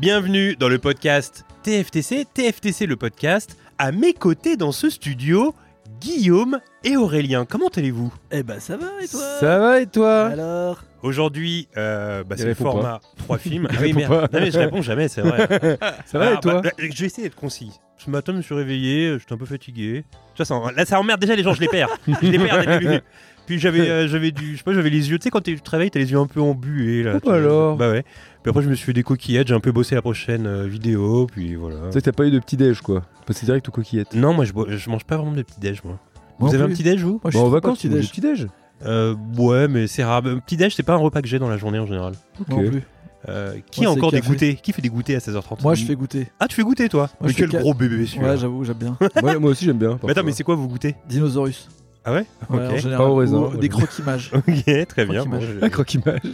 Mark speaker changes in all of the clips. Speaker 1: Bienvenue dans le podcast TFTC, TFTC le podcast. À mes côtés dans ce studio, Guillaume et Aurélien. Comment allez-vous
Speaker 2: Eh ben ça va et toi
Speaker 3: Ça va et toi
Speaker 1: Bah,
Speaker 2: Alors
Speaker 1: Aujourd'hui, euh, bah,
Speaker 3: Il
Speaker 1: c'est le
Speaker 3: répond
Speaker 1: format trois films. Ah oui,
Speaker 3: répond
Speaker 1: merde.
Speaker 3: pas.
Speaker 1: Non, mais je réponds jamais, c'est vrai.
Speaker 3: Ça va
Speaker 1: Ah,
Speaker 3: et toi
Speaker 1: bah, bah, Je vais essayer d'être concis. Ce matin, je me suis réveillé, j'étais un peu fatigué. Tu vois, ça, là, ça emmerde déjà les gens, je les perds. je les perds dès le début. Puis j'avais, euh, j'avais du, je sais pas, j'avais les yeux. Tu sais, quand t'es- tu travailles, t'as les yeux un peu embués là.
Speaker 3: Oh,
Speaker 1: tu vois.
Speaker 3: alors.
Speaker 1: Bah ouais. Puis après, je me suis fait des coquillettes. J'ai un peu bossé la prochaine euh, vidéo. Puis voilà.
Speaker 3: C'est vrai que t'as pas eu de petit déj quoi. Passé direct aux coquillettes.
Speaker 1: Non, moi, je, bo- je mange pas vraiment de petit déj, moi.
Speaker 3: Moi
Speaker 1: Vous
Speaker 3: non
Speaker 1: avez un
Speaker 3: plus.
Speaker 1: petit déj vous
Speaker 3: Bon, en vacances, tu manges du
Speaker 2: déj.
Speaker 3: petit déj.
Speaker 1: Euh, ouais, mais c'est rare. Petit déj, c'est pas un repas que j'ai dans la journée en général.
Speaker 2: Non plus.
Speaker 1: Euh, qui
Speaker 2: Moi,
Speaker 1: a
Speaker 2: c'est
Speaker 1: encore des
Speaker 2: café.
Speaker 1: goûters Qui fait des goûters à 16h30
Speaker 3: Mm.
Speaker 2: Moi je fais goûter.
Speaker 1: Ah, tu fais goûter toi Mais
Speaker 2: Moi, je fais
Speaker 1: quel
Speaker 2: ca-
Speaker 1: gros bébé celui-là.
Speaker 2: Ouais j'avoue j'aime bien.
Speaker 3: Ouais, moi aussi j'aime bien.
Speaker 1: mais
Speaker 3: parfois.
Speaker 1: attends, mais c'est quoi vous goûtez
Speaker 2: Dinosaurus.
Speaker 1: Ah ouais
Speaker 2: Ouais,
Speaker 1: Ok.
Speaker 2: en général.
Speaker 3: Pas au raisin,
Speaker 2: Ou
Speaker 3: moi,
Speaker 2: des
Speaker 3: j'aime.
Speaker 2: croquimages.
Speaker 1: Ok, très bien. bon,
Speaker 2: Croque-image.
Speaker 1: je,
Speaker 3: la croquimage.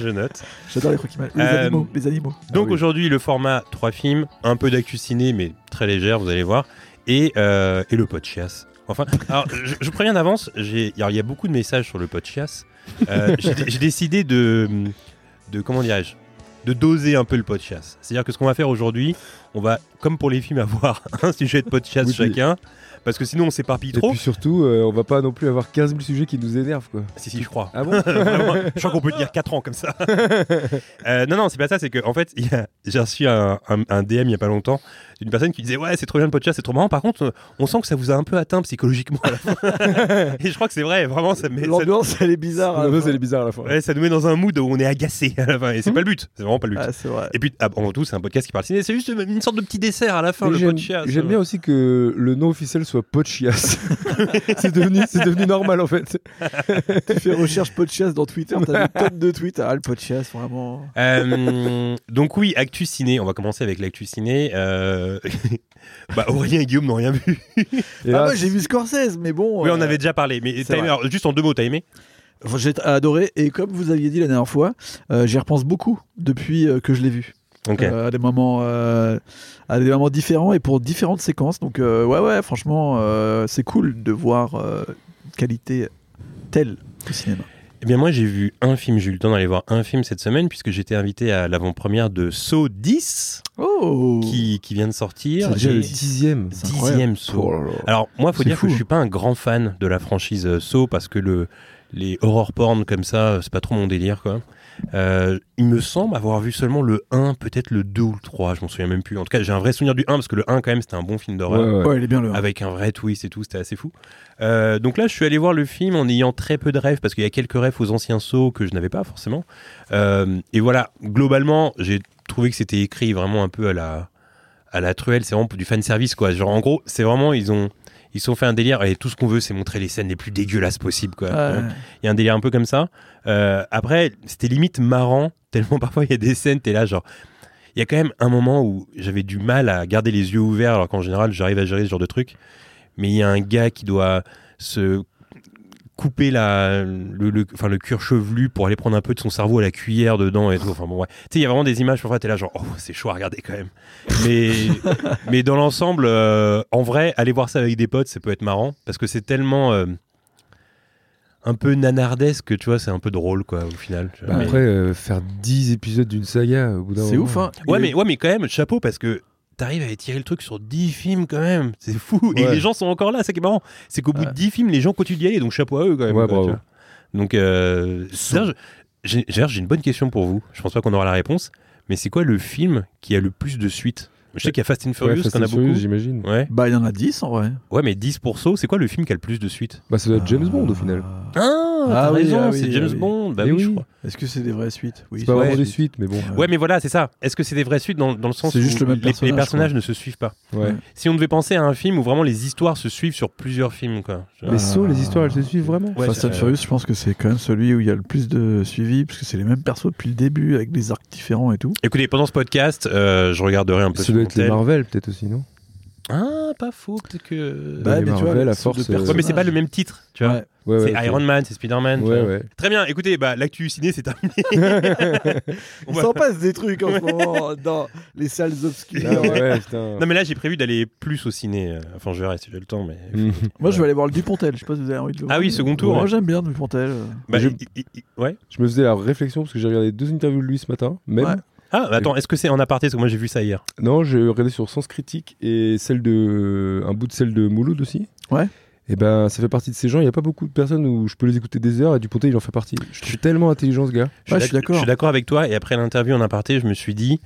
Speaker 1: je note.
Speaker 2: J'adore les croquimages. Les
Speaker 1: Euh,
Speaker 2: animaux. Les animaux.
Speaker 1: Donc
Speaker 3: Ah oui.
Speaker 1: aujourd'hui, le format 3 films, un peu d'actu ciné, mais très légère, vous allez voir, et, euh, et le podcast. Enfin, alors, je, je préviens d'avance, j'ai- alors, il y a beaucoup de messages sur le podcast. Euh, j'ai dé- j'ai décidé de, de comment dirais-je, de doser un peu le podcast. C'est-à-dire que ce qu'on va faire aujourd'hui, on va, comme pour les films, avoir un sujet de podcast
Speaker 3: Oui, puis-
Speaker 1: chacun, parce que sinon on s'éparpille
Speaker 3: Et
Speaker 1: trop.
Speaker 3: puis surtout, euh, on va pas non plus avoir 15 000 sujets qui nous énervent quoi.
Speaker 1: Si, si, je crois.
Speaker 3: Ah bon
Speaker 1: Vraiment, je crois qu'on peut dire 4 ans comme ça. Euh, non, non, c'est pas ça. C'est que, en fait, il y a- j'ai reçu un, un- un DM il y a pas longtemps d'une personne qui disait Ouais, c'est trop bien le podcast, c'est trop marrant. Par contre, euh, on sent que ça vous a un peu atteint psychologiquement à la fin. Et je crois que c'est vrai, vraiment, ça, me met- ça,
Speaker 2: L'ambiance elle est bizarre. hein, à la
Speaker 3: Non,
Speaker 2: fin.
Speaker 3: c'est bizarre à la fin.
Speaker 1: ouais, ça nous met dans un mood où on est agacé à la fin. Et
Speaker 3: Mmh.
Speaker 1: c'est pas le but, c'est vraiment pas le but.
Speaker 2: Ah c'est vrai.
Speaker 1: Et puis, ah, en tout, c'est un podcast qui parle ciné. C'est juste une sorte de petit dessert à la fin,
Speaker 3: Mais
Speaker 1: le
Speaker 3: j'aime-
Speaker 1: podcast.
Speaker 3: J'aime bien aussi que le nom officiel soit Pochias. c'est devenu, c'est devenu normal en fait.
Speaker 2: Tu fais recherche podcast dans Twitter. T'as des tonnes de tweets. Ah le podcast vraiment.
Speaker 1: Euh, donc oui, Actu Ciné, on va commencer avec l'actu ciné. Euh, bah, Aurélien et Guillaume n'ont rien vu.
Speaker 3: Et
Speaker 2: ah
Speaker 3: là,
Speaker 2: moi j'ai vu Scorsese mais bon.
Speaker 1: Oui, on
Speaker 2: euh,
Speaker 1: avait déjà parlé, mais
Speaker 2: c'est
Speaker 1: t'as aimé- alors, juste en deux mots, t'as aimé
Speaker 2: Enfin, J'ai adoré et comme vous aviez dit la dernière fois, euh, j'y repense beaucoup depuis euh, que je l'ai vu.
Speaker 1: Ok.
Speaker 2: Euh, à des moments, euh, à des moments différents et pour différentes séquences. Donc euh, ouais, ouais, franchement, euh, c'est cool de voir euh, une qualité telle au cinéma.
Speaker 1: Eh bien, moi, j'ai vu un film, j'ai eu le temps d'aller voir un film cette semaine, puisque j'étais invité à l'avant-première de Saw 10,
Speaker 2: Oh,
Speaker 1: qui, qui vient de sortir.
Speaker 3: c'est déjà
Speaker 1: Et-
Speaker 3: le dixième.
Speaker 2: C'est
Speaker 1: dixième
Speaker 2: incroyable.
Speaker 1: Saw.
Speaker 3: là là.
Speaker 2: Ah,
Speaker 1: Alors, moi, faut
Speaker 2: C'est
Speaker 1: dire
Speaker 2: fou.
Speaker 1: que je suis pas un grand fan de la franchise euh, Saw, parce que le, les horror porn comme ça, euh, c'est pas trop mon délire, quoi. Euh, il me semble avoir vu seulement le 1, peut-être le 2 ou le 3, je m'en souviens même plus. En tout cas, j'ai un vrai souvenir du 1, parce que le 1, quand même, c'était un bon film d'horreur.
Speaker 3: Ouais, ouais.
Speaker 2: Ouais, il est bien le.
Speaker 1: avec un vrai twist et tout, c'était assez fou. Euh, donc là, je suis allé voir le film en ayant très peu de rêves, parce qu'il y a quelques rêves aux anciens sauts que je n'avais pas forcément. Euh, et voilà, globalement, j'ai trouvé que c'était écrit vraiment un peu à la, à la truelle, c'est vraiment du fan service quoi. Genre en gros, c'est vraiment, ils ont... Ils se sont fait un délire et tout ce qu'on veut, c'est montrer les scènes les plus dégueulasses possibles. quoi.
Speaker 2: euh, Ouais.
Speaker 1: Il y a un délire un peu comme ça. Euh, après, c'était limite marrant, tellement parfois il y a des scènes, t'es là, genre. Il y a quand même un moment où j'avais du mal à garder les yeux ouverts, alors qu'en général, j'arrive à gérer ce genre de truc. Mais il y a un gars qui doit se couper la, le, le- enfin, le cuir chevelu pour aller prendre un peu de son cerveau à la cuillère dedans et tout. Enfin bon, ouais. Tu sais, il y a vraiment des images, parfois, t'es là, genre, oh, c'est chaud à regarder quand même. Mais, mais dans l'ensemble, euh, en vrai, aller voir ça avec des potes, ça peut être marrant, parce que c'est tellement. euh, un peu nanardesque, tu vois, c'est un peu drôle, quoi, au final. tu vois.
Speaker 2: Bah,
Speaker 1: Mais-
Speaker 3: Après, euh, faire 10 épisodes d'une saga au bout d'un
Speaker 2: C'est
Speaker 3: moment.
Speaker 2: ouf, hein.
Speaker 1: ouais,
Speaker 2: Il-
Speaker 1: mais, ouais, mais quand même, chapeau, parce que t'arrives à étirer le truc sur 10 films, quand même. C'est fou. Et
Speaker 3: Ouais.
Speaker 1: les gens sont encore là, c'est qui est marrant. C'est qu'au bout de
Speaker 2: Ouais.
Speaker 1: 10 films, les gens continuent d'y aller, donc chapeau à eux, quand même.
Speaker 3: Ouais,
Speaker 1: quoi, tu
Speaker 3: bravo.
Speaker 1: vois. Donc, euh, Serge, j'ai Serge, j'ai une bonne question pour vous. Je pense pas qu'on aura la réponse, mais c'est quoi le film qui a le plus de suites Je sais
Speaker 3: Ouais.
Speaker 1: qu'il y a Fast and
Speaker 3: Ouais,
Speaker 1: Furious,
Speaker 3: Fast
Speaker 1: qu'on a
Speaker 3: and Furious,
Speaker 1: beaucoup.
Speaker 3: j'imagine.
Speaker 1: Ouais.
Speaker 2: Bah, il y en a 10 en vrai.
Speaker 1: ouais, mais 10 pour Saw, c'est quoi le film qui a le plus de suites
Speaker 2: Euh,
Speaker 3: Bah, ça doit être James Bond au final.
Speaker 1: Ah, ah, t'as
Speaker 2: Ah oui,
Speaker 1: raison,
Speaker 2: ah oui,
Speaker 1: c'est
Speaker 2: ah
Speaker 1: James
Speaker 2: oui.
Speaker 1: Bond. Bah
Speaker 3: Eh
Speaker 1: oui, je
Speaker 3: oui.
Speaker 1: crois.
Speaker 2: Est-ce que c'est des vraies suites Oui,
Speaker 3: C'est pas
Speaker 1: ouais,
Speaker 3: vraiment des
Speaker 1: c'est-
Speaker 3: suites, mais bon.
Speaker 1: Ouais, mais voilà, c'est ça. Est-ce que c'est des vraies suites dans, dans le sens
Speaker 2: C'est juste
Speaker 1: où
Speaker 2: le même
Speaker 1: les- les,
Speaker 2: personnage,
Speaker 1: personnages ne se suivent pas
Speaker 3: Ouais.
Speaker 1: Si on devait penser à un film où vraiment les histoires se suivent sur plusieurs films, quoi. Je-
Speaker 3: Mais Saw, les histoires, elles se suivent vraiment
Speaker 1: Ah. Ouais,
Speaker 2: Fast
Speaker 1: c'est-
Speaker 2: and Furious, je pense que c'est quand même celui où il y a le plus de suivi, parce que c'est les mêmes persos depuis le début, avec des arcs différents et tout.
Speaker 1: Écoutez, pendant ce podcast, euh, je regarderai un peu
Speaker 3: Ça
Speaker 1: sur
Speaker 3: doit
Speaker 1: mon
Speaker 3: être les
Speaker 1: tel.
Speaker 3: Marvel, peut-être aussi, non
Speaker 1: Ah, pas faux, peut-être que.
Speaker 3: Bah, les Marvel,
Speaker 2: le
Speaker 3: à
Speaker 2: saut
Speaker 3: force,
Speaker 2: de
Speaker 3: euh,
Speaker 2: personnage.
Speaker 1: ouais, mais c'est pas le même titre, tu vois.
Speaker 2: Ouais.
Speaker 3: Ouais,
Speaker 1: c'est
Speaker 3: ouais, ok.
Speaker 1: Iron Man, c'est Spider-Man. tu
Speaker 3: Ouais,
Speaker 1: vois.
Speaker 3: ouais.
Speaker 1: Très bien, écoutez, bah, l'actu ciné, c'est terminé. On
Speaker 2: Il
Speaker 1: va-
Speaker 2: s'en passe des trucs en ce moment dans les salles obscures.
Speaker 3: Ah ouais, putain.
Speaker 1: Non, mais là, j'ai prévu d'aller plus au ciné. euh, Enfin, je verrai si j'ai le temps, mais.
Speaker 3: Mm.
Speaker 2: Moi, je vais aller voir le Dupontel. Je sais pas si vous avez envie de le voir.
Speaker 1: Ah oui, second tour.
Speaker 2: Moi, j'aime bien le Dupontel.
Speaker 1: Bah,
Speaker 3: Je-
Speaker 1: i- i- i- Ouais.
Speaker 3: Je me faisais la réflexion parce que j'ai regardé deux interviews de lui ce matin. Même.
Speaker 2: Ouais.
Speaker 1: Ah, bah, attends, est-ce que c'est en aparté Parce que moi, j'ai vu ça hier.
Speaker 3: Non, j'ai regardé sur Sens Critique et celle de un bout de celle de Mouloud aussi.
Speaker 2: Ouais.
Speaker 3: Et ben, ça fait partie de ces gens. Il n'y a pas beaucoup de personnes où je peux les écouter des heures et Dupontel, il en fait partie. Je suis tellement intelligent, ce gars.
Speaker 2: Ouais,
Speaker 1: d'ac-
Speaker 2: je suis d'accord.
Speaker 1: Je suis d'accord avec toi. Et après l'interview en aparté, je me suis dit,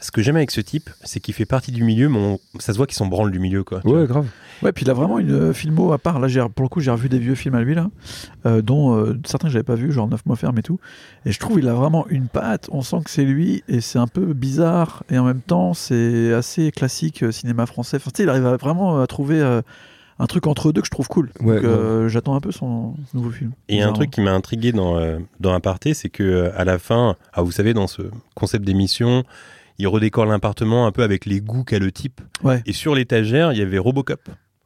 Speaker 1: ce que j'aime avec ce type, c'est qu'il fait partie du milieu, mais on- ça se voit qu'il s'en branle du milieu, quoi. tu vois.
Speaker 3: Ouais, grave.
Speaker 2: Ouais, puis il a vraiment une euh, filmo à part. Là, j'ai- pour le coup, j'ai revu des vieux films à lui, là, euh, dont euh, certains que j'avais pas vu, genre 9 mois ferme et tout. Et je trouve il a vraiment une patte. On sent que c'est lui et c'est un peu bizarre. Et en même temps, c'est assez classique euh, cinéma français. Enfin, tu sais, il arrive à- vraiment à trouver euh, un truc entre deux que je trouve cool.
Speaker 3: Ouais,
Speaker 2: Donc, euh, j'attends un peu son nouveau film.
Speaker 1: Et un
Speaker 2: Bizarrement.
Speaker 1: truc qui m'a intrigué dans, euh, dans Aparté, c'est que euh, à la fin, ah, vous savez, dans ce concept d'émission, il redécore l'appartement un peu avec les goûts qu'a le type.
Speaker 2: Ouais.
Speaker 1: Et sur l'étagère, il y avait Robocop.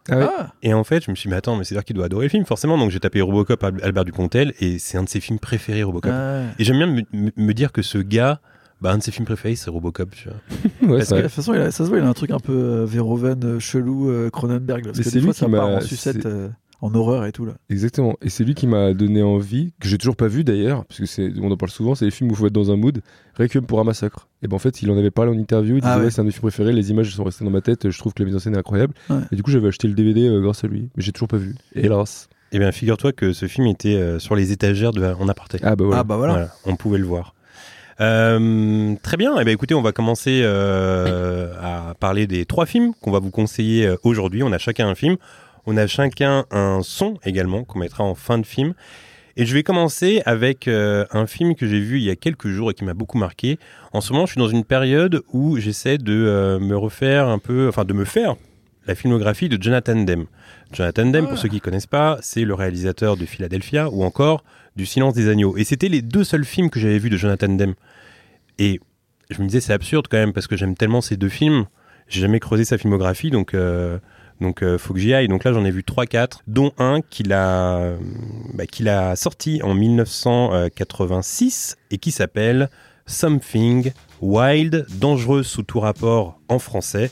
Speaker 3: Ah ouais.
Speaker 2: Ah,
Speaker 1: Et en fait, je me suis dit, mais attends, mais c'est-à-dire qu'il doit adorer le film, forcément. Donc j'ai tapé Robocop Al- Albert Dupontel, et c'est un de ses films préférés, Robocop.
Speaker 2: ouais.
Speaker 1: Et j'aime bien me, me- me dire que ce gars, bah, un de ses films préférés, c'est Robocop. tu vois.
Speaker 3: Ouais,
Speaker 1: Parce
Speaker 3: c'est
Speaker 2: De
Speaker 3: vrai.
Speaker 2: toute façon, il a- ça se voit, il a un truc un peu euh, Verhoeven, euh, chelou, euh, Cronenberg. là, parce
Speaker 3: Mais
Speaker 2: que
Speaker 3: c'est
Speaker 2: des
Speaker 3: lui
Speaker 2: fois,
Speaker 3: qui
Speaker 2: ça
Speaker 3: m'a-
Speaker 2: part en
Speaker 3: c'est-
Speaker 2: sucette, euh, en horreur et tout. Là.
Speaker 3: Exactement. Et c'est lui qui m'a donné envie, que j'ai toujours pas vu d'ailleurs, parce que c'est, on en parle souvent, c'est les films où il faut être dans un mood. Requiem pour un massacre. Et ben en fait, il en avait parlé en interview, il disait
Speaker 2: Ah ouais.
Speaker 3: ouais, c'est un de mes films préférés, les images sont restées dans ma tête, je trouve que la mise en scène est incroyable.
Speaker 2: Ouais.
Speaker 3: Et du coup, j'avais acheté le DVD euh, grâce à lui, mais j'ai toujours pas vu. Hélas.
Speaker 1: Eh bien, figure-toi que ce film était euh, sur les étagères de, en aparté.
Speaker 3: Ah bah voilà.
Speaker 2: Ah bah voilà.
Speaker 1: Voilà, on pouvait le voir. Euh, très bien. Eh bien, écoutez, on va commencer euh, à parler des trois films qu'on va vous conseiller euh, aujourd'hui. On a chacun un film. On a chacun un son également qu'on mettra en fin de film. Et je vais commencer avec euh, un film que j'ai vu il y a quelques jours et qui m'a beaucoup marqué. En ce moment, je suis dans une période où j'essaie de euh, me refaire un peu, enfin de me faire la filmographie de Jonathan Demme. Jonathan Demme, pour ceux qui ne connaissent pas, c'est le réalisateur de Philadelphia ou encore du Silence des Agneaux. Et c'était les deux seuls films que j'avais vus de Jonathan Demme. Et je me disais, c'est absurde quand même, parce que j'aime tellement ces deux films. J'ai jamais creusé sa filmographie, donc euh, donc euh, faut que j'y aille. Donc là, j'en ai vu 3-4, dont un qu'il a, euh, bah, qu'il a sorti en 1986 et qui s'appelle Something Wild, dangereux sous tout rapport en français.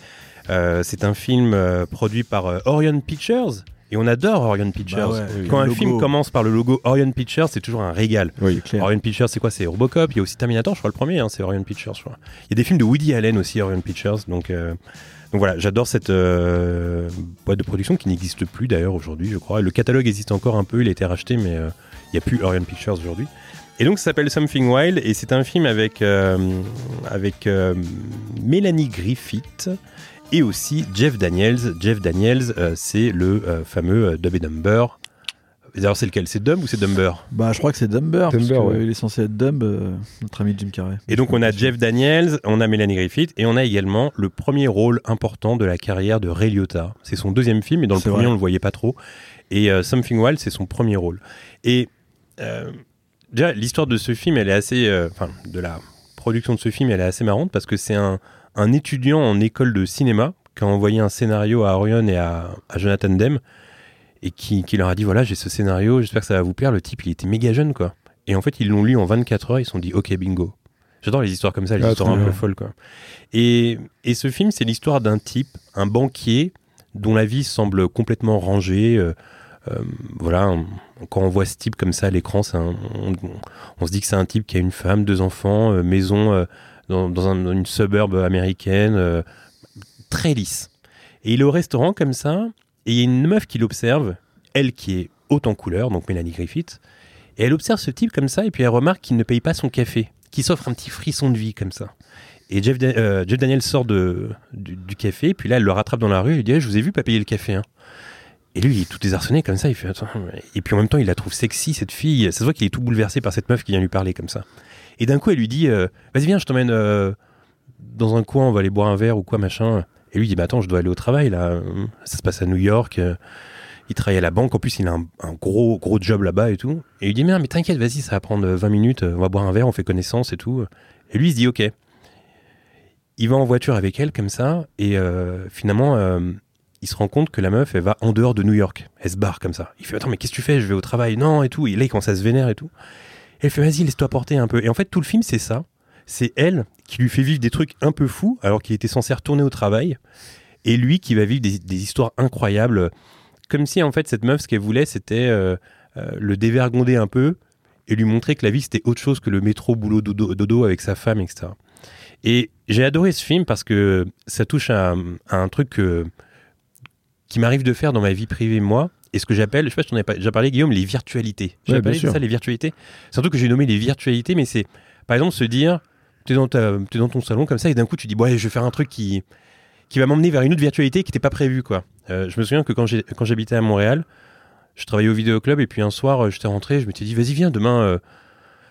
Speaker 1: Euh, c'est un film euh, produit par euh, Orion Pictures. Et on adore Orion Pictures.
Speaker 2: ouais, oui.
Speaker 1: Quand un
Speaker 2: Le
Speaker 1: film
Speaker 2: logo.
Speaker 1: commence par le logo Orion Pictures, c'est toujours un régal.
Speaker 3: Oui.
Speaker 2: Claire.
Speaker 1: Orion Pictures, c'est quoi C'est Robocop. Il y a aussi Terminator, je crois, le premier. hein, c'est Orion Pictures, je crois. Il y a des films de Woody Allen aussi, Orion Pictures. Donc, euh, donc voilà, j'adore cette euh, boîte de production qui n'existe plus d'ailleurs aujourd'hui, je crois. Le catalogue existe encore un peu, il a été racheté, mais euh, il n'y a plus Orion Pictures aujourd'hui. Et donc ça s'appelle Something Wild et c'est un film avec, euh, avec euh, Mélanie Griffith et aussi Jeff Daniels. Jeff Daniels, euh, c'est le euh, fameux euh, Dumb et Dumber. Et D'ailleurs, c'est lequel C'est Dumb ou c'est Dumber
Speaker 2: Bah, je crois que c'est Dumber, parce
Speaker 3: Dumber,
Speaker 2: que
Speaker 3: ouais.
Speaker 2: il est censé être Dumb, euh, notre ami Jim Carrey.
Speaker 1: Et donc on a Jeff Daniels, on a Mélanie Griffith et on a également le premier rôle important de la carrière de Ray Liotta. C'est son deuxième film et dans le
Speaker 2: C'est
Speaker 1: premier
Speaker 2: vrai.
Speaker 1: on le voyait pas trop. Et euh, Something Wild c'est son premier rôle. Et euh, déjà l'histoire de ce film elle est assez, euh, enfin de la production de ce film elle est assez marrante parce que c'est un, un étudiant en école de cinéma qui a envoyé un scénario à Orion et à, à Jonathan Demme et qui, qui leur a dit voilà j'ai ce scénario j'espère que ça va vous plaire. Le type il était méga jeune quoi. Et en fait ils l'ont lu en 24 heures ils se sont dit ok bingo. J'adore les histoires comme ça, les
Speaker 3: Ah,
Speaker 1: histoires
Speaker 3: trop
Speaker 1: un peu
Speaker 3: bien.
Speaker 1: folles. Quoi. Et, et ce film, c'est l'histoire d'un type, un banquier, dont la vie semble complètement rangée. euh, euh, voilà, on- quand on voit ce type comme ça à l'écran, c'est un- on, on- on se dit que c'est un type qui a une femme, deux enfants, euh, maison euh, dans, dans un- dans une suburb américaine, euh, très lisse. Et il est au restaurant comme ça, et il y a une meuf qui l'observe, elle qui est haute en couleur, donc Mélanie Griffith, et elle observe ce type comme ça, et puis elle remarque qu'il ne paye pas son café, qu'il s'offre un petit frisson de vie comme ça. Et Jeff, Da- euh, Jeff Daniel sort de, du, du café, puis là, elle le rattrape dans la rue, et lui dit Eh, Je vous ai vu pas payer le café. hein. Et lui, il est tout désarçonné comme ça. Il fait attends. Et puis en même temps, il la trouve sexy, cette fille. Ça se voit qu'il est tout bouleversé par cette meuf qui vient lui parler comme ça. Et d'un coup, elle lui dit euh, Vas-y, viens, je t'emmène euh, dans un coin, on va aller boire un verre ou quoi, machin. Et lui, il dit Bah attends, je dois aller au travail là. Ça se passe à New York. euh, Il travaille à la banque. En plus, il a un, un gros, gros job là-bas et tout. Et il dit Merde, mais t'inquiète, vas-y, ça va prendre euh, 20 minutes. euh, On va boire un verre, on fait connaissance et tout. Et lui, il se dit Ok. Il va en voiture avec elle comme ça. Et euh, finalement. euh, il se rend compte que la meuf, elle va en dehors de New York. Elle se barre comme ça. Il fait Attends, mais qu'est-ce que tu fais Je vais au travail. Non, et tout. Et là, il commence à se vénère et tout. Elle fait Vas-y, laisse-toi porter un peu. Et en fait, tout le film, c'est ça. C'est elle qui lui fait vivre des trucs un peu fous, alors qu'il était censé retourner au travail. Et lui qui va vivre des, des histoires incroyables. Comme si, en fait, cette meuf, ce qu'elle voulait, c'était euh, euh, le dévergonder un peu et lui montrer que la vie, c'était autre chose que le métro, boulot, dodo, dodo avec sa femme, etc. Et j'ai adoré ce film parce que ça touche à, à un truc que qui m'arrive de faire dans ma vie privée, moi, et ce que j'appelle, je sais pas si tu en as pas- déjà parlé, Guillaume, les virtualités. J'ai
Speaker 2: Ouais, bien
Speaker 1: appelé
Speaker 2: sûr.
Speaker 1: ça les virtualités. C'est un truc que j'ai nommé les virtualités, mais c'est, par exemple, se dire, t'es dans, ta- t'es dans ton salon comme ça, et d'un coup, tu dis, bon, allez, je vais faire un truc qui, qui va m'emmener vers une autre virtualité qui n'était pas prévue, quoi. Euh, je me souviens que quand j'ai- quand j'habitais à Montréal, je travaillais au vidéoclub, et puis un soir, euh, j'étais rentré, je m'étais dit, vas-y, viens, demain. euh,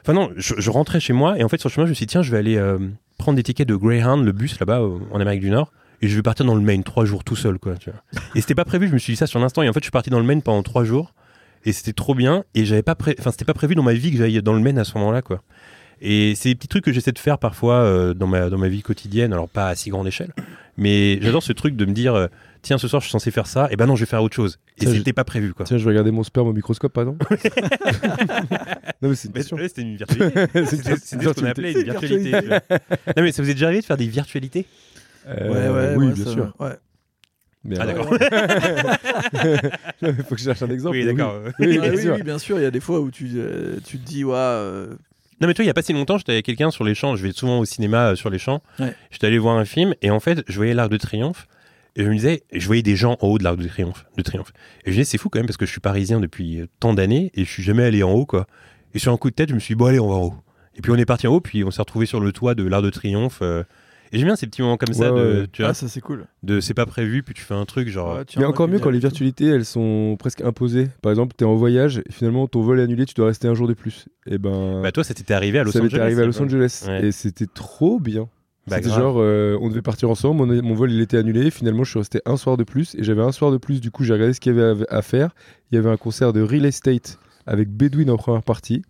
Speaker 1: Enfin, non, je, je rentrais chez moi, et en fait, sur le chemin, je me suis dit, tiens, je vais aller euh, prendre des tickets de Greyhound, le bus là-bas, euh, en Amérique du Nord. Et je vais partir dans le Maine trois jours tout seul, quoi. Tu vois. Et c'était pas prévu, je me suis dit ça sur l'instant. Et en fait, je suis parti dans le Maine pendant trois jours. Et c'était trop bien. Et j'avais pas pré- enfin, c'était pas prévu dans ma vie que j'aille dans le Maine à ce moment-là, quoi. Et c'est des petits trucs que j'essaie de faire parfois euh, dans, ma, dans ma vie quotidienne. Alors, pas à si grande échelle. Mais j'adore ce truc de me dire, euh, tiens, ce soir, je suis censé faire ça. Et ben non, je vais faire autre chose. Et
Speaker 3: Ça,
Speaker 1: c'était pas prévu, quoi.
Speaker 3: Tiens, je vais regarder mon sperme au microscope, pardon. non, mais c'est une
Speaker 1: Mais
Speaker 3: question.
Speaker 1: Bah, ouais, c'était une virtualité. C'était c'était ce qu'on appelait une virtualité. tu vois. non, mais ça vous est déjà arrivé de faire des virtualités
Speaker 3: Euh, oui, bien
Speaker 2: ça-
Speaker 3: sûr.
Speaker 2: ouais.
Speaker 3: Mais
Speaker 1: Ah,
Speaker 3: alors-
Speaker 1: d'accord.
Speaker 3: Non, mais faut que je cherche un exemple.
Speaker 1: Oui,
Speaker 3: mais
Speaker 1: d'accord.
Speaker 3: Oui,
Speaker 2: Ah
Speaker 3: bien
Speaker 2: oui,
Speaker 3: sûr.
Speaker 2: oui, bien sûr, il y a des fois où tu, euh, tu te dis, ouais, euh,
Speaker 1: Non mais toi, il y a pas si longtemps, j'étais avec quelqu'un sur les champs. Je vais souvent au cinéma euh, sur les champs.
Speaker 2: Ouais.
Speaker 1: J'étais allé voir un film et en fait, je voyais l'Arc de Triomphe et je me disais, et je voyais des gens en haut de l'Arc de Triomphe, de Triomphe. Et je me disais, c'est fou quand même parce que je suis parisien depuis euh, tant d'années et je suis jamais allé en haut quoi. Et sur un coup de tête, je me suis dit, bon allez, on va en haut. Et puis on est parti en haut, puis on s'est retrouvé sur le toit de l'Arc de Triomphe. euh, et j'aime bien ces petits moments comme ça
Speaker 3: Ouais,
Speaker 1: de,
Speaker 3: ouais.
Speaker 1: tu vois, Oh.
Speaker 2: ah, ça c'est cool.
Speaker 1: de c'est pas prévu, puis tu fais un truc genre.
Speaker 2: Ouais, tiens,
Speaker 3: Mais
Speaker 2: moi,
Speaker 3: encore
Speaker 2: tu ah,
Speaker 3: mieux
Speaker 2: viens
Speaker 3: quand les
Speaker 2: et tout.
Speaker 3: virtualités elles sont presque imposées. Par exemple, t'es en voyage, et finalement ton vol est annulé, tu dois rester un jour de plus. Et ben,
Speaker 1: Bah toi, ça t'était arrivé à Los
Speaker 3: ça
Speaker 1: Angeles.
Speaker 3: m'était arrivé à
Speaker 1: c'est
Speaker 3: Los
Speaker 1: pas-
Speaker 3: Angeles
Speaker 1: Ouais.
Speaker 3: et c'était trop bien.
Speaker 1: Bah,
Speaker 3: c'était
Speaker 1: grave.
Speaker 3: genre, euh, on devait partir ensemble, mon, mon vol il était annulé, finalement je suis resté un soir de plus et j'avais un soir de plus, du coup j'ai regardé ce qu'il y avait à, à faire. Il y avait un concert de Real Estate avec Bedouin en première partie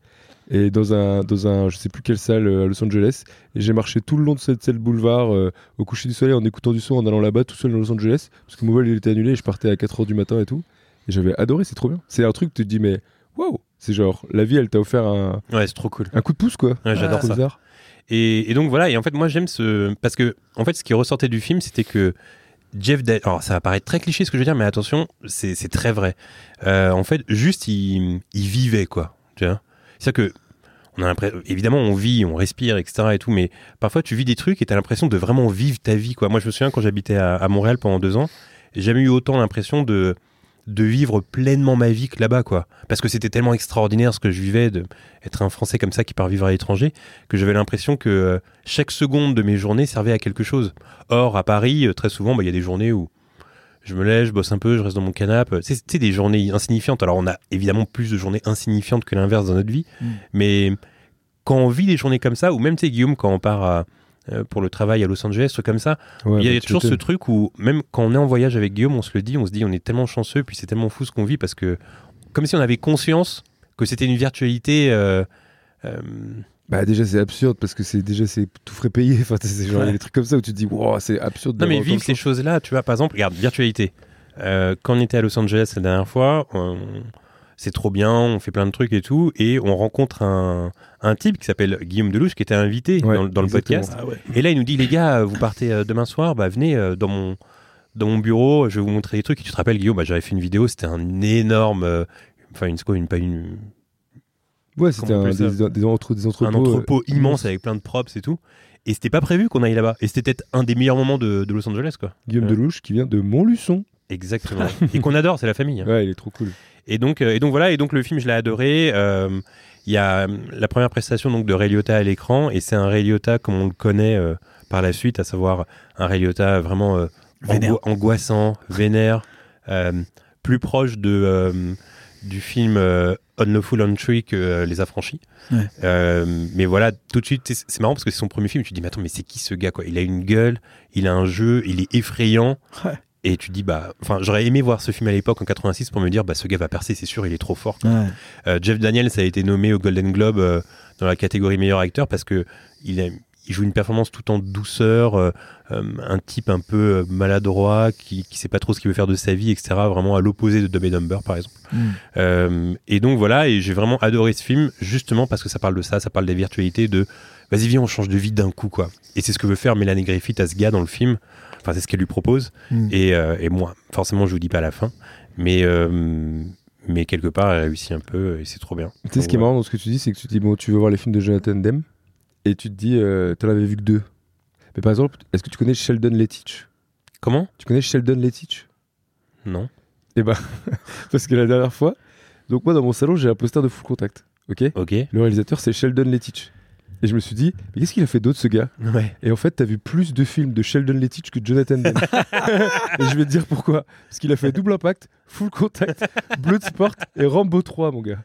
Speaker 3: et dans un, dans un je sais plus quelle salle euh, à Los Angeles et j'ai marché tout le long de cette, cette boulevard euh, au coucher du soleil en écoutant du son en allant là-bas tout seul dans Los Angeles parce que mon vol il était annulé et je partais à 4h du matin et tout et j'avais adoré, c'est trop bien. C'est un truc, tu te dis mais waouh, c'est genre la vie elle t'a offert un,
Speaker 1: Ouais, c'est trop cool.
Speaker 3: un coup de pouce quoi.
Speaker 1: Ouais, j'adore
Speaker 3: Trop
Speaker 1: ça.
Speaker 3: bizarre.
Speaker 1: Et, et donc voilà, et en fait moi j'aime ce... Parce que en fait ce qui ressortait du film c'était que Jeff Daniels... Alors ça va paraître très cliché ce que je veux dire, mais attention, c'est c'est très vrai. Euh, en fait juste il, il vivait quoi. tu vois. C'est-à-dire que... On a l'impression- Évidemment, on vit, on respire, etc. Et tout, mais parfois tu vis des trucs et t'as l'impression de vraiment vivre ta vie. Quoi. Moi, je me souviens quand j'habitais à, à Montréal pendant deux ans, j'ai jamais eu autant l'impression de, de vivre pleinement ma vie que là-bas, quoi. Parce que c'était tellement extraordinaire ce que je vivais, de être un Français comme ça qui part vivre à l'étranger, que j'avais l'impression que euh, chaque seconde de mes journées servait à quelque chose. Or, à Paris, euh, très souvent, bah, il y a des journées où je me lève, je bosse un peu, je reste dans mon canapé. C'est c'est des journées insignifiantes. Alors, on a évidemment plus de journées insignifiantes que l'inverse dans notre vie.
Speaker 2: Mm.
Speaker 1: Mais quand on vit des journées comme ça, ou même, tu sais, Guillaume, quand on part à- euh, pour le travail à Los Angeles, trucs comme ça,
Speaker 3: Ouais,
Speaker 1: il y
Speaker 3: bah,
Speaker 1: a
Speaker 3: tu
Speaker 1: toujours ce
Speaker 3: m'étonnes.
Speaker 1: truc où, même quand on est en voyage avec Guillaume, on se le dit, on se dit, on est tellement chanceux, puis c'est tellement fou ce qu'on vit, parce que, comme si on avait conscience que c'était une virtualité. euh, euh,
Speaker 3: Bah déjà c'est absurde parce que c'est déjà c'est tout frais payé. Enfin c'est- c'est genre il y a des trucs comme ça où tu te dis wow, c'est absurde.
Speaker 1: Non, mais
Speaker 3: d'avoir autant
Speaker 1: vivre
Speaker 3: de
Speaker 1: ces
Speaker 3: choses.
Speaker 1: choses-là, tu vois, par exemple, regarde, virtualité. Euh, quand on était à Los Angeles la dernière fois, on- c'est trop bien, on fait plein de trucs et tout, et on rencontre un, un type qui s'appelle Guillaume Delouche, qui était invité
Speaker 3: Ouais,
Speaker 1: dans, le- dans le
Speaker 3: exactement.
Speaker 1: podcast.
Speaker 2: Ah ouais.
Speaker 1: Et là, il nous dit, les gars, euh, vous partez euh, demain soir, bah, venez euh, dans mon, dans mon bureau, je vais vous montrer des trucs. Et tu te rappelles, Guillaume, bah, j'avais fait une vidéo, c'était un énorme. euh, Enfin, une, quoi, une, pas une,
Speaker 3: Ouais c'était
Speaker 1: Comment on
Speaker 3: un,
Speaker 1: appelle
Speaker 3: des, des, entre- des entrepôts.
Speaker 1: un entrepôt
Speaker 3: euh,
Speaker 1: immense avec plein de props et tout. Et c'était pas prévu qu'on aille là-bas. Et c'était peut-être un des meilleurs moments de, de Los Angeles, quoi.
Speaker 3: Guillaume
Speaker 1: Ouais.
Speaker 3: Delouche qui vient de Montluçon.
Speaker 1: Exactement. et qu'on adore, c'est la famille. hein.
Speaker 3: Ouais il est trop cool.
Speaker 1: Et donc, euh, et donc voilà, et donc le film, je l'ai adoré. Euh, Il y a euh, la première prestation donc de Ray Liotta à l'écran, et c'est un Ray Liotta comme on le connaît euh, par la suite, à savoir un Ray Liotta vraiment euh,
Speaker 2: Vénère.
Speaker 1: angoi- angoissant, vénère, euh, plus proche de, euh, du film euh, Unlawful Entry que euh, Les Affranchis.
Speaker 2: Ouais.
Speaker 1: Euh, mais voilà, tout de suite, c'est- c'est marrant parce que c'est son premier film. Tu te dis, mais attends, mais c'est qui ce gars quoi Il a une gueule, il a un jeu, il est effrayant.
Speaker 2: Ouais.
Speaker 1: Et tu te dis, bah, enfin, j'aurais aimé voir ce film à l'époque en 86 pour me dire, bah, ce gars va percer, c'est sûr, il est trop fort.
Speaker 2: Ouais.
Speaker 1: Euh, Jeff Daniels a été nommé au Golden Globe euh, dans la catégorie meilleur acteur parce que il, a- il joue une performance tout en douceur, euh, euh, un type un peu euh, maladroit qui, qui sait pas trop ce qu'il veut faire de sa vie, etc. Vraiment à l'opposé de Dumb et Dumber par exemple.
Speaker 2: Mm.
Speaker 1: Euh, et donc voilà, et j'ai vraiment adoré ce film justement parce que ça parle de ça, ça parle des virtualités, de vas-y viens on change de vie d'un coup quoi. Et c'est ce que veut faire Mélanie Griffith à ce gars dans le film. Enfin c'est ce qu'elle lui propose.
Speaker 2: Mm.
Speaker 1: Et, euh, et moi, forcément je vous dis pas la fin, mais euh, mais quelque part elle réussit un peu et c'est trop bien.
Speaker 3: Tu sais ce qui est marrant dans ce que tu dis, c'est que tu te dis, bon, tu veux voir les films de Jonathan Demme, et tu te dis, euh, t'en avais vu que deux. Mais par exemple, est-ce que tu connais Sheldon Lettich
Speaker 1: Comment
Speaker 3: Tu connais Sheldon Lettich
Speaker 1: Non.
Speaker 3: Parce que la dernière fois, donc moi dans mon salon, j'ai un poster de Full Contact, ok
Speaker 1: Ok.
Speaker 3: Le réalisateur, c'est Sheldon Lettich. Et je me suis dit, mais qu'est-ce qu'il a fait d'autre ce gars
Speaker 1: Ouais.
Speaker 3: Et en fait, t'as vu plus de films de Sheldon Lettich que de Jonathan Demme. et je vais te dire pourquoi. Parce qu'il a fait Double Impact, Full Contact, Bloodsport et Rambo 3, mon gars.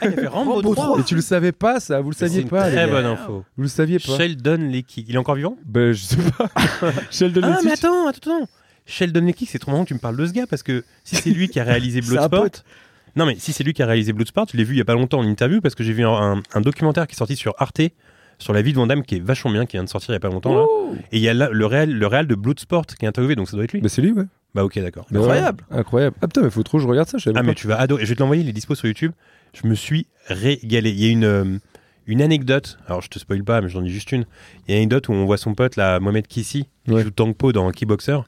Speaker 1: Ah, Rambo 3.
Speaker 3: Et tu le savais pas, ça, vous le
Speaker 1: C'est
Speaker 3: saviez
Speaker 1: une
Speaker 3: pas. les
Speaker 1: très
Speaker 3: gars.
Speaker 1: bonne info.
Speaker 3: Vous le saviez pas.
Speaker 1: Sheldon Lecky. Il est encore vivant
Speaker 3: Ben, je sais pas. Sheldon
Speaker 1: Ah mais
Speaker 3: Lettich.
Speaker 1: attends, attends, attends. Sheldon Lecky, c'est trop marrant que tu me parles de ce gars parce que si c'est lui qui a réalisé
Speaker 2: C'est un
Speaker 1: Bloodsport.
Speaker 2: pote.
Speaker 1: Non mais si c'est lui qui a réalisé Bloodsport, je l'ai vu il y a pas longtemps en interview parce que j'ai vu un, un- un documentaire qui est sorti sur Arte sur la vie de Van Damme qui est vachement bien, qui vient de sortir il y a pas longtemps. là. Et il y a là, le réel, le réel de Bloodsport qui est interviewé, donc ça doit être lui.
Speaker 3: Ben, c'est lui, ouais.
Speaker 1: Bah ok d'accord.
Speaker 3: Ben,
Speaker 2: Incroyable.
Speaker 3: ouais. Incroyable. Ah putain, mais faut trop que je regarde ça, je savais
Speaker 1: Ah
Speaker 3: pas.
Speaker 1: mais tu vas adorer, je vais te l'envoyer, il est dispo sur YouTube. Je me suis régalé. Il y a une, euh, une anecdote, alors je te spoil pas, mais j'en dis juste une. Il y a une anecdote où on voit son pote là, Mohamed Kissi,
Speaker 3: Ouais.
Speaker 1: qui joue Tangpo dans Kickboxer,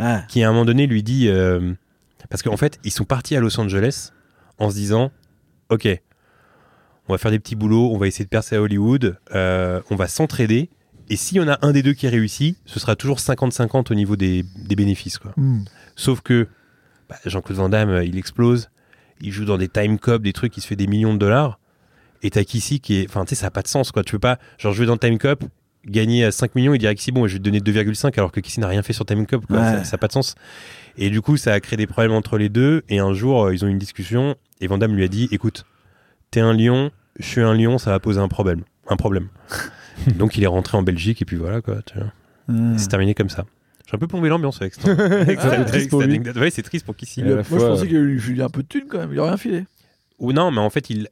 Speaker 2: Ah.
Speaker 1: qui à un moment donné lui dit... euh, parce qu'en fait, ils sont partis à Los Angeles en se disant, ok, on va faire des petits boulots, on va essayer de percer à Hollywood, euh, on va s'entraider, et s'il y en a un des deux qui réussit, ce sera toujours 50-50 au niveau des, des bénéfices. Quoi.
Speaker 2: Mm.
Speaker 1: Sauf que bah, Jean-Claude Van Damme, euh, il explose, il joue dans des time cop, des trucs qui se fait des millions de dollars. Et t'as Kissi qui est. Enfin, tu sais, ça n'a pas de sens, quoi. Tu peux pas, genre, jouer dans time cop, gagner à 5 millions et dire à Kissi, bon, je vais te donner 2,5 alors que Kissi n'a rien fait sur time cop, quoi.
Speaker 2: Ouais.
Speaker 1: Ça- Ça n'a pas de sens. Et du coup, ça a créé des problèmes entre les deux. Et un jour, euh, ils ont eu une discussion et Van Damme lui a dit, écoute, t'es un lion, je suis un lion, ça va poser un problème. Un problème. Donc, il est rentré en Belgique et puis voilà, quoi. Tu vois.
Speaker 3: Hmm.
Speaker 2: Mm.
Speaker 1: C'est terminé comme ça. J'ai un peu plombé l'ambiance avec cette avec cette-
Speaker 3: triste
Speaker 1: avec cette
Speaker 3: pour lui.
Speaker 1: anecdote. Ouais, c'est triste pour Kissy.
Speaker 3: Il a- à la
Speaker 2: Moi,
Speaker 3: fois,
Speaker 2: je
Speaker 3: euh,
Speaker 2: pensais qu'il lui filait un peu de thune quand même. Il a rien filé.
Speaker 1: Ou non, mais en fait, il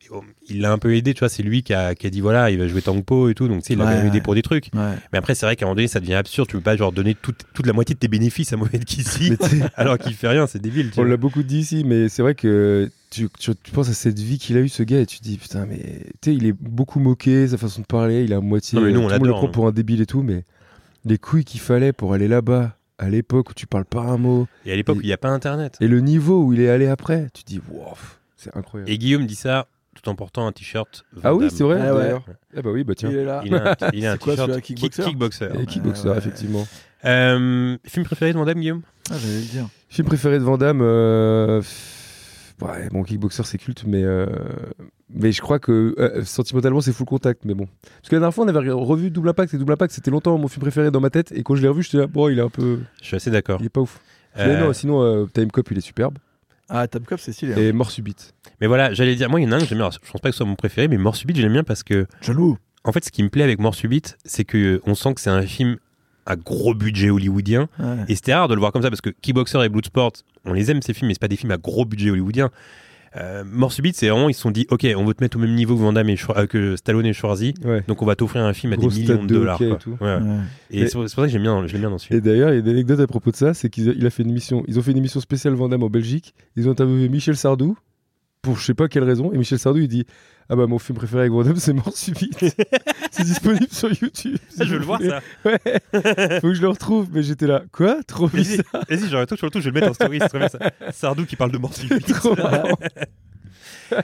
Speaker 1: il l'a un peu aidé, tu vois. C'est lui qui a, qui a dit voilà, il va jouer Tangpo et tout. Donc, tu sais, il l'a
Speaker 2: Ouais,
Speaker 1: quand même aidé
Speaker 2: ouais.
Speaker 1: pour des trucs.
Speaker 2: Ouais.
Speaker 1: Mais après, c'est vrai qu'à un moment donné, ça devient absurde. Tu peux pas, genre, donner toute, toute la moitié de tes bénéfices à Mohamed Kissi
Speaker 3: Mais t'sais,
Speaker 1: alors qu'il fait rien. C'est débile, tu
Speaker 3: on
Speaker 1: vois.
Speaker 3: l'a beaucoup dit ici, mais c'est vrai que tu, tu- tu penses à cette vie qu'il a eu ce gars et tu te dis putain, mais tu sais, il est beaucoup moqué, sa façon de parler, il a à moitié.
Speaker 1: Non, mais nous, on
Speaker 3: tout le monde le
Speaker 1: l'adore,
Speaker 3: prend
Speaker 1: hein.
Speaker 3: pour un débile et tout, mais les couilles qu'il fallait pour aller là-bas, à l'époque où tu parles pas un mot,
Speaker 1: Et à l'époque, où il n'y a pas Internet.
Speaker 3: et le niveau où il est allé après, tu te dis wow, c'est incroyable.
Speaker 1: Et Guillaume dit ça tout en portant un t-shirt. Van
Speaker 3: Ah oui,
Speaker 1: Damme.
Speaker 3: c'est vrai,
Speaker 2: Ah ouais.
Speaker 3: d'ailleurs. Ah bah oui, bah tiens.
Speaker 2: Il est là.
Speaker 1: Il a un, il a un
Speaker 2: C'est quoi,
Speaker 1: t-shirt
Speaker 2: celui-là, Kickboxer
Speaker 1: kick- kickboxer.
Speaker 3: Et kickboxer,
Speaker 2: bah Ouais, ouais.
Speaker 3: effectivement.
Speaker 1: Euh, film préféré de Van Damme, Guillaume
Speaker 2: Ah, j'allais le dire.
Speaker 3: Film préféré de Van Damme euh, pff, ouais, Bon, Kickboxer, c'est culte, mais, euh, mais je crois que euh, sentimentalement, c'est full contact. Mais bon. Parce que la dernière fois, on avait revu Double Impact, et Double Impact, c'était longtemps mon film préféré dans ma tête. Et quand je l'ai revu, je là, bon, il est un peu.
Speaker 1: Je suis assez d'accord.
Speaker 3: Il est pas ouf. Mais
Speaker 1: Euh,
Speaker 3: non, sinon, euh, Time Cop, il est superbe.
Speaker 2: Ah, Top Cop, c'est stylé. hein.
Speaker 3: Et Mort Subite.
Speaker 1: Mais voilà, j'allais dire, moi, il y en a un que j'aime bien. Alors, Je pense pas que ce soit mon préféré, mais Mort Subite, je l'aime bien parce que,
Speaker 2: John Woo.
Speaker 1: en fait, ce qui me plaît avec Mort Subite, c'est que euh, on sent que c'est un film à gros budget hollywoodien.
Speaker 2: Ouais.
Speaker 1: Et c'était rare de le voir comme ça parce que Kickboxer et Bloodsport, on les aime ces films, mais c'est pas des films à gros budget hollywoodien. Euh, Mort Subite, c'est vraiment, ils se sont dit, ok, on veut te mettre au même niveau que, Van Damme et Schwar- euh, que Stallone et Schwarzy.
Speaker 3: Ouais.
Speaker 1: Donc on va t'offrir un film à
Speaker 3: Grosse
Speaker 1: des
Speaker 3: tête
Speaker 1: millions de
Speaker 3: de
Speaker 1: dollars.
Speaker 3: hockey et
Speaker 1: quoi.
Speaker 3: tout.
Speaker 1: Ouais, ouais.
Speaker 2: Ouais.
Speaker 1: Et c'est pour c'est pour ça que j'aime bien, je l'aime bien dans ce film.
Speaker 3: Et d'ailleurs, il y a une anecdote à propos de ça c'est qu'il a- il a fait une émission. Ils ont fait une émission spéciale Van Damme en Belgique. Ils ont interviewé Michel Sardou. Pour je sais pas quelle raison. Et Michel Sardou, il dit Ah bah, mon film préféré avec Van Damme, c'est Mort Subite. c'est disponible sur YouTube.
Speaker 1: Ah, je veux le voir ça.
Speaker 3: Ouais, faut que je le retrouve, mais j'étais là. Quoi Trop
Speaker 1: Vas-y,
Speaker 3: bizarre.
Speaker 1: vas-y, j'aurais tout sur le tout, je vais le mettre en story. c'est trop bien, ça. Sardou qui parle de Mort Subite.
Speaker 3: Trop marrant.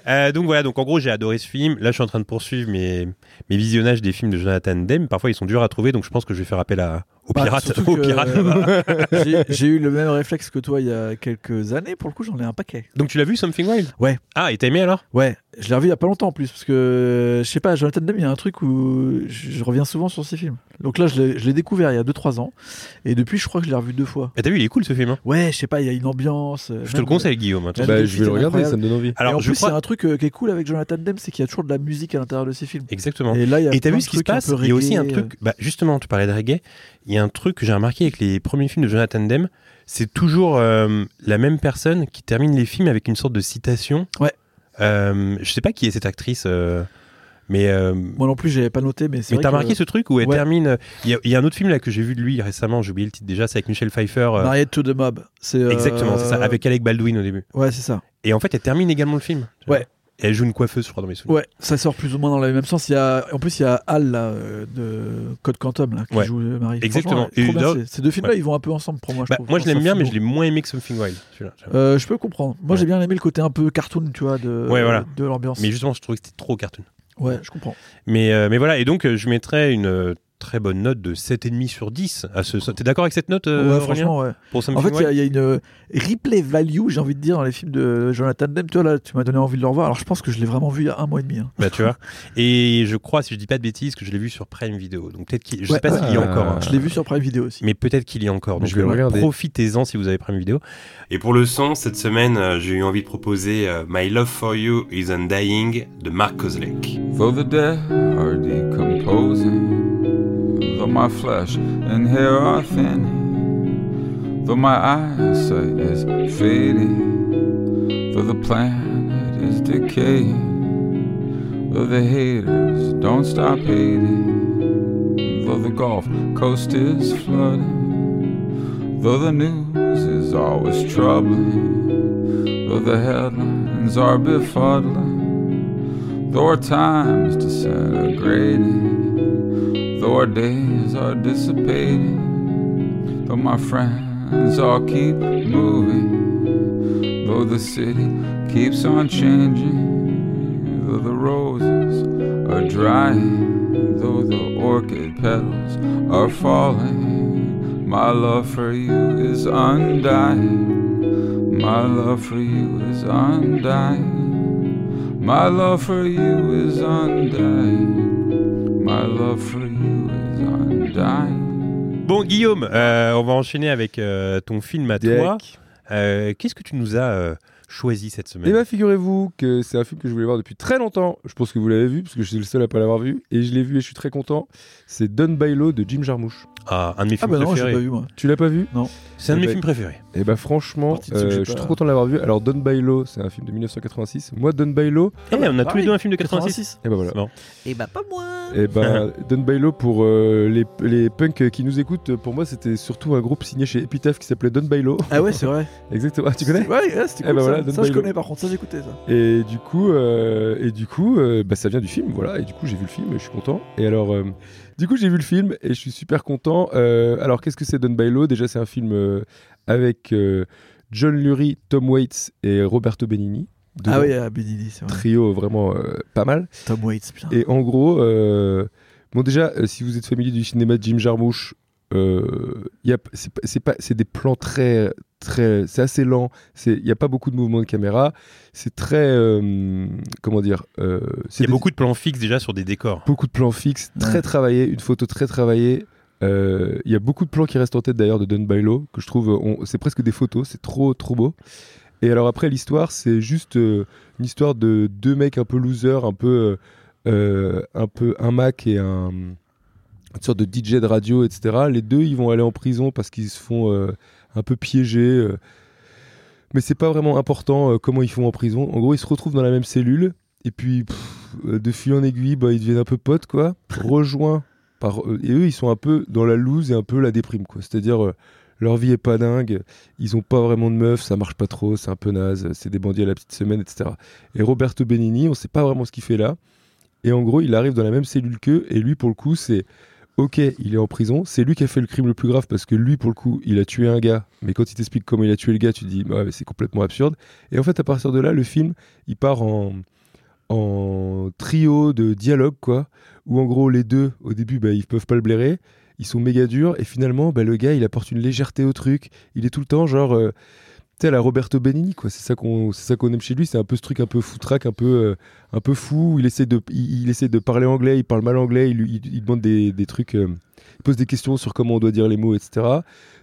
Speaker 1: Euh, donc voilà, donc en gros j'ai adoré ce film. Là je suis en train de poursuivre mes, mes visionnages des films de Jonathan Demme. Parfois ils sont durs à trouver, donc je pense que je vais faire appel à, aux
Speaker 2: Bah,
Speaker 1: pirates.
Speaker 2: surtout
Speaker 1: aux
Speaker 2: que-
Speaker 1: pirates là-bas.
Speaker 2: J'ai- J'ai eu le même réflexe que toi il y a quelques années. Pour le coup, j'en ai un paquet.
Speaker 1: donc tu l'as vu Something Wild
Speaker 2: Ouais.
Speaker 1: Ah et t'as aimé alors
Speaker 2: Ouais, Je l'ai revu il y a pas longtemps en plus, parce que je sais pas, Jonathan Demme, il y a un truc où je je reviens souvent sur ses films. Donc là, je l'ai- je l'ai découvert il y a 2-3 ans, et depuis, je crois que je l'ai revu deux fois.
Speaker 1: Et t'as vu, il est cool ce film. hein.
Speaker 2: Ouais, je sais pas, il y a une ambiance. euh,
Speaker 1: Je te
Speaker 2: même-
Speaker 1: le conseille, Guillaume. hein, tu-
Speaker 2: Même
Speaker 3: Bah,
Speaker 2: des
Speaker 3: je vais le
Speaker 2: films
Speaker 3: regarder,
Speaker 2: incroyables.
Speaker 3: ça me donne envie.
Speaker 2: Et en
Speaker 1: Alors, je
Speaker 2: plus, il y a
Speaker 1: crois.
Speaker 2: un truc euh, qui est cool avec Jonathan Demme, c'est qu'il y a toujours de la musique à l'intérieur de ses films.
Speaker 1: Exactement.
Speaker 2: Et là, il y a
Speaker 1: Et t'as vu
Speaker 2: plein de
Speaker 1: ce qui se
Speaker 2: trucs un
Speaker 1: passe
Speaker 2: peu
Speaker 1: Il y a aussi un
Speaker 2: reggae, euh,
Speaker 1: truc. Bah, justement, tu parlais de reggae. Il y a un truc que j'ai remarqué avec les premiers films de Jonathan Demme. C'est toujours euh, la même personne qui termine les films avec une sorte de citation.
Speaker 2: Ouais.
Speaker 1: Euh, je sais pas qui est cette actrice, euh, mais. euh,
Speaker 2: euh, Moi non plus, j'avais pas noté, mais c'est.
Speaker 1: mais
Speaker 2: vrai
Speaker 1: t'as
Speaker 2: que-
Speaker 1: remarqué ce truc où elle
Speaker 2: ouais.
Speaker 1: termine. euh, Il y a- il y, a un autre film là que j'ai vu de lui récemment, j'ai oublié le titre déjà, c'est avec Michel Pfeiffer. euh,
Speaker 2: Married to the Mob. c'est, euh,
Speaker 1: Exactement, c'est ça, avec Alec Baldwin au début.
Speaker 2: Ouais, c'est ça.
Speaker 1: Et en fait, elle termine également le film. tu vois.
Speaker 2: Ouais.
Speaker 1: Et elle joue une coiffeuse, je crois, dans mes souvenirs.
Speaker 2: Ouais, ça sort plus ou moins dans le même sens. Il y a, en plus, il y a Hal là, euh, de Code Quantum là, qui
Speaker 1: Ouais.
Speaker 2: joue euh, Marie.
Speaker 1: Exactement.
Speaker 2: Franchement,
Speaker 1: Et
Speaker 2: trop bien,
Speaker 1: d'ailleurs-
Speaker 2: c'est- ces deux films-là,
Speaker 1: ouais.
Speaker 2: ils vont un peu ensemble pour moi. Je
Speaker 1: Bah,
Speaker 2: trouve.
Speaker 1: moi, je
Speaker 2: Enfin,
Speaker 1: l'aime bien,
Speaker 2: c'est
Speaker 1: mais
Speaker 2: bon.
Speaker 1: je l'ai moins aimé que Something Wild, celui-là. tu vois.
Speaker 2: Euh, je peux comprendre. Moi,
Speaker 1: Ouais.
Speaker 2: j'ai bien aimé le côté un peu cartoon, tu vois, de,
Speaker 1: Ouais, voilà.
Speaker 2: de l'ambiance.
Speaker 1: Mais justement, je trouvais que c'était trop cartoon.
Speaker 2: Ouais, je comprends.
Speaker 1: Mais, euh, mais voilà, et donc, euh, je mettrais une euh, très bonne note de 7,5 sur 10. À ce... T'es d'accord avec cette note, euh,
Speaker 2: ouais,
Speaker 1: Aurélien,
Speaker 2: franchement, ouais.
Speaker 1: pour Something
Speaker 2: En fait, il y
Speaker 1: Wild
Speaker 2: a- il y, a une euh, replay value, j'ai envie de dire, dans les films de Jonathan Demme. Tu vois, là, tu m'as donné envie de le revoir. Alors, je pense que je l'ai vraiment vu il y a un mois et demi. hein.
Speaker 1: Bah, tu vois. Et je crois, si je dis pas de bêtises, que je l'ai vu sur Prime Video. Donc, peut-être qu'il. Je
Speaker 2: Ouais.
Speaker 1: sais
Speaker 2: Euh,
Speaker 1: pas s'il y a
Speaker 3: Ah.
Speaker 1: encore. hein.
Speaker 2: Je l'ai vu sur Prime Video aussi.
Speaker 1: mais peut-être qu'il y a encore. Donc
Speaker 3: Je vais le
Speaker 1: euh,
Speaker 3: regarder.
Speaker 1: profitez-en si vous avez Prime Vidéo. Et pour le son, cette semaine, euh, j'ai eu envie de proposer euh, My Love for You is Undying de Mark Kozlek.
Speaker 4: For the dead are decomposing, though my flesh and hair are thinning, though my eyesight is fading, though the planet is decaying, though the haters don't stop hating, though the Gulf Coast is flooding, though the news is always troubling, though the headlines are befuddling. Though our time's disintegrating, though our days are dissipating, though my friends all keep moving, though the city keeps on changing, though the roses are drying, though the orchid petals are falling, my love for you is undying, my love for you is undying. My love for you is undying. My love for you is undying.
Speaker 1: Bon, Guillaume, euh, on va enchaîner avec euh, ton film à toi.
Speaker 3: Deck.
Speaker 1: Euh, Qu'est-ce que tu nous as euh, choisi cette
Speaker 3: Eh
Speaker 1: semaine
Speaker 3: bien, figurez-vous que c'est un film que je voulais voir depuis très longtemps. Je pense que vous l'avez vu, parce que je suis le seul à pas l'avoir vu. Et je l'ai vu et je suis très content. C'est Done by Law de Jim Jarmusch.
Speaker 1: Ah, un de mes
Speaker 2: Ah,
Speaker 1: films
Speaker 2: bah non, j'ai pas
Speaker 1: préférés.
Speaker 2: vu moi.
Speaker 3: Tu l'as pas vu
Speaker 1: C'est un de
Speaker 3: Eh
Speaker 1: mes
Speaker 3: ben,
Speaker 1: films préférés.
Speaker 3: Eh bien, franchement,
Speaker 2: Partie de ceux que
Speaker 3: euh,
Speaker 2: j'ai
Speaker 3: je
Speaker 2: pas-
Speaker 3: suis trop content de l'avoir vu. Alors, Done by Law, c'est un film de 1986. Moi, Done by Law,
Speaker 1: Eh, on a tous les
Speaker 2: pareil,
Speaker 1: deux un film de 86.
Speaker 3: et ben voilà.
Speaker 1: Non.
Speaker 5: Et bah pas moi
Speaker 3: Et ben, Don Bailo, pour euh, les, les punks qui nous écoutent, pour moi, c'était surtout un groupe signé chez Epitaph qui s'appelait Don Bailo.
Speaker 2: Ah ouais, c'est vrai.
Speaker 3: Exactement. Ah, tu connais
Speaker 2: Ouais, ouais, c'était
Speaker 3: Eh
Speaker 2: cool,
Speaker 3: bah
Speaker 2: ça.
Speaker 3: voilà,
Speaker 2: ça,
Speaker 3: Don
Speaker 2: je
Speaker 3: Bailo.
Speaker 2: connais par contre, ça j'écoutais ça.
Speaker 3: Et du coup, euh, et du coup euh, bah, ça vient du film, voilà. Et du coup, j'ai vu le film et je suis content. Et alors, euh, du coup, j'ai vu le film et je suis super content. Euh, alors, qu'est-ce que c'est Don Bailo Déjà, c'est un film euh, avec euh, John Lurie, Tom Waits et Roberto Benigni. Deux
Speaker 2: Ah ouais, à Benini, c'est vrai.
Speaker 3: Trio vraiment euh, pas mal.
Speaker 2: Tom Waits, putain.
Speaker 3: Et en gros, euh, bon déjà, euh, si vous êtes familier du cinéma de Jim Jarmusch, euh, y a p- c'est pas- c'est pas- c'est des plans très très, c'est assez lent. Il n'y a pas beaucoup de mouvements de caméra. C'est très euh, comment dire. euh,
Speaker 1: Il
Speaker 3: c'est
Speaker 1: y a
Speaker 3: des-
Speaker 1: beaucoup de plans fixes déjà sur des décors.
Speaker 3: beaucoup de plans fixes, très
Speaker 2: Ouais.
Speaker 3: travaillés, une photo très travaillée. Euh, Il y a beaucoup de plans qui restent en tête d'ailleurs de Don Bailo, que je trouve, euh, on- c'est presque des photos, c'est trop trop beau. Et alors après l'histoire, c'est juste euh, une histoire de deux mecs un peu losers, un peu, euh, euh, un peu un Mac et un une sorte de DJ de radio, etc. Les deux, ils vont aller en prison parce qu'ils se font euh, un peu piéger. euh. Mais c'est pas vraiment important euh, comment ils font en prison. En gros, ils se retrouvent dans la même cellule et puis pff, euh, de fil en aiguille, bah, ils deviennent un peu potes, quoi. Rejoints par euh, et eux, ils sont un peu dans la loose et un peu la déprime, quoi. C'est-à-dire euh, leur vie est pas dingue, ils ont pas vraiment de meufs, ça marche pas trop, c'est un peu naze, c'est des bandits à la petite semaine, etc. Et Roberto Benigni, on sait pas vraiment ce qu'il fait là. Et en gros, il arrive dans la même cellule qu'eux, et lui, pour le coup, c'est Ok, il est en prison, c'est lui qui a fait le crime le plus grave parce que lui, pour le coup, il a tué un gars. Mais quand il t'explique comment il a tué le gars, tu te dis, ouais, mais c'est complètement absurde. Et en fait, à partir de là, le film, il part en, en trio de dialogue, quoi. Où en gros, les deux, au début, bah, ils peuvent pas le blairer. Ils sont méga durs. Et finalement, bah, le gars, il apporte une légèreté au truc. Il est tout le temps genre. euh, sais, à la Roberto Benigni, quoi. C'est ça qu'on, c'est ça qu'on aime chez lui. C'est un peu ce truc un peu foutraque, un peu, euh, un peu fou. Il essaie de, il, il essaie de parler anglais, il parle mal anglais, il, il, il demande des, des trucs, euh, il pose des questions sur comment on doit dire les mots, etc.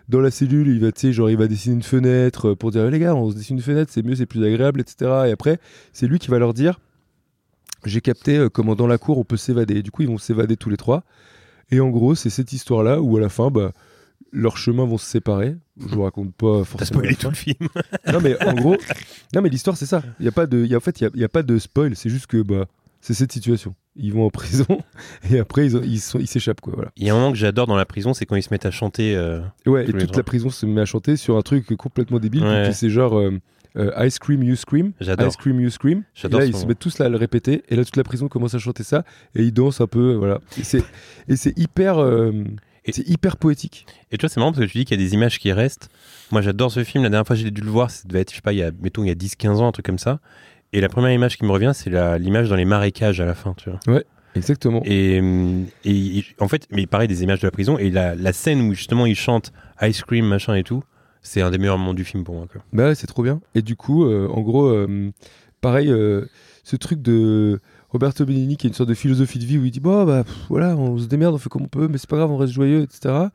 Speaker 3: Dans la cellule, il va, tu sais, genre, il va dessiner une fenêtre euh, pour dire, les gars, on se dessine une fenêtre, c'est mieux, c'est plus agréable, etc. Et après, c'est lui qui va leur dire, j'ai capté euh, comment dans la cour on peut s'évader. Du coup, ils vont s'évader tous les trois. Et en gros, c'est cette histoire-là où à la fin, bah, leurs chemins vont se séparer. Je vous raconte pas
Speaker 1: T'as
Speaker 3: forcément. la
Speaker 1: spoilé
Speaker 3: fin.
Speaker 1: tout le film.
Speaker 3: Non mais en gros, non mais l'histoire c'est ça. Il y a pas de, il y a- en fait il y a- il y, a pas de spoil. C'est juste que bah c'est cette situation. Ils vont en prison et après ils ont- ils sont- ils s'échappent quoi. Voilà.
Speaker 1: Il y a un moment que j'adore dans la prison, c'est quand ils se mettent à chanter. euh,
Speaker 3: Et ouais.
Speaker 1: Tous
Speaker 3: Et
Speaker 1: les
Speaker 3: toute
Speaker 1: trois.
Speaker 3: la prison se met à chanter sur un truc complètement débile.
Speaker 1: Ouais.
Speaker 3: Et puis c'est genre euh, euh, Ice Cream You Scream.
Speaker 1: J'adore.
Speaker 3: Ice Cream You Scream. Et
Speaker 1: J'adore
Speaker 3: là
Speaker 1: ce
Speaker 3: ils se
Speaker 1: moment.
Speaker 3: mettent tous là à le répéter et là toute la prison commence à chanter ça et ils dansent un peu voilà. Et c'est et c'est hyper euh,
Speaker 1: Et-
Speaker 3: c'est hyper poétique.
Speaker 1: Et tu vois, c'est marrant parce que tu dis qu'il y a des images qui restent. Moi, j'adore ce film. La dernière fois, j'ai dû le voir, ça devait être, je sais pas, il y a, mettons, il y a 10-15 ans, un truc comme ça. Et la première image qui me revient, c'est la- l'image dans les marécages à la fin, tu vois.
Speaker 3: Oh. Exactement.
Speaker 1: Et, hum, et- et en fait, mais pareil, des images de la prison. Et la, la scène où justement ils chantent Ice Cream, machin et tout, c'est un des meilleurs moments du film pour moi. Quoi.
Speaker 3: Bah ouais, c'est trop bien. Et du coup, euh, en gros, euh, pareil, euh, ce truc de Roberto Benigni qui a une sorte de philosophie de vie où il dit bon bah pff, voilà, on se démerde, on fait comme on peut, mais c'est pas grave, on reste joyeux, etc.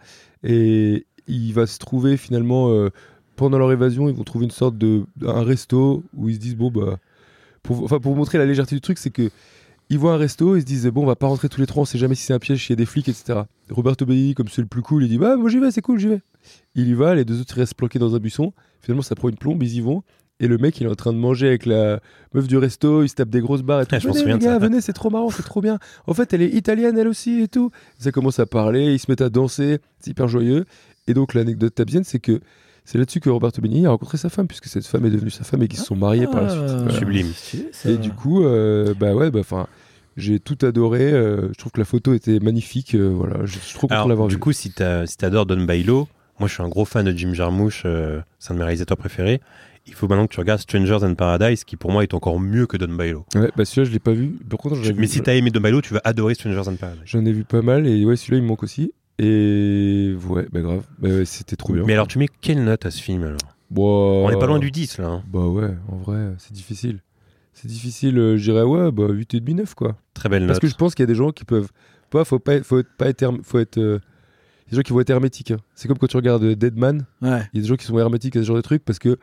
Speaker 3: Et il va se trouver finalement euh, pendant leur évasion, ils vont trouver une sorte de un resto où ils se disent bon bah pour, enfin pour vous montrer la légèreté du truc, c'est que ils voient un resto, ils se disent bon on va pas rentrer tous les trois, on sait jamais si c'est un piège, s'il y a des flics, etc. Roberto Benigni comme c'est le plus cool, il dit bah moi j'y vais, c'est cool, j'y vais. Il y va, les deux autres ils restent planqués dans un buisson. Finalement, ça prend une plombe, ils y vont. Et le mec, il est en train de manger avec la meuf du resto, il se tape des grosses barres et tout.
Speaker 1: Ah, je m'en
Speaker 3: venez,
Speaker 1: souviens
Speaker 3: les
Speaker 1: de ça.
Speaker 3: gars, venez, c'est trop marrant, c'est trop bien. En fait, elle est italienne, elle aussi, et tout. Ça commence à parler, ils se mettent à danser, c'est hyper joyeux. Et donc, l'anecdote tabienne, c'est que c'est là-dessus que Roberto Benigni a rencontré sa femme, puisque cette femme est devenue sa femme et qu'ils se sont mariés par la suite.
Speaker 2: Ah.
Speaker 3: Voilà.
Speaker 1: Sublime.
Speaker 3: Et du coup, euh, bah ouais, bah enfin, j'ai tout adoré. euh, je trouve que la photo était magnifique. euh, voilà, je je suis trop content de
Speaker 1: Alors,
Speaker 3: l'avoir
Speaker 1: du
Speaker 3: vue.
Speaker 1: coup, si t'as- si t'adores Don Bailo, moi je suis un gros fan de Jim Jarmusch, euh, c'est un de mes réalisateurs préférés. Il faut maintenant que tu regardes Strangers and Paradise, qui pour moi est encore mieux que Don Bailo.
Speaker 3: Ouais, bah celui-là, je l'ai pas vu. Par contre, j'en ai
Speaker 1: Je-
Speaker 3: vu-
Speaker 1: Mais si t'as aimé Don Bailo, tu vas adorer Strangers and Paradise.
Speaker 3: J'en ai vu pas mal et ouais, celui-là il me manque aussi. Et ouais, bah grave, Bah ouais, c'était trop bien.
Speaker 1: Mais alors, tu mets quelle note à ce film alors
Speaker 3: Bon,
Speaker 1: On est pas loin du 10 là. hein.
Speaker 3: Bah ouais, en vrai, c'est difficile. C'est difficile, euh, je dirais ouais, bah 8,5, 9 quoi.
Speaker 1: Très belle
Speaker 3: Parce
Speaker 1: note.
Speaker 3: que je pense qu'il y a des gens qui peuvent. Pas, faut pas, faut être, pas être herm- faut être. euh, il y a des gens qui vont être hermétiques. hein. C'est comme quand tu regardes euh, Deadman,
Speaker 2: Ouais.
Speaker 3: il y a des gens qui sont hermétiques à ce genre de truc parce que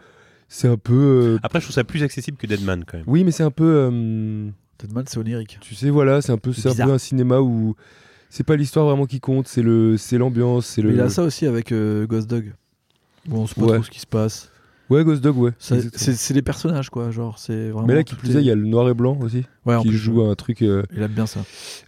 Speaker 3: c'est un peu. euh,
Speaker 1: Après, je trouve ça plus accessible que Deadman quand même.
Speaker 3: Oui, mais c'est un peu. euh,
Speaker 2: Dead Man, c'est onirique.
Speaker 3: Tu sais, voilà, c'est un peu,
Speaker 2: C'est
Speaker 3: c'est un, peu
Speaker 2: bizarre.
Speaker 3: un cinéma où. C'est pas l'histoire vraiment qui compte, c'est le, c'est l'ambiance, c'est le.
Speaker 2: Mais il a ça aussi avec euh, Ghost Dog. Bon, on sait pas
Speaker 3: Ouais.
Speaker 2: trop ce qui se passe.
Speaker 3: Ouais, Ghost Dog, ouais.
Speaker 2: Ça-
Speaker 3: exactement.
Speaker 2: C'est c'est des personnages, quoi. Genre, c'est vraiment.
Speaker 3: Mais là, qui
Speaker 2: tout
Speaker 3: plus est, il y a le noir et blanc aussi,
Speaker 2: Ouais, en
Speaker 3: qui
Speaker 2: plus,
Speaker 3: joue à un truc. euh,
Speaker 2: Il aime bien ça.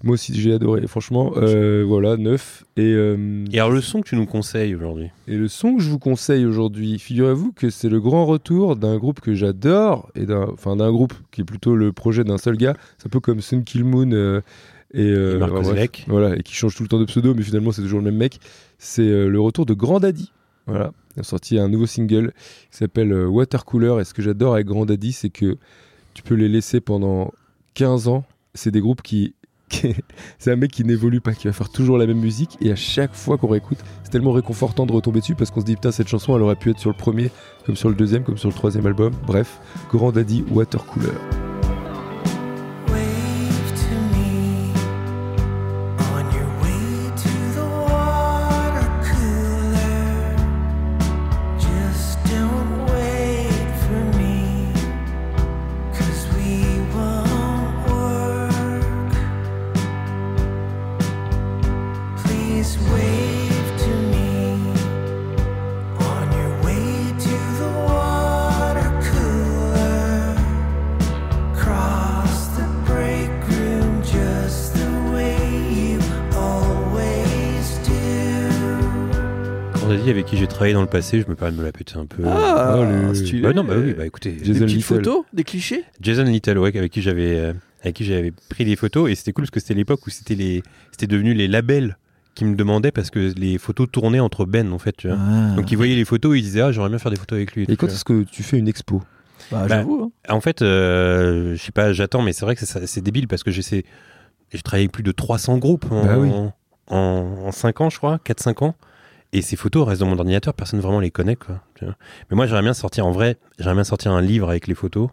Speaker 3: moi aussi, j'ai adoré. Franchement, euh, voilà, neuf. Et, euh,
Speaker 1: Et alors, le son que tu nous conseilles aujourd'hui
Speaker 3: et le son que je vous conseille aujourd'hui, figurez-vous que c'est le grand retour d'un groupe que j'adore, et d'un, enfin, d'un groupe qui est plutôt le projet d'un seul gars. C'est un peu comme Sun Kill Moon euh, et, euh,
Speaker 1: Marc
Speaker 3: enfin, bref.
Speaker 1: Kozlek.
Speaker 3: Voilà, et qui change tout le temps de pseudo, mais finalement, c'est toujours le même mec. C'est euh, le retour de Grand Daddy. Voilà, il a sorti un nouveau single qui s'appelle euh, Watercooler. Et ce que j'adore avec Grand Daddy, c'est que tu peux les laisser pendant 15 ans. C'est des groupes qui. qui- c'est un mec qui n'évolue pas, qui va faire toujours la même musique. Et à chaque fois qu'on réécoute, c'est tellement réconfortant de retomber dessus parce qu'on se dit putain, cette chanson, elle aurait pu être sur le premier, comme sur le deuxième, comme sur le troisième album. Bref, Grand Daddy Watercooler.
Speaker 5: Wave to me on your way to the water cooler. Just don't wait for me, 'cause we won't work. Please wave to me on your way to the water cooler. Cross the break room just the way you always do.
Speaker 1: Quand j'ai dit avec qui j'ai travaillé dans le passé, je me permets de me la péter un peu.
Speaker 2: Ah,
Speaker 3: le-
Speaker 2: stylé.
Speaker 1: Bah non, bah oui, bah écoutez.
Speaker 3: Jason
Speaker 2: Des petites
Speaker 3: Little.
Speaker 2: photos, Oh, des clichés.
Speaker 1: Jason Little, ouais, avec qui j'avais euh, avec qui j'avais pris des photos et c'était cool parce que c'était l'époque où c'était les c'était devenu les labels qui me demandaient parce que les photos tournaient entre Ben en fait, tu vois.
Speaker 2: Ah.
Speaker 1: Donc ils voyaient les photos, ils disaient ah j'aimerais bien faire des photos avec lui.
Speaker 3: Et
Speaker 1: tu
Speaker 3: quand
Speaker 1: vois.
Speaker 3: est-ce que tu fais une expo
Speaker 2: Bah, j'avoue. hein.
Speaker 1: En fait, euh, je sais pas, j'attends, mais c'est vrai que c'est c'est débile parce que j'essaie j'ai travaillé avec plus de 300 groupes en,
Speaker 3: Bah oui.
Speaker 1: en, en 5 ans, je crois, 4-5 ans. Et ces photos restent dans mon ordinateur, personne vraiment les connaît. Quoi, tu vois. Mais moi, j'aimerais bien sortir, en vrai, j'aimerais bien sortir un livre avec les photos.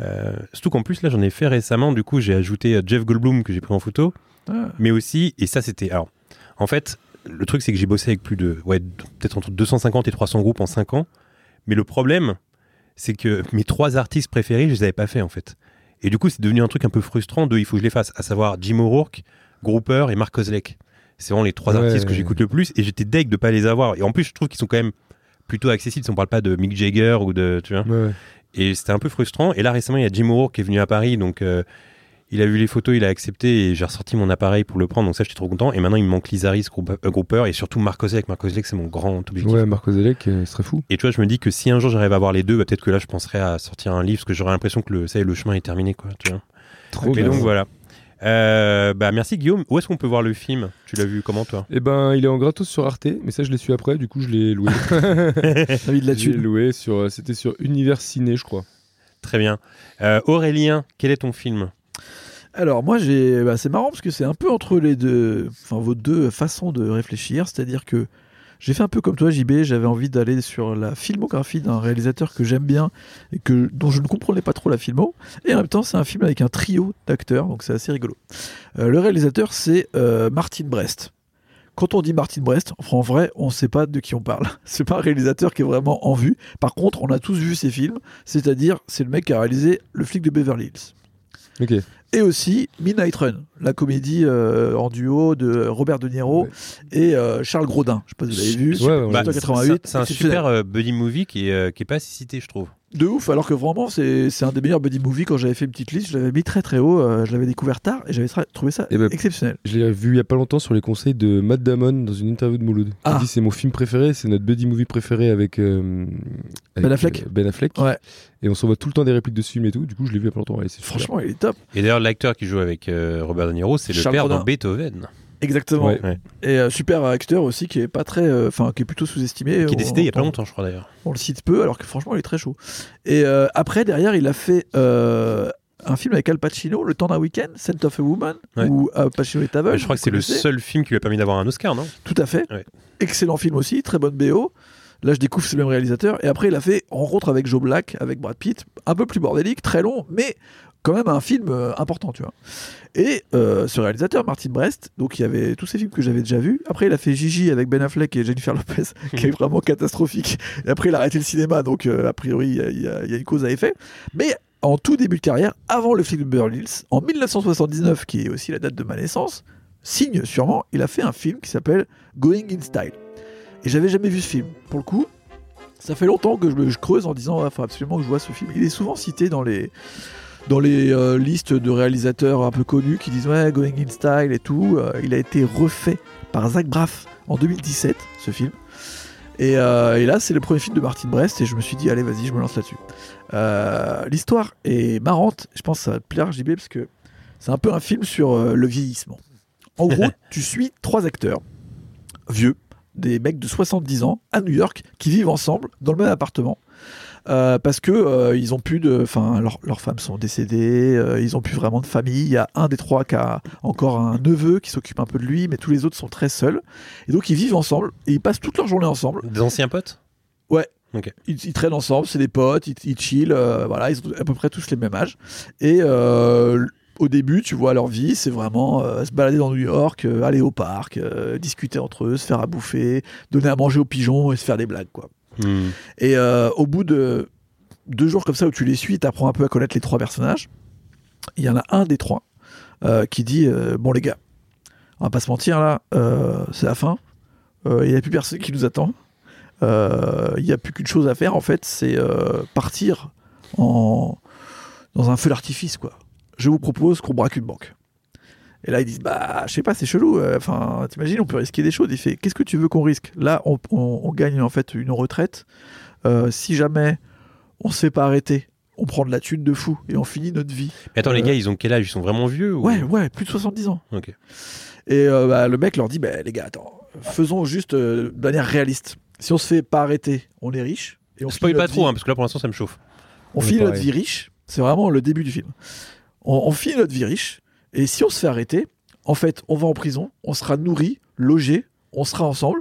Speaker 1: Euh, surtout qu'en plus, là, j'en ai fait récemment. Du coup, j'ai ajouté euh, Jeff Goldblum que j'ai pris en photo.
Speaker 2: Ah.
Speaker 1: Mais aussi, et ça, c'était. Alors, en fait, le truc, c'est que j'ai bossé avec plus de. Ouais, d- peut-être entre 250 et 300 groupes en 5 ans. Mais le problème, c'est que mes trois artistes préférés, je les avais pas fait, en fait. Et du coup, c'est devenu un truc un peu frustrant de il faut que je les fasse, à savoir Jim O'Rourke, Grouper et Marc Kozlek. C'est vraiment les trois
Speaker 3: Ouais.
Speaker 1: artistes que j'écoute le plus et j'étais deg de pas les avoir. Et en plus, je trouve qu'ils sont quand même plutôt accessibles si on parle pas de Mick Jagger ou de. Tu vois.
Speaker 3: Ouais.
Speaker 1: Et c'était un peu frustrant. Et là, récemment, il y a Jim O'Rourke qui est venu à Paris. Donc, euh, il a vu les photos, il a accepté et j'ai ressorti mon appareil pour le prendre. Donc, ça, j'étais trop content. Et maintenant, il me manque Lizaris, Group- euh, Grouper et surtout Marc Ozek. Marc Ozek, c'est mon grand objectif.
Speaker 3: Ouais, Marco Zelec euh, serait fou.
Speaker 1: Et tu vois, je me dis que si un jour j'arrive à avoir les deux, bah, peut-être que là, je penserai à sortir un livre parce que j'aurais l'impression que le, ça y est, le chemin est terminé. Quoi, tu vois.
Speaker 3: Trop
Speaker 1: Mais donc, voilà. Euh, bah, merci Guillaume. Où est-ce qu'on peut voir le film Tu l'as vu comment toi
Speaker 3: Et ben, il est en gratos sur Arte, mais ça je l'ai su après, du coup je l'ai loué.
Speaker 2: David de la
Speaker 3: Je l'ai
Speaker 2: thune.
Speaker 3: loué sur, euh, c'était sur Univers Ciné, je crois.
Speaker 1: Très bien. Euh, Aurélien, quel est ton film
Speaker 2: Alors moi j'ai, bah, c'est marrant parce que c'est un peu entre les deux, enfin vos deux façons de réfléchir, c'est-à-dire que j'ai fait un peu comme toi JB, j'avais envie d'aller sur la filmographie d'un réalisateur que j'aime bien et que dont je ne comprenais pas trop la filmo, et en même temps c'est un film avec un trio d'acteurs, donc c'est assez rigolo. Euh, le réalisateur c'est euh, Martin Brest. Quand on dit Martin Brest, en vrai, on ne sait pas de qui on parle. C'est pas un réalisateur qui est vraiment en vue. Par contre, on a tous vu ses films, c'est-à-dire c'est le mec qui a réalisé Le flic de Beverly Hills
Speaker 3: Ok.
Speaker 2: et aussi Midnight Run, la comédie euh, en duo de Robert De Niro
Speaker 3: Ouais.
Speaker 2: et euh, Charles Grodin. Je sais pas si vous l'avez vu.
Speaker 3: Ouais, ouais,
Speaker 2: Bah,
Speaker 3: ouais.
Speaker 2: 88,
Speaker 1: c'est un
Speaker 2: exceptionnel.
Speaker 1: super euh, buddy movie qui est, euh, qui est pas si cité, je trouve.
Speaker 2: De ouf, alors que vraiment, c'est c'est un des meilleurs buddy movies. Quand j'avais fait une petite liste, je l'avais mis très très haut. euh, je l'avais découvert tard et j'avais tra- trouvé ça
Speaker 3: Eh ben,
Speaker 2: exceptionnel.
Speaker 3: Je l'ai vu il y a pas longtemps sur les conseils de Matt Damon dans une interview de Mouloud.
Speaker 2: Ah.
Speaker 3: Il dit c'est mon film préféré, c'est notre buddy movie préféré avec, euh, avec,
Speaker 2: Ben Affleck.
Speaker 3: euh, Ben Affleck.
Speaker 2: Ouais.
Speaker 3: Et on s'envoie tout le temps des répliques de ce film et tout. Du coup, je l'ai vu il y a pas longtemps. Ouais, c'est super.
Speaker 2: Franchement, il est top.
Speaker 1: Et d'ailleurs, l'acteur qui joue avec euh, Robert De Niro, c'est le
Speaker 2: Charles
Speaker 1: père
Speaker 2: Rodin.
Speaker 1: dans Beethoven,
Speaker 2: Exactement.
Speaker 3: Ouais.
Speaker 2: Et euh, super acteur aussi qui est pas très, euh, enfin qui est plutôt sous-estimé.
Speaker 1: qui est décédé il y a pas
Speaker 2: On-
Speaker 1: longtemps, je crois d'ailleurs.
Speaker 2: On le cite peu, alors que franchement, il est très chaud. Et euh, après, derrière, il a fait euh, un film avec Al Pacino, Le temps d'un week-end, Scent of a Woman,
Speaker 1: Ouais.
Speaker 2: où Al Pacino est aveugle.
Speaker 1: Mais je crois que
Speaker 2: Bah, vous
Speaker 1: c'est le
Speaker 2: connaissez.
Speaker 1: seul film qui lui a permis d'avoir un Oscar, non
Speaker 2: Tout à fait.
Speaker 1: Ouais.
Speaker 2: Excellent film aussi, très bonne BO. Là, je découvre que c'est le même réalisateur. Et après, il a fait Rencontre avec Joe Black, avec Brad Pitt, un peu plus bordélique, très long, mais quand même un film euh, important, tu vois. Et euh, ce réalisateur, Martin Brest, donc il y avait tous ces films que j'avais déjà vus. Après, il a fait Gigi avec Ben Affleck et Jennifer Lopez, qui est vraiment catastrophique. Et après, il a arrêté le cinéma, donc euh, a priori, il y a- il y, a- il y a une cause à effet. Mais en tout début de carrière, avant le film de Beverly Hills, en 1979, qui est aussi la date de ma naissance, signe sûrement, il a fait un film qui s'appelle Going in Style. Et j'avais jamais vu ce film. Pour le coup, ça fait longtemps que je, me- je creuse en disant, il faut absolument que je vois ce film. Il est souvent cité dans les, dans les euh, listes de réalisateurs un peu connus qui disent, ouais, Going in Style et tout. Euh, il a été refait par Zach Braff en 2017, ce film. Et, euh, et là, c'est le premier film de Martin Brest, et je me suis dit, allez, vas-y, je me lance là-dessus. Euh, L'histoire est marrante, je pense que ça va te plaire, JB, parce que c'est un peu un film sur euh, le vieillissement. En gros, tu suis trois acteurs vieux, des mecs de 70 ans, à New York, qui vivent ensemble dans le même appartement. Euh, parce que euh, ils ont plus de, enfin, leur- leurs femmes sont décédées, euh, ils ont plus vraiment de famille. Il y a un des trois qui a encore un neveu qui s'occupe un peu de lui, mais tous les autres sont très seuls. Et donc ils vivent ensemble et ils passent toute leur journée ensemble
Speaker 1: Des anciens potes
Speaker 2: ils, ils traînent ensemble, c'est des potes, ils, ils chillent, euh, voilà, ils ont à peu près tous les mêmes âges. Et euh, au début, tu vois leur vie, c'est vraiment euh, se balader dans New York, euh, aller au parc, euh, discuter entre eux, se faire à bouffer, donner à manger aux pigeons et se faire des blagues, quoi. Et euh, au bout de deux jours comme ça où tu les suis, tu apprends un peu à connaître les trois personnages. Il y en a un des trois euh, qui dit euh, Bon, les gars, on va pas se mentir là, euh, c'est la fin. Euh, Il n'y a plus personne qui nous attend. Euh, Il n'y a plus qu'une chose à faire en fait, c'est euh, partir en... dans un feu d'artifice quoi. Je vous propose qu'on braque une banque. Et là, ils disent Bah, je sais pas, c'est chelou. euh, Enfin, t'imagines, on peut risquer des choses. Il fait Qu'est-ce que tu veux qu'on risque Là, on- on- on gagne en fait une retraite. Euh, si jamais on se fait pas arrêter, on prend de la thune de fou et on finit notre vie.
Speaker 1: Mais attends, les
Speaker 2: Euh,
Speaker 1: gars, ils ont quel âge Ils sont vraiment vieux ou-
Speaker 2: Ouais, ouais, plus de 70 ans.
Speaker 1: Ok.
Speaker 2: Et euh, bah, le mec leur dit, bah, les gars, attends, faisons juste euh, de manière réaliste. Si on se fait pas arrêter, on est riche. Et on
Speaker 1: Spoil
Speaker 2: finit
Speaker 1: pas
Speaker 2: notre
Speaker 1: trop,
Speaker 2: vie-
Speaker 1: hein, parce que là, pour l'instant, ça me chauffe.
Speaker 2: On
Speaker 3: Ouais,
Speaker 2: finit notre
Speaker 3: pareil.
Speaker 2: vie riche. C'est vraiment le début du film. On, on finit notre vie riche. Et si on se fait arrêter, en fait, on va en prison, on sera nourri, logé, on sera ensemble.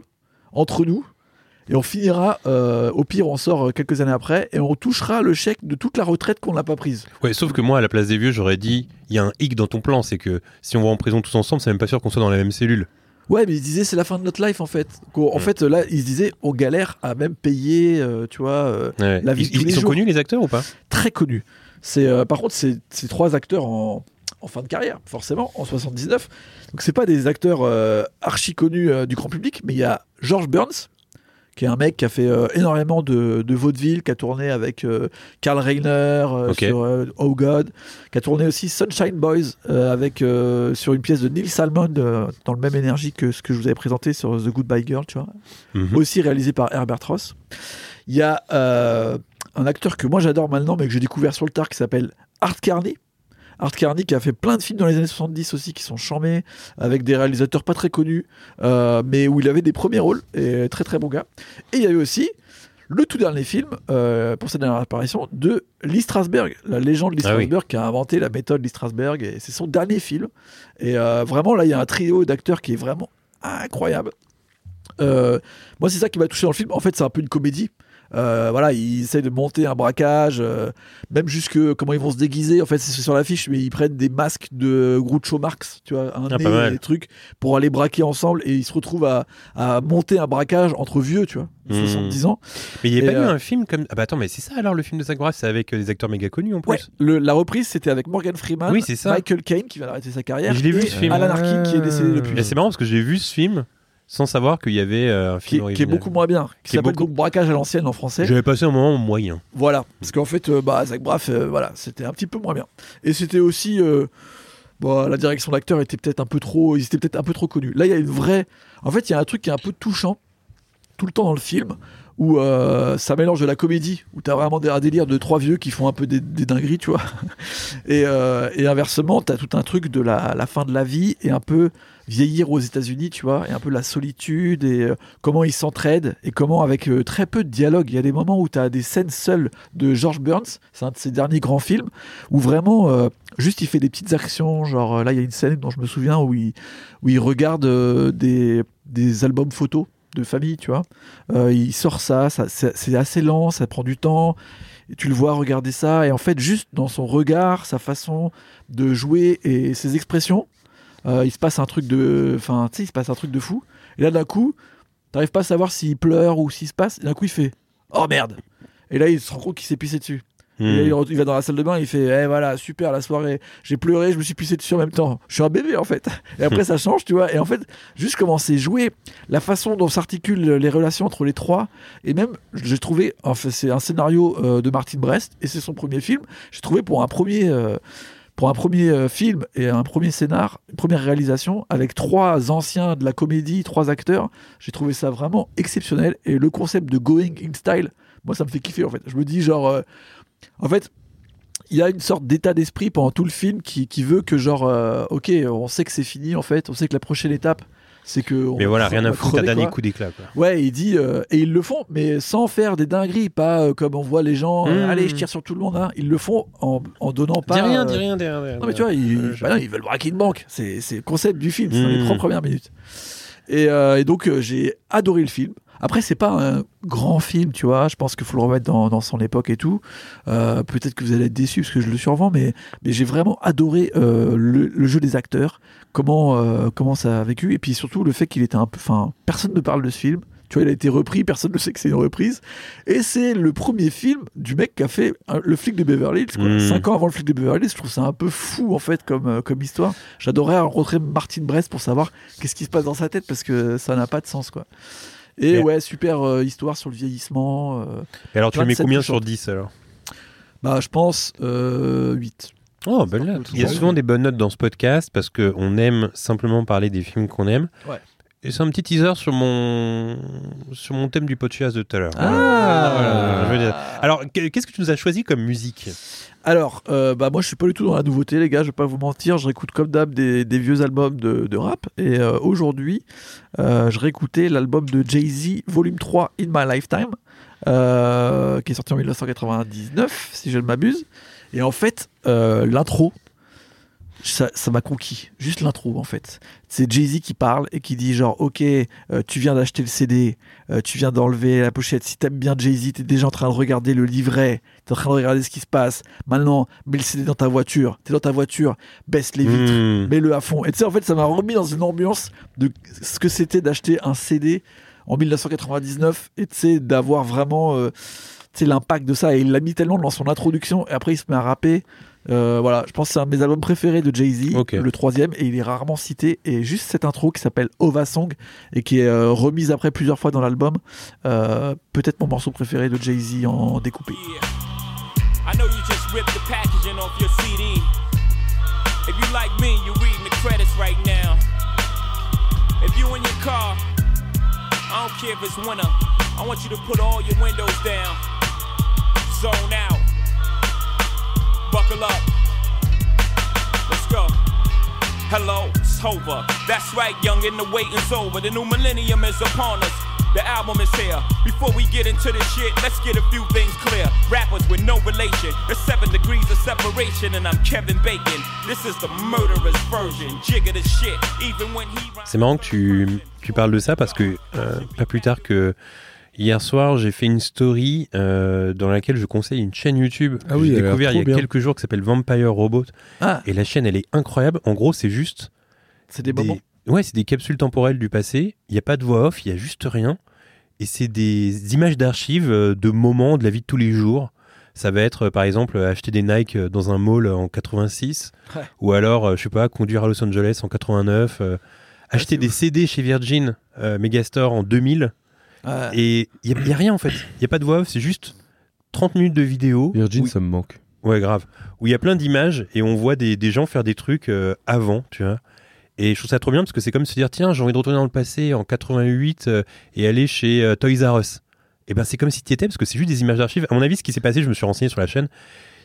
Speaker 2: entre nous. Et on finira, euh, au pire, on sort euh, quelques années après, et on touchera le chèque de toute la retraite qu'on n'a pas prise.
Speaker 1: Ouais, sauf que moi, à la place des vieux, j'aurais dit il y a un hic dans ton plan, c'est que si on va en prison tous ensemble, c'est même pas sûr qu'on soit dans la même cellule.
Speaker 2: Ouais, mais ils disaient c'est la fin de notre life en fait. Qu'en- En
Speaker 1: Mm.
Speaker 2: fait, là, ils se disaient on galère à même payer, euh, tu vois, euh,
Speaker 1: Ouais.
Speaker 2: La vie de
Speaker 1: ils,
Speaker 2: tous
Speaker 1: ils
Speaker 2: les
Speaker 1: sont
Speaker 2: jours.
Speaker 1: connus les acteurs ou pas
Speaker 2: très connu. C'est euh, par contre c'est c'est trois acteurs en, en fin de carrière, forcément, en 79. Donc c'est pas des acteurs euh, archi connus euh, du grand public, mais il y a George Burns qui est un mec qui a fait euh, énormément de, de vaudeville, qui a tourné avec euh, Karl Reiner euh,
Speaker 1: Ok.
Speaker 2: sur euh, Oh God, qui a tourné aussi Sunshine Boys euh, avec euh, sur une pièce de Neil Salmon euh, dans le même énergie que ce que je vous avais présenté sur The Goodbye Girl, tu vois
Speaker 1: Mhm.
Speaker 2: aussi réalisé par Herbert Ross. Il y a euh, un acteur que moi j'adore maintenant, mais que j'ai découvert sur le tard, qui s'appelle Art Carney. Art Carney qui a fait plein de films dans les années 70 aussi qui sont charmés, avec des réalisateurs pas très connus, euh, mais où il avait des premiers rôles, et très très bon gars. Et il y a eu aussi le tout dernier film, euh, pour sa dernière apparition, de Lee Strasberg, la légende Lee
Speaker 1: Ah oui.
Speaker 2: Strasberg qui a inventé la méthode Lee Strasberg, et c'est son dernier film. Et euh, vraiment là, il y a un trio d'acteurs qui est vraiment incroyable. Euh, moi, c'est ça qui m'a touché dans le film. En fait, c'est un peu une comédie. Euh, voilà, ils essayent de monter un braquage, euh, même jusque comment ils vont se déguiser. En fait, c'est sur l'affiche, mais ils prennent des masques de Groucho Marx, tu vois, un
Speaker 1: Ah,
Speaker 2: nez,
Speaker 1: pas mal.
Speaker 2: des trucs, pour aller braquer ensemble. Et ils se retrouvent à, à monter un braquage entre vieux, tu vois,
Speaker 1: Mmh.
Speaker 2: 70 ans.
Speaker 1: Mais il n'y a
Speaker 2: Et,
Speaker 1: pas eu
Speaker 2: euh,
Speaker 1: un film comme. Ah bah attends, mais c'est ça alors le film de Zach Braff, c'est avec euh, des acteurs méga connus en plus.
Speaker 2: Ouais, le- la reprise, c'était avec Morgan Freeman,
Speaker 1: Oui, c'est ça.
Speaker 2: Michael Caine qui va arrêter sa carrière,
Speaker 1: Je l'ai vu,
Speaker 2: et
Speaker 1: ce film.
Speaker 2: Alan Arkin qui est décédé depuis.
Speaker 1: Mais c'est marrant parce que j'ai vu ce film sans savoir qu'il y avait euh, un
Speaker 2: Qui,
Speaker 1: film
Speaker 2: est- qui est
Speaker 1: original.
Speaker 2: beaucoup moins bien, qui
Speaker 1: Qui est
Speaker 2: s'appelle
Speaker 1: beaucoup-
Speaker 2: donc Braquage à l'ancienne en français.
Speaker 1: J'avais passé un moment moyen.
Speaker 2: Voilà, parce qu'en fait, euh, bah, Zach Braff, euh, voilà, c'était un petit peu moins bien. Et c'était aussi, euh, bah, la direction d'acteur était peut-être un peu trop, ils étaient peut-être un peu trop connus. Là, il y a une vraie, en fait, il y a un truc qui est un peu touchant tout le temps dans le film où euh, ça mélange de la comédie, où t'as vraiment des, un délire de trois vieux qui font un peu des, des dingueries, tu vois. Et, euh, et inversement, t'as tout un truc de la, la fin de la vie et un peu vieillir aux États-Unis, tu vois, et un peu la solitude et euh, comment ils s'entraident et comment, avec euh, très peu de dialogue, il y a des moments où tu as des scènes seules de George Burns, c'est un de ses derniers grands films, où vraiment, euh, juste il fait des petites actions. Genre euh, là, il y a une scène dont je me souviens où il, où il regarde euh, des, des albums photos de famille, tu vois. Euh, il sort ça, ça c'est c'est assez lent, ça prend du temps. Et tu le vois regarder ça, et en fait, juste dans son regard, sa façon de jouer et ses expressions, euh, il se passe un truc de, enfin, tu sais, il se passe un truc de fou. Et là, d'un coup, t'arrives pas à savoir s'il pleure ou s'il se passe. Et d'un coup, il fait, oh merde. Et là, il se rend compte qu'il s'est pissé dessus. Et là,
Speaker 1: Hmm.
Speaker 2: il, re- il va dans la salle de bain, il fait Eh voilà, super la soirée, j'ai pleuré, je me suis pissé dessus en même temps. Je suis un bébé en fait. Et après, ça change, tu vois. Et en fait, juste comment c'est joué, la façon dont s'articulent les relations entre les trois, et même, j'ai trouvé, enfin, c'est un scénario euh, de Martin Brest, et c'est son premier film. J'ai trouvé pour un premier. euh, pour un premier euh, film et un premier scénar, une première réalisation, avec trois anciens de la comédie, trois acteurs, j'ai trouvé ça vraiment exceptionnel. Et le concept de going in style, moi, ça me fait kiffer en fait. Je me dis genre, euh, en fait, il y a une sorte d'état d'esprit pendant tout le film qui, qui veut que genre, euh, ok, on sait que c'est fini en fait, on sait que la prochaine étape, c'est que. on
Speaker 1: Mais voilà,
Speaker 2: va-
Speaker 1: rien
Speaker 2: on
Speaker 1: à
Speaker 2: va
Speaker 1: foutre, t'as
Speaker 2: crever,
Speaker 1: dernier
Speaker 2: quoi.
Speaker 1: coup d'éclat. quoi.
Speaker 2: Ouais, il dit, euh, et ils le font, mais sans faire des dingueries, pas euh, comme on voit les gens, euh,
Speaker 1: Mmh.
Speaker 2: allez, je tire sur tout le monde, hein. ils le font en, en donnant pas.
Speaker 1: Dis rien,
Speaker 2: euh,
Speaker 1: dis rien, dis rien. dis rien.
Speaker 2: non, mais tu vois, ils,
Speaker 1: Euh, je-
Speaker 2: bah non, ils veulent braquer une banque. C'est c'est le concept du film, c'est dans les
Speaker 1: Mmh.
Speaker 2: trois premières minutes. Et, euh, et donc, euh, j'ai adoré le film. Après, c'est pas un grand film, tu vois. Je pense qu'il faut le remettre dans, dans son époque et tout. Euh, Peut-être que vous allez être déçus parce que je le survends, mais, mais j'ai vraiment adoré euh, le, le jeu des acteurs, comment, euh, comment ça a vécu. Et puis surtout, le fait qu'il était un peu. Enfin, personne ne parle de ce film. Tu vois, il a été repris, personne ne sait que c'est une reprise. Et c'est le premier film du mec qui a fait euh, le flic de Beverly Hills. quoi.
Speaker 1: Mm.
Speaker 2: Cinq ans avant le flic de Beverly Hills, je trouve ça un peu fou en fait comme, euh, comme histoire. J'adorerais rencontrer Martin Brest pour savoir qu'est-ce qui se passe dans sa tête parce que ça n'a pas de sens quoi. Et
Speaker 1: Mais-
Speaker 2: ouais, super euh, histoire sur le vieillissement. euh.
Speaker 1: Et alors, tu lui mets
Speaker 2: 27
Speaker 1: combien
Speaker 2: touchantes.
Speaker 1: sur 10 alors
Speaker 2: bah, je pense euh, 8.
Speaker 1: Oh, bonne
Speaker 2: Surtout
Speaker 1: note.
Speaker 2: tout
Speaker 1: Il y a
Speaker 2: ça.
Speaker 1: souvent des bonnes notes dans ce podcast parce qu'on aime simplement parler des films qu'on aime.
Speaker 2: Ouais.
Speaker 1: Et c'est un petit teaser sur mon, sur mon thème du podcast de tout à l'heure. Ah. Voilà, je veux dire. Alors, que- qu'est-ce que tu nous as choisi comme musique
Speaker 2: Alors, euh, bah moi je suis pas du tout dans la nouveauté, les gars, je vais pas vous mentir, je réécoute comme d'hab des, des vieux albums de, de rap. Et euh, aujourd'hui, euh, je réécoutais l'album de Jay-Z, volume 3, In My Lifetime, euh, qui est sorti en 1999, si je ne m'abuse. Et en fait, euh, l'intro, ça ça m'a conquis. Juste l'intro, en fait. C'est Jay-Z qui parle et qui dit genre, ok, euh, tu viens d'acheter le CD, euh, tu viens d'enlever la pochette. Si t'aimes bien Jay-Z, t'es déjà en train de regarder le livret, t'es en train de regarder ce qui se passe. Maintenant, mets le CD dans ta voiture, t'es dans ta voiture, baisse les vitres,
Speaker 1: Hmm.
Speaker 2: mets-le à fond. Et tu sais, en fait, ça m'a remis dans une ambiance de ce que c'était d'acheter un CD en 1999 et tu sais, d'avoir vraiment euh, tu sais, l'impact de ça. Et il l'a mis tellement dans son introduction et après, il se met à rapper. Euh, voilà, je pense que c'est un de mes albums préférés de Jay-Z,
Speaker 1: Ok.
Speaker 2: le troisième, et il est rarement cité. Et juste cette intro qui s'appelle Ova Song et qui est euh, remise après plusieurs fois dans l'album, euh, peut-être mon morceau préféré de Jay-Z en découpé.
Speaker 6: I know you just ripped the packaging off your CD. If you like me, you're reading the credits right now. If you in your car, I don't care if it's winter. I want you to put all your windows down. Zone out. Buckle up. Let's go. Hello, it's over. That's right, young, and the waiting's over. The new millennium is upon us. The album is here. Before we get into this shit, let's get a few things clear. Rappers with no relation. There's seven degrees of separation, and I'm Kevin Bacon. This is the murderous version. Jigger the shit, even when he.
Speaker 1: C'est marrant que tu, tu parles de ça parce que euh, pas plus tard que hier soir, j'ai fait une story euh, dans laquelle je conseille une chaîne YouTube que
Speaker 3: Ah oui, elle a
Speaker 1: j'ai
Speaker 3: l'air
Speaker 1: découvert il y a
Speaker 3: trop bien.
Speaker 1: quelques jours qui s'appelle Vampire Robot.
Speaker 2: Ah.
Speaker 1: Et la chaîne, elle est incroyable. En gros, c'est juste
Speaker 2: C'est des moments.
Speaker 1: Ouais, c'est des capsules temporelles du passé. Il n'y a pas de voix off, il n'y a juste rien. Et c'est des images d'archives euh, de moments de la vie de tous les jours. Ça va être, euh, par exemple, euh, acheter des Nike euh, dans un mall euh, en 86.
Speaker 2: Ouais.
Speaker 1: Ou alors, euh, je sais pas, conduire à Los Angeles en 89. euh, acheter
Speaker 2: c'est
Speaker 1: des CD chez Virgin euh, Megastore en 2000.
Speaker 2: Ah,
Speaker 1: Et il n'y a, rien, en fait. Il n'y a pas de voix off, c'est juste 30 minutes de vidéo.
Speaker 3: Virgin,
Speaker 1: où-
Speaker 3: ça me manque.
Speaker 1: Ouais, grave. Où il y a plein d'images et on voit des, des gens faire des trucs euh, avant, tu vois. Et je trouve ça trop bien parce que c'est comme se dire tiens, j'ai envie de retourner dans le passé en 88 euh, et aller chez euh, Toys R Us. Et ben c'est comme si tu étais parce que c'est juste des images d'archives. À mon avis, ce qui s'est passé, je me suis renseigné sur la chaîne,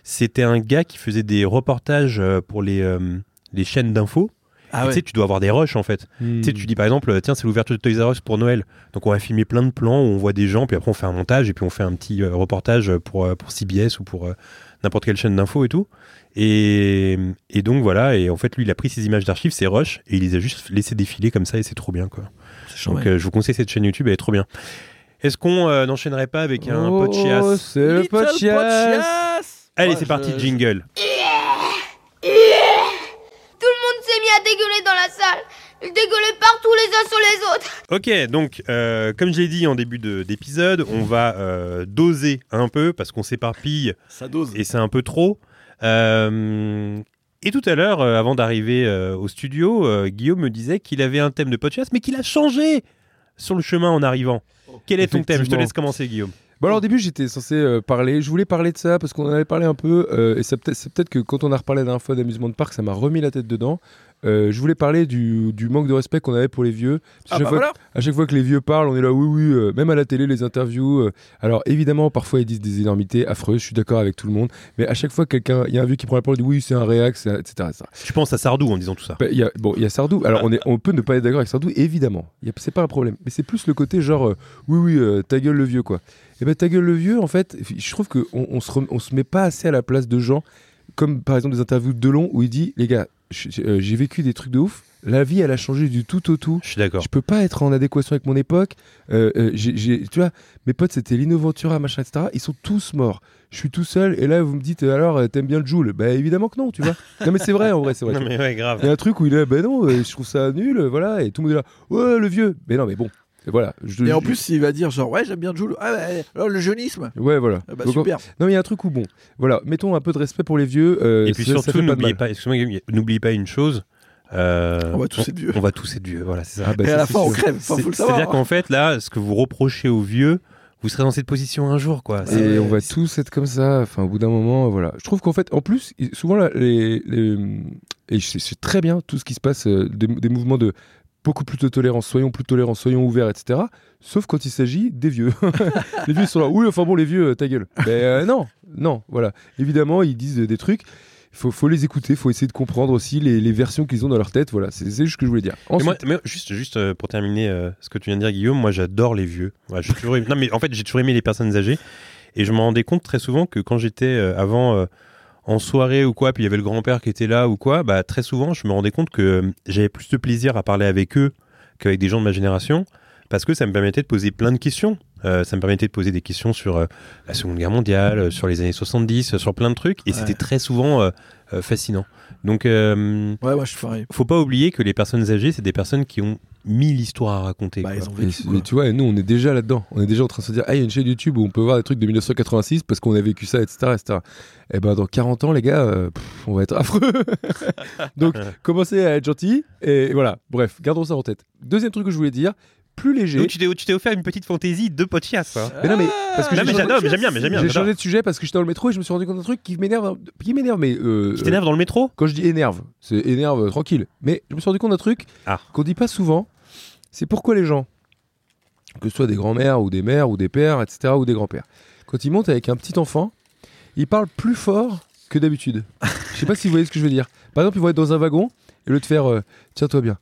Speaker 1: c'était un gars qui faisait des reportages euh, pour les, euh, les chaînes d'infos.
Speaker 2: Ah
Speaker 1: Et
Speaker 2: ouais.
Speaker 1: Tu sais, tu dois avoir des rushs en fait. Tu
Speaker 2: Hmm.
Speaker 1: sais, tu dis par exemple, tiens, c'est l'ouverture de Toys R Us pour Noël. Donc on va filmer plein de plans où on voit des gens, puis après on fait un montage, et puis on fait un petit euh, reportage pour, euh, pour CBS ou pour euh, n'importe quelle chaîne d'info et tout. Et, et donc voilà, et en fait lui, il a pris ses images d'archives, ses rushs, et il les a juste laissé défiler comme ça, et c'est trop bien quoi.
Speaker 2: c'est chaud,
Speaker 1: Donc
Speaker 2: ouais.
Speaker 1: euh, je vous conseille cette chaîne YouTube, elle est trop bien. Est-ce qu'on euh, n'enchaînerait pas avec un
Speaker 3: Oh,
Speaker 1: podcast
Speaker 3: c'est le
Speaker 2: Little
Speaker 3: podcast.
Speaker 2: Podcast
Speaker 1: Allez,
Speaker 2: Ouais,
Speaker 1: c'est parti,
Speaker 2: je-
Speaker 1: jingle.
Speaker 7: Tout le monde s'est mis à dégueuler dans la salle. Ils dégueulaient partout les uns sur les autres.
Speaker 1: Ok, donc euh, comme je l'ai dit en début de- d'épisode, on va euh, doser un peu parce qu'on s'éparpille
Speaker 2: Ça dose.
Speaker 1: et c'est un peu trop. Euh, et tout à l'heure, euh, avant d'arriver euh, au studio, euh, Guillaume me disait qu'il avait un thème de podcast, mais qu'il a changé sur le chemin en arrivant. Quel est ton thème Je te
Speaker 3: Effectivement.
Speaker 1: laisse commencer, Guillaume.
Speaker 3: Bon Bah, alors au début j'étais censé euh, parler, je voulais parler de ça parce qu'on en avait parlé un peu euh, et ça peut- c'est peut-être que quand on a reparlé la dernière fois d'amusement de parc ça m'a remis la tête dedans. Euh, je voulais parler du, du manque de respect qu'on avait pour les vieux.
Speaker 1: Ah,
Speaker 3: Parce que
Speaker 2: Ah, bah
Speaker 1: bah,
Speaker 3: chaque fois- à chaque fois que les vieux parlent, on est là, oui, oui, euh, même à la télé, les interviews. euh, alors évidemment, parfois ils disent des énormités affreuses, je suis d'accord avec tout le monde, mais à chaque fois, quelqu'un, il y a un vieux qui prend la parole, il dit oui, c'est un réac, c'est un- etc. etc.
Speaker 1: Je pense à Sardou en disant tout ça.
Speaker 3: Bah, il y a- bon, il y a Sardou. Alors, on, est, on peut ne pas être d'accord avec Sardou, évidemment. Il y a- C'est pas un problème. Mais c'est plus le côté genre, euh, oui, oui, euh, ta gueule le vieux, quoi. Et ben, ta gueule le vieux, en fait, je trouve qu'on on se, rem- on se met pas assez à la place de gens, comme par exemple des interviews de Delon où il dit, les gars, j- j- euh, j'ai vécu des trucs de ouf. La vie, elle a changé du tout au tout.
Speaker 1: Je suis d'accord.
Speaker 3: Je peux pas être en adéquation avec mon époque. Euh, euh, j'ai- j'ai- tu vois, mes potes, c'était Lino Ventura, machin, etc. Ils sont tous morts. Je suis tout seul. Et là, vous me dites, euh, alors, euh, t'aimes bien Joule Bah, évidemment que non, tu vois. non, mais c'est vrai, en vrai, c'est vrai.
Speaker 1: Non, mais ouais,
Speaker 3: Il
Speaker 1: grave.
Speaker 3: y a un truc où il est, ben non, euh, je trouve ça nul, euh, voilà, et tout le monde est là, ouais, le vieux. Mais non, mais bon, et voilà. Je,
Speaker 2: Et en
Speaker 3: je-
Speaker 2: plus, il va dire genre ouais, j'aime bien Jules. Ah ouais, alors le jeunisme.
Speaker 3: ouais, voilà.
Speaker 2: Ah bah,
Speaker 3: Donc,
Speaker 2: super.
Speaker 3: Non, mais il y a un truc où, bon, voilà, mettons un peu de respect pour les vieux. euh,
Speaker 1: et puis
Speaker 3: ça- ça
Speaker 1: surtout,
Speaker 3: fait pas de
Speaker 1: n'oubliez
Speaker 3: mal.
Speaker 1: pas, excuse-moi, Guillaume, n'oubliez pas une chose. euh,
Speaker 2: On va Ah bah, tous être vieux.
Speaker 1: On va tous être vieux, voilà, c'est ça.
Speaker 3: Ah, bah,
Speaker 2: et
Speaker 3: ça,
Speaker 2: à la
Speaker 3: c'est
Speaker 2: fin, on
Speaker 3: sûr.
Speaker 2: crève. Enfin,
Speaker 1: C'est-
Speaker 2: faut le
Speaker 1: C'est-à-dire
Speaker 2: savoir. hein.
Speaker 1: qu'en fait, là, ce que vous reprochez aux vieux, vous serez dans cette position un jour, quoi. C'est-
Speaker 3: Et Ah on va tous être comme ça, enfin, au bout d'un moment, euh, voilà. Je trouve qu'en fait, en plus, i- souvent, là, les, les- et je sais- je sais très bien tout ce qui se passe, euh, des, des mouvements de beaucoup plus de tolérance, soyons plus tolérants, soyons ouverts, etc. Sauf quand il s'agit des vieux. les vieux sont là, oui, enfin bon, les vieux, euh, ta gueule. Mais euh, non, non, voilà. Évidemment, ils disent euh, des trucs. Faut, faut les écouter, faut essayer de comprendre aussi les, les versions qu'ils ont dans leur tête. Voilà, Oh, c'est c'est juste ce que je voulais dire.
Speaker 1: Mais moi-
Speaker 3: Ensuite,
Speaker 1: mais juste, juste euh, pour terminer euh, ce que tu viens de dire, Guillaume, moi j'adore les vieux. Ouais, j'ai toujours aimé- non, mais en fait, j'ai toujours aimé les personnes âgées. Et je me rendais compte très souvent que quand j'étais euh, avant euh, en soirée ou quoi, puis il y avait le grand-père qui était là ou quoi, bah, très souvent, je me rendais compte que euh, j'avais plus de plaisir à parler avec eux qu'avec des gens de ma génération, parce que ça me permettait de poser plein de questions. Euh, ça me permettait de poser des questions sur euh, la Seconde Guerre mondiale, euh, sur les années 70, euh, sur plein de trucs, et
Speaker 2: Ouais.
Speaker 1: c'était très souvent euh, euh, fascinant. Donc, euh,
Speaker 2: Ouais, moi je suis pareil.
Speaker 1: faut pas oublier que les personnes âgées, c'est des personnes qui ont mille histoires à raconter.
Speaker 2: Bah,
Speaker 1: quoi.
Speaker 2: ils ont
Speaker 3: Et
Speaker 2: vécu.
Speaker 3: c'est-
Speaker 2: quoi.
Speaker 3: mais tu vois, et nous, on est déjà là-dedans. On est déjà en train de se dire, ah, il y a une chaîne YouTube où on peut voir des trucs de 1986 parce qu'on a vécu ça, etc. etc. Et ben, dans 40 ans, les gars, euh, pff, on va être affreux. Donc, commencez à être gentil. Et voilà, bref, gardons ça en tête. Deuxième truc que je voulais dire, plus léger.
Speaker 1: Nous, tu t'es- tu t'es offert une petite fantaisie de podcast. hein.
Speaker 3: Mais non,
Speaker 2: Ah,
Speaker 3: mais parce que
Speaker 1: Non,
Speaker 3: Ah,
Speaker 1: mais
Speaker 3: j'ai changé-
Speaker 1: j'adore, mais j'aime bien, mais j'aime bien.
Speaker 3: j'ai
Speaker 1: j'adore.
Speaker 3: changé de sujet parce que j'étais dans le métro et je me suis rendu compte d'un truc qui m'énerve. Qui m'énerve, mais. euh,
Speaker 1: Tu t'énerves dans le métro
Speaker 3: quand je dis énerve, c'est énerve euh, tranquille. Mais je me suis rendu compte d'un truc
Speaker 1: Ah.
Speaker 3: qu'on dit pas souvent. C'est pourquoi les gens, que ce soit des grands-mères ou des mères ou des pères, etc., ou des grands-pères, quand ils montent avec un petit enfant, ils parlent plus fort que d'habitude. Je sais pas si vous voyez ce que je veux dire. Par exemple, ils vont être dans un wagon et au lieu de faire euh, tiens-toi bien,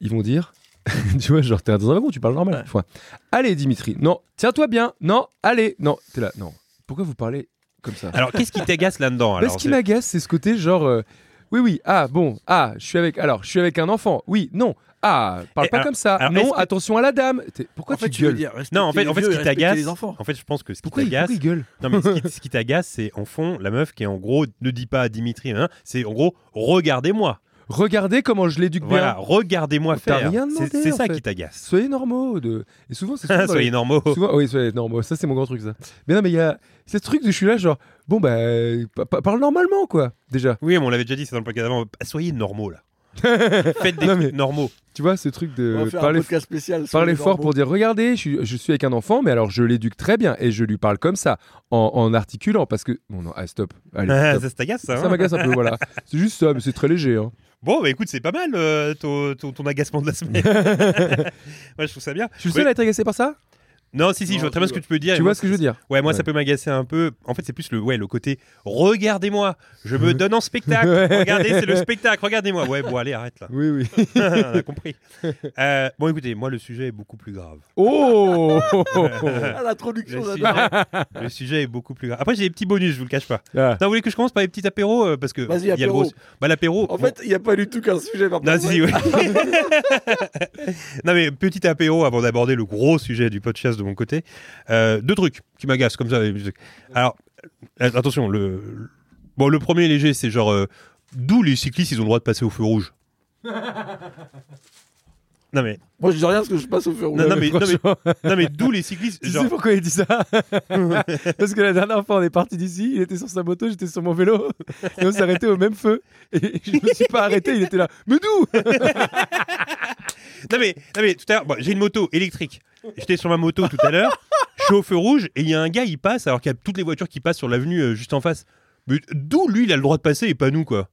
Speaker 3: ils vont dire tu vois, genre t'es dans un wagon, tu parles normal. Enfin, allez Dimitri, non, tiens-toi bien, non, allez, non, t'es là, non. Pourquoi vous parlez comme ça
Speaker 1: Alors, qu'est-ce qui t'agace là-dedans
Speaker 3: mais
Speaker 1: Bah, alors
Speaker 3: ce qui
Speaker 1: C'est-
Speaker 3: m'agace, c'est ce côté genre. euh, oui, oui, ah bon, ah, je suis avec. Alors, je suis avec un enfant. Oui, non, ah, parle
Speaker 1: Et
Speaker 3: pas
Speaker 1: alors-
Speaker 3: comme ça.
Speaker 1: alors, est-ce
Speaker 3: non,
Speaker 1: que-
Speaker 3: attention à la dame. T'es- Pourquoi
Speaker 2: En fait,
Speaker 3: tu
Speaker 2: tu veux
Speaker 3: gueules
Speaker 2: dire, respecter
Speaker 1: Non, en fait,
Speaker 2: les
Speaker 1: en fait,
Speaker 2: vieux
Speaker 1: ce
Speaker 2: et
Speaker 1: qui
Speaker 2: respecter
Speaker 1: t'agace,
Speaker 2: les enfants.
Speaker 1: en fait, je pense que ce qui
Speaker 3: Pourquoi il,
Speaker 1: t'agace,
Speaker 3: pourquoi il gueule
Speaker 1: non mais ce qui, ce qui t'agace, c'est en fond la meuf qui est en gros ne dis pas à Dimitri, hein, c'est en gros regardez-moi,
Speaker 3: Regardez comment je l'éduque
Speaker 1: voilà,
Speaker 3: bien.
Speaker 1: regardez-moi
Speaker 3: T'as
Speaker 1: faire.
Speaker 3: rien
Speaker 1: C'est-
Speaker 3: demandé,
Speaker 1: c'est
Speaker 3: en
Speaker 1: ça
Speaker 3: fait.
Speaker 1: qui t'agace.
Speaker 3: Soyez normaux. De... Et souvent, c'est souvent dans les-
Speaker 1: Soyez normaux.
Speaker 3: Souvent- oui, soyez normaux. Ça, c'est mon grand truc, ça. Mais non, mais il y a. C'est ce truc de je suis là, genre, bon, bah, pa- pa- parle normalement, quoi, déjà.
Speaker 1: Oui, mais on l'avait déjà dit, c'est dans le podcast avant. Soyez normaux là. Faites des
Speaker 3: Non,
Speaker 1: trucs
Speaker 3: mais-
Speaker 1: normaux.
Speaker 3: Tu vois, ce truc de
Speaker 2: On va faire un
Speaker 3: parler
Speaker 2: podcast spécial. sur
Speaker 3: Parler
Speaker 2: les
Speaker 3: Euh, fort
Speaker 2: normaux.
Speaker 3: pour dire regardez, je suis, je suis avec un enfant, mais alors je l'éduque très bien et je lui parle comme ça, en, en articulant, parce que. Bon, non, ah, stop. Allez,
Speaker 1: Ah,
Speaker 3: stop.
Speaker 1: ça t'agace ça.
Speaker 3: Ça,
Speaker 1: hein
Speaker 3: m'agace un peu, voilà. C'est juste ça, mais c'est très léger. hein.
Speaker 1: Bon, bah écoute, c'est pas mal euh, ton, ton- ton agacement de la semaine. Moi, je trouve ça bien.
Speaker 3: Je suis le
Speaker 1: Oui.
Speaker 3: seul à être agacé par ça
Speaker 1: Non, si, si, je vois très bien ce que tu peux dire.
Speaker 3: Tu
Speaker 1: Et
Speaker 3: vois
Speaker 1: moi,
Speaker 3: ce que je veux dire
Speaker 1: Ouais, moi ça
Speaker 3: Ouais.
Speaker 1: peut m'agacer un peu. En fait, c'est plus le ouais, le côté regardez-moi, je me donne en spectacle.
Speaker 3: Ouais.
Speaker 1: Regardez, c'est le spectacle. Regardez-moi. Ouais, bon allez, arrête là.
Speaker 3: Oui, oui.
Speaker 1: On a compris. Euh, bon, écoutez, moi le sujet est beaucoup plus grave.
Speaker 3: Oh
Speaker 2: Ah, l'introduction,
Speaker 1: Le
Speaker 2: j'adore.
Speaker 1: sujet, le sujet est beaucoup plus grave. Après, j'ai des petits bonus, je vous le cache pas.
Speaker 3: Ah.
Speaker 1: Non, vous voulez que je commence par les petits apéros euh, parce que
Speaker 2: Vas-y,
Speaker 1: il y a le
Speaker 2: apéro.
Speaker 1: gros- Bah l'apéro.
Speaker 2: En
Speaker 1: bon,
Speaker 2: fait, il n'y a pas du tout qu'un sujet. par
Speaker 1: Non,
Speaker 2: contre.
Speaker 1: si, si, oui. non, mais petit apéro avant d'aborder le gros sujet du podcast de mon côté. Euh, deux trucs qui m'agacent comme ça. Alors, euh, attention, le, bon, le premier léger, c'est genre euh, d'où les cyclistes, ils ont le droit de passer au feu rouge. Non mais,
Speaker 2: Moi, je dis rien parce que je passe au feu rouge.
Speaker 1: non, non, mais, non, mais,
Speaker 3: franchement.
Speaker 1: non, mais d'où les cyclistes
Speaker 3: Tu
Speaker 1: genre,
Speaker 3: sais pourquoi il dit ça Parce que la dernière fois, on est parti d'ici, il était sur sa moto, j'étais sur mon vélo, et on s'est arrêté au même feu. Et je me suis pas arrêté, il était là. Mais d'où
Speaker 1: Non mais, non mais tout à l'heure, bon, j'ai une moto électrique. J'étais sur ma moto tout à l'heure, je suis au feu rouge et il y a un gars, il passe alors qu'il y a toutes les voitures qui passent sur l'avenue euh, juste en face. Mais d'où lui, il a le droit de passer et pas nous quoi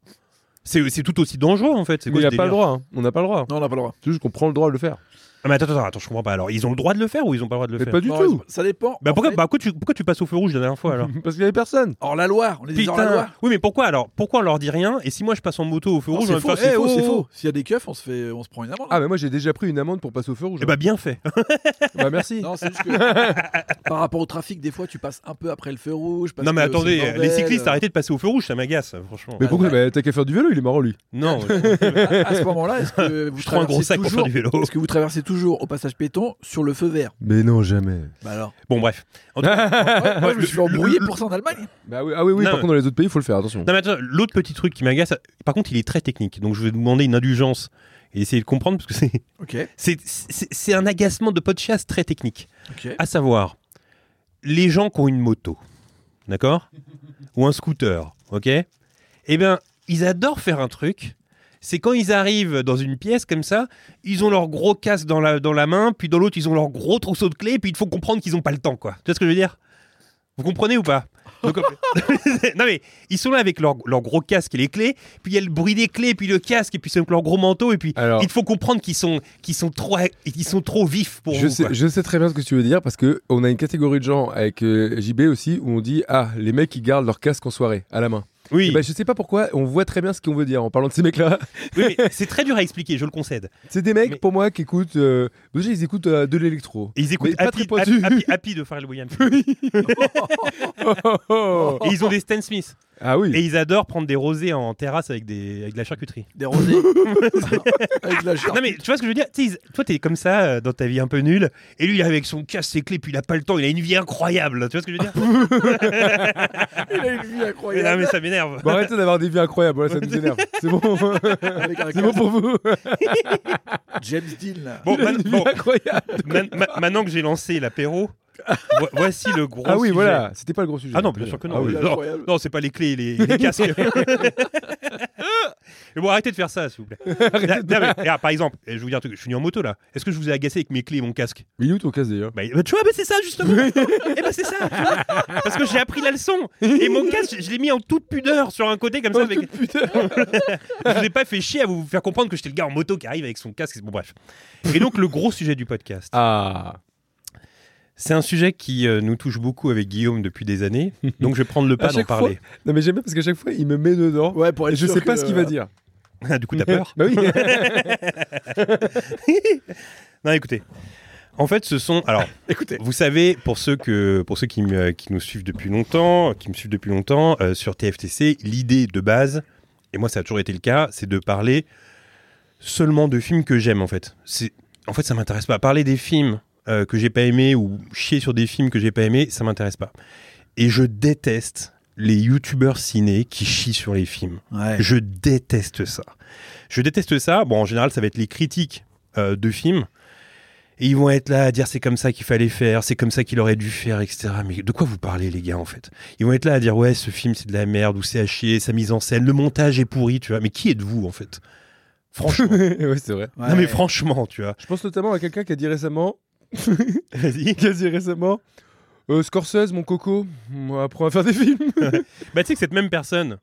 Speaker 1: C'est c'est tout aussi dangereux en fait. c'est quoi
Speaker 3: Il
Speaker 1: ce
Speaker 3: a pas
Speaker 1: délire
Speaker 3: le droit, hein. on n'a pas le droit.
Speaker 2: Non, on n'a pas le droit.
Speaker 3: C'est juste qu'on prend le droit de le faire.
Speaker 1: Ah, mais attends, attends, attends, je comprends pas. Alors, ils ont le droit de le faire ou ils ont pas le droit de le
Speaker 3: Mais
Speaker 1: faire
Speaker 3: pas du
Speaker 2: Non,
Speaker 3: tout.
Speaker 2: Ça dépend.
Speaker 1: Bah
Speaker 2: en
Speaker 1: pourquoi,
Speaker 2: fait,
Speaker 1: bah, pourquoi tu, pourquoi tu passes au feu rouge la dernière fois alors
Speaker 3: Parce qu'il y avait personne.
Speaker 2: Hors la Loire, on est des hors la
Speaker 1: Putain
Speaker 2: Loire.
Speaker 1: Oui mais pourquoi alors Pourquoi on leur dit rien et si moi je passe en moto au feu
Speaker 2: Non,
Speaker 1: rouge on va
Speaker 2: c'est
Speaker 1: me
Speaker 2: faux,
Speaker 1: faire
Speaker 2: c'est
Speaker 1: Eh,
Speaker 2: faux,
Speaker 1: oh,
Speaker 2: c'est
Speaker 1: oh.
Speaker 2: faux. S'il y a des keufs, on se fait, on se prend une amende.
Speaker 3: Ah mais moi j'ai déjà pris une amende pour passer au feu rouge.
Speaker 1: Eh bah bien fait
Speaker 3: Bah, merci.
Speaker 2: Non, c'est juste que par rapport au trafic, des fois, tu passes un peu après le feu rouge. parce
Speaker 1: Non mais
Speaker 2: que c'est le
Speaker 1: attendez,
Speaker 2: bordel.
Speaker 1: les cyclistes arrêtez de passer au feu rouge, ça m'agace franchement.
Speaker 3: mais pourquoi
Speaker 2: ouais.
Speaker 3: bah, T'as qu'à faire du vélo, il est marrant lui.
Speaker 1: Non,
Speaker 2: À, à ce moment-là, est-ce que vous
Speaker 1: je prends un gros
Speaker 2: traversez
Speaker 1: sac pour faire
Speaker 2: toujours
Speaker 1: du vélo.
Speaker 2: Est-ce que vous traversez toujours au passage péton sur le feu vert
Speaker 3: Mais non jamais.
Speaker 2: Bah alors.
Speaker 1: Bon bref. En tout
Speaker 2: Ouais, moi, je me
Speaker 1: le-
Speaker 2: suis fait embrouiller
Speaker 1: le-
Speaker 2: pour ça en Allemagne.
Speaker 3: Bah oui, ah oui oui.
Speaker 1: Non,
Speaker 3: par
Speaker 1: mais-
Speaker 3: contre dans les autres pays, il faut le faire attention.
Speaker 1: Non mais attends, l'autre petit truc qui m'agace, par contre il est très technique, donc je vais demander une indulgence et essayer de comprendre parce que c'est-
Speaker 2: Ok.
Speaker 1: c'est c'est c'est un agacement de podcast très technique.
Speaker 2: Ok.
Speaker 1: À savoir, les gens qui ont une moto, d'accord Ou un scooter, ok Eh bien, ils adorent faire un truc, c'est quand ils arrivent dans une pièce comme ça, ils ont leur gros casque dans la, dans la main, puis dans l'autre ils ont leur gros trousseau de clés, puis il faut comprendre qu'ils n'ont pas le temps, quoi. Tu vois ce que je veux dire Vous comprenez ou pas Donc, non mais ils sont là avec leur, leur gros casque et les clés, puis il y a le bruit des clés, puis le casque, et puis c'est leur gros manteau, et puis
Speaker 3: Alors-
Speaker 1: il faut comprendre qu'ils sont, qu'ils sont, trop, qu'ils sont trop vifs pour
Speaker 3: Je
Speaker 1: vous.
Speaker 3: sais,
Speaker 1: quoi.
Speaker 3: je sais très bien ce que tu veux dire parce que on a une catégorie de gens avec euh, JB aussi où on dit ah les mecs qui gardent leur casque en soirée à la main.
Speaker 1: Oui.
Speaker 3: Et bah, je sais pas pourquoi on voit très bien ce qu'on veut dire en parlant de ces mecs là.
Speaker 1: Oui, mais c'est très dur à expliquer, je le concède.
Speaker 3: C'est des mecs
Speaker 1: Mais-
Speaker 3: pour moi qui écoutent euh, déjà ils écoutent euh, de l'électro.
Speaker 1: Et ils écoutent
Speaker 3: Mais pas
Speaker 1: Happy,
Speaker 3: très pointu.
Speaker 1: Happy- Happy de Pharrell Williams.
Speaker 3: Oh, oh, oh.
Speaker 1: Et ils ont des Stan Smith.
Speaker 3: Ah oui.
Speaker 1: Et ils adorent prendre des rosés en terrasse avec, des, avec de la charcuterie.
Speaker 2: Des rosés Avec de la chair.
Speaker 1: Non mais tu vois ce que je veux dire Tu sais, ils- Toi t'es comme ça euh, dans ta vie un peu nulle et lui il est avec son casse ses clés puis il a pas le temps il a une vie incroyable tu vois ce que je veux dire
Speaker 2: Il a une vie
Speaker 1: Mais non,
Speaker 2: incroyable.
Speaker 1: mais ça m'énerve
Speaker 3: Bon, arrêtez d'avoir des vies incroyables, voilà, ça nous énerve. C'est bon.
Speaker 2: Avec un
Speaker 3: C'est bon pour vous.
Speaker 2: James Dean, là.
Speaker 1: Bon,
Speaker 3: Il a
Speaker 1: man-
Speaker 3: une vie
Speaker 1: bon,
Speaker 3: incroyable.
Speaker 1: man- ma- maintenant que j'ai lancé l'apéro vo- voici le gros
Speaker 3: Ah oui,
Speaker 1: sujet.
Speaker 3: voilà. C'était pas le gros sujet.
Speaker 1: Ah non, bien sûr que non.
Speaker 3: Ah oui.
Speaker 2: oui.
Speaker 1: non,
Speaker 2: Incroyable.
Speaker 1: non, c'est pas les clés, et les, les casques. Mais bon, arrêtez de faire ça, s'il vous plaît. Là, non, mais, regarde, par exemple, eh, je vais vous dire un truc, je suis venu en moto là. Est-ce que je vous ai agacé avec mes clés et mon casque
Speaker 3: Mais il est où ton casse d'ailleurs
Speaker 1: bah, bah, tu vois, bah, c'est ça justement. et bah, c'est ça. tu vois. Parce que j'ai appris la leçon. Et mon casque, je, je l'ai mis en toute pudeur sur un côté comme ça. Avec... je n'ai pas fait chier à vous faire comprendre que j'étais le gars en moto qui arrive avec son casque. Bon, bref. Et donc, le gros sujet du podcast.
Speaker 3: Ah.
Speaker 1: C'est un sujet qui euh, nous touche beaucoup avec Guillaume depuis des années. Donc, je vais prendre le pas Ah, d'en
Speaker 3: chaque fois.
Speaker 1: parler.
Speaker 3: Non, mais j'aime bien parce qu'à chaque fois, il me met dedans.
Speaker 2: Ouais, pour
Speaker 3: Et
Speaker 2: être
Speaker 3: je
Speaker 2: sûr
Speaker 3: sais pas
Speaker 2: que-
Speaker 3: ce qu'il va dire.
Speaker 1: Ah, du coup, t'as peur
Speaker 3: Bah oui.
Speaker 1: Non, écoutez. En fait, ce sont. Alors,
Speaker 2: Écoutez.
Speaker 1: vous savez, pour ceux, que, pour ceux qui, me- qui nous suivent depuis longtemps, qui me suivent depuis longtemps, euh, sur TFTC, l'idée de base, et moi ça a toujours été le cas, c'est de parler seulement de films que j'aime en fait. C'est- En fait, ça m'intéresse pas. Parler des films euh, que j'ai pas aimés ou chier sur des films que j'ai pas aimés, ça m'intéresse pas. Et je déteste les youtubeurs ciné qui chient sur les films.
Speaker 2: Ouais.
Speaker 1: Je déteste ça. Je déteste ça. Bon, en général, ça va être les critiques euh, de films. Et ils vont être là à dire c'est comme ça qu'il fallait faire, c'est comme ça qu'il aurait dû faire, etc. Mais de quoi vous parlez, les gars, en fait Ils vont être là à dire ouais, ce film c'est de la merde, ou c'est à chier, sa mise en scène, le montage est pourri, tu vois. Mais qui êtes-vous, en fait Franchement.
Speaker 3: ouais, c'est vrai.
Speaker 2: Ouais.
Speaker 1: Non, mais franchement, tu vois.
Speaker 3: Je pense notamment à quelqu'un qui a dit récemment.
Speaker 1: Vas-y.
Speaker 3: Qui a dit récemment. euh, Scorsese, mon coco, on apprend à faire des films.
Speaker 1: Bah, tu sais que cette même personne.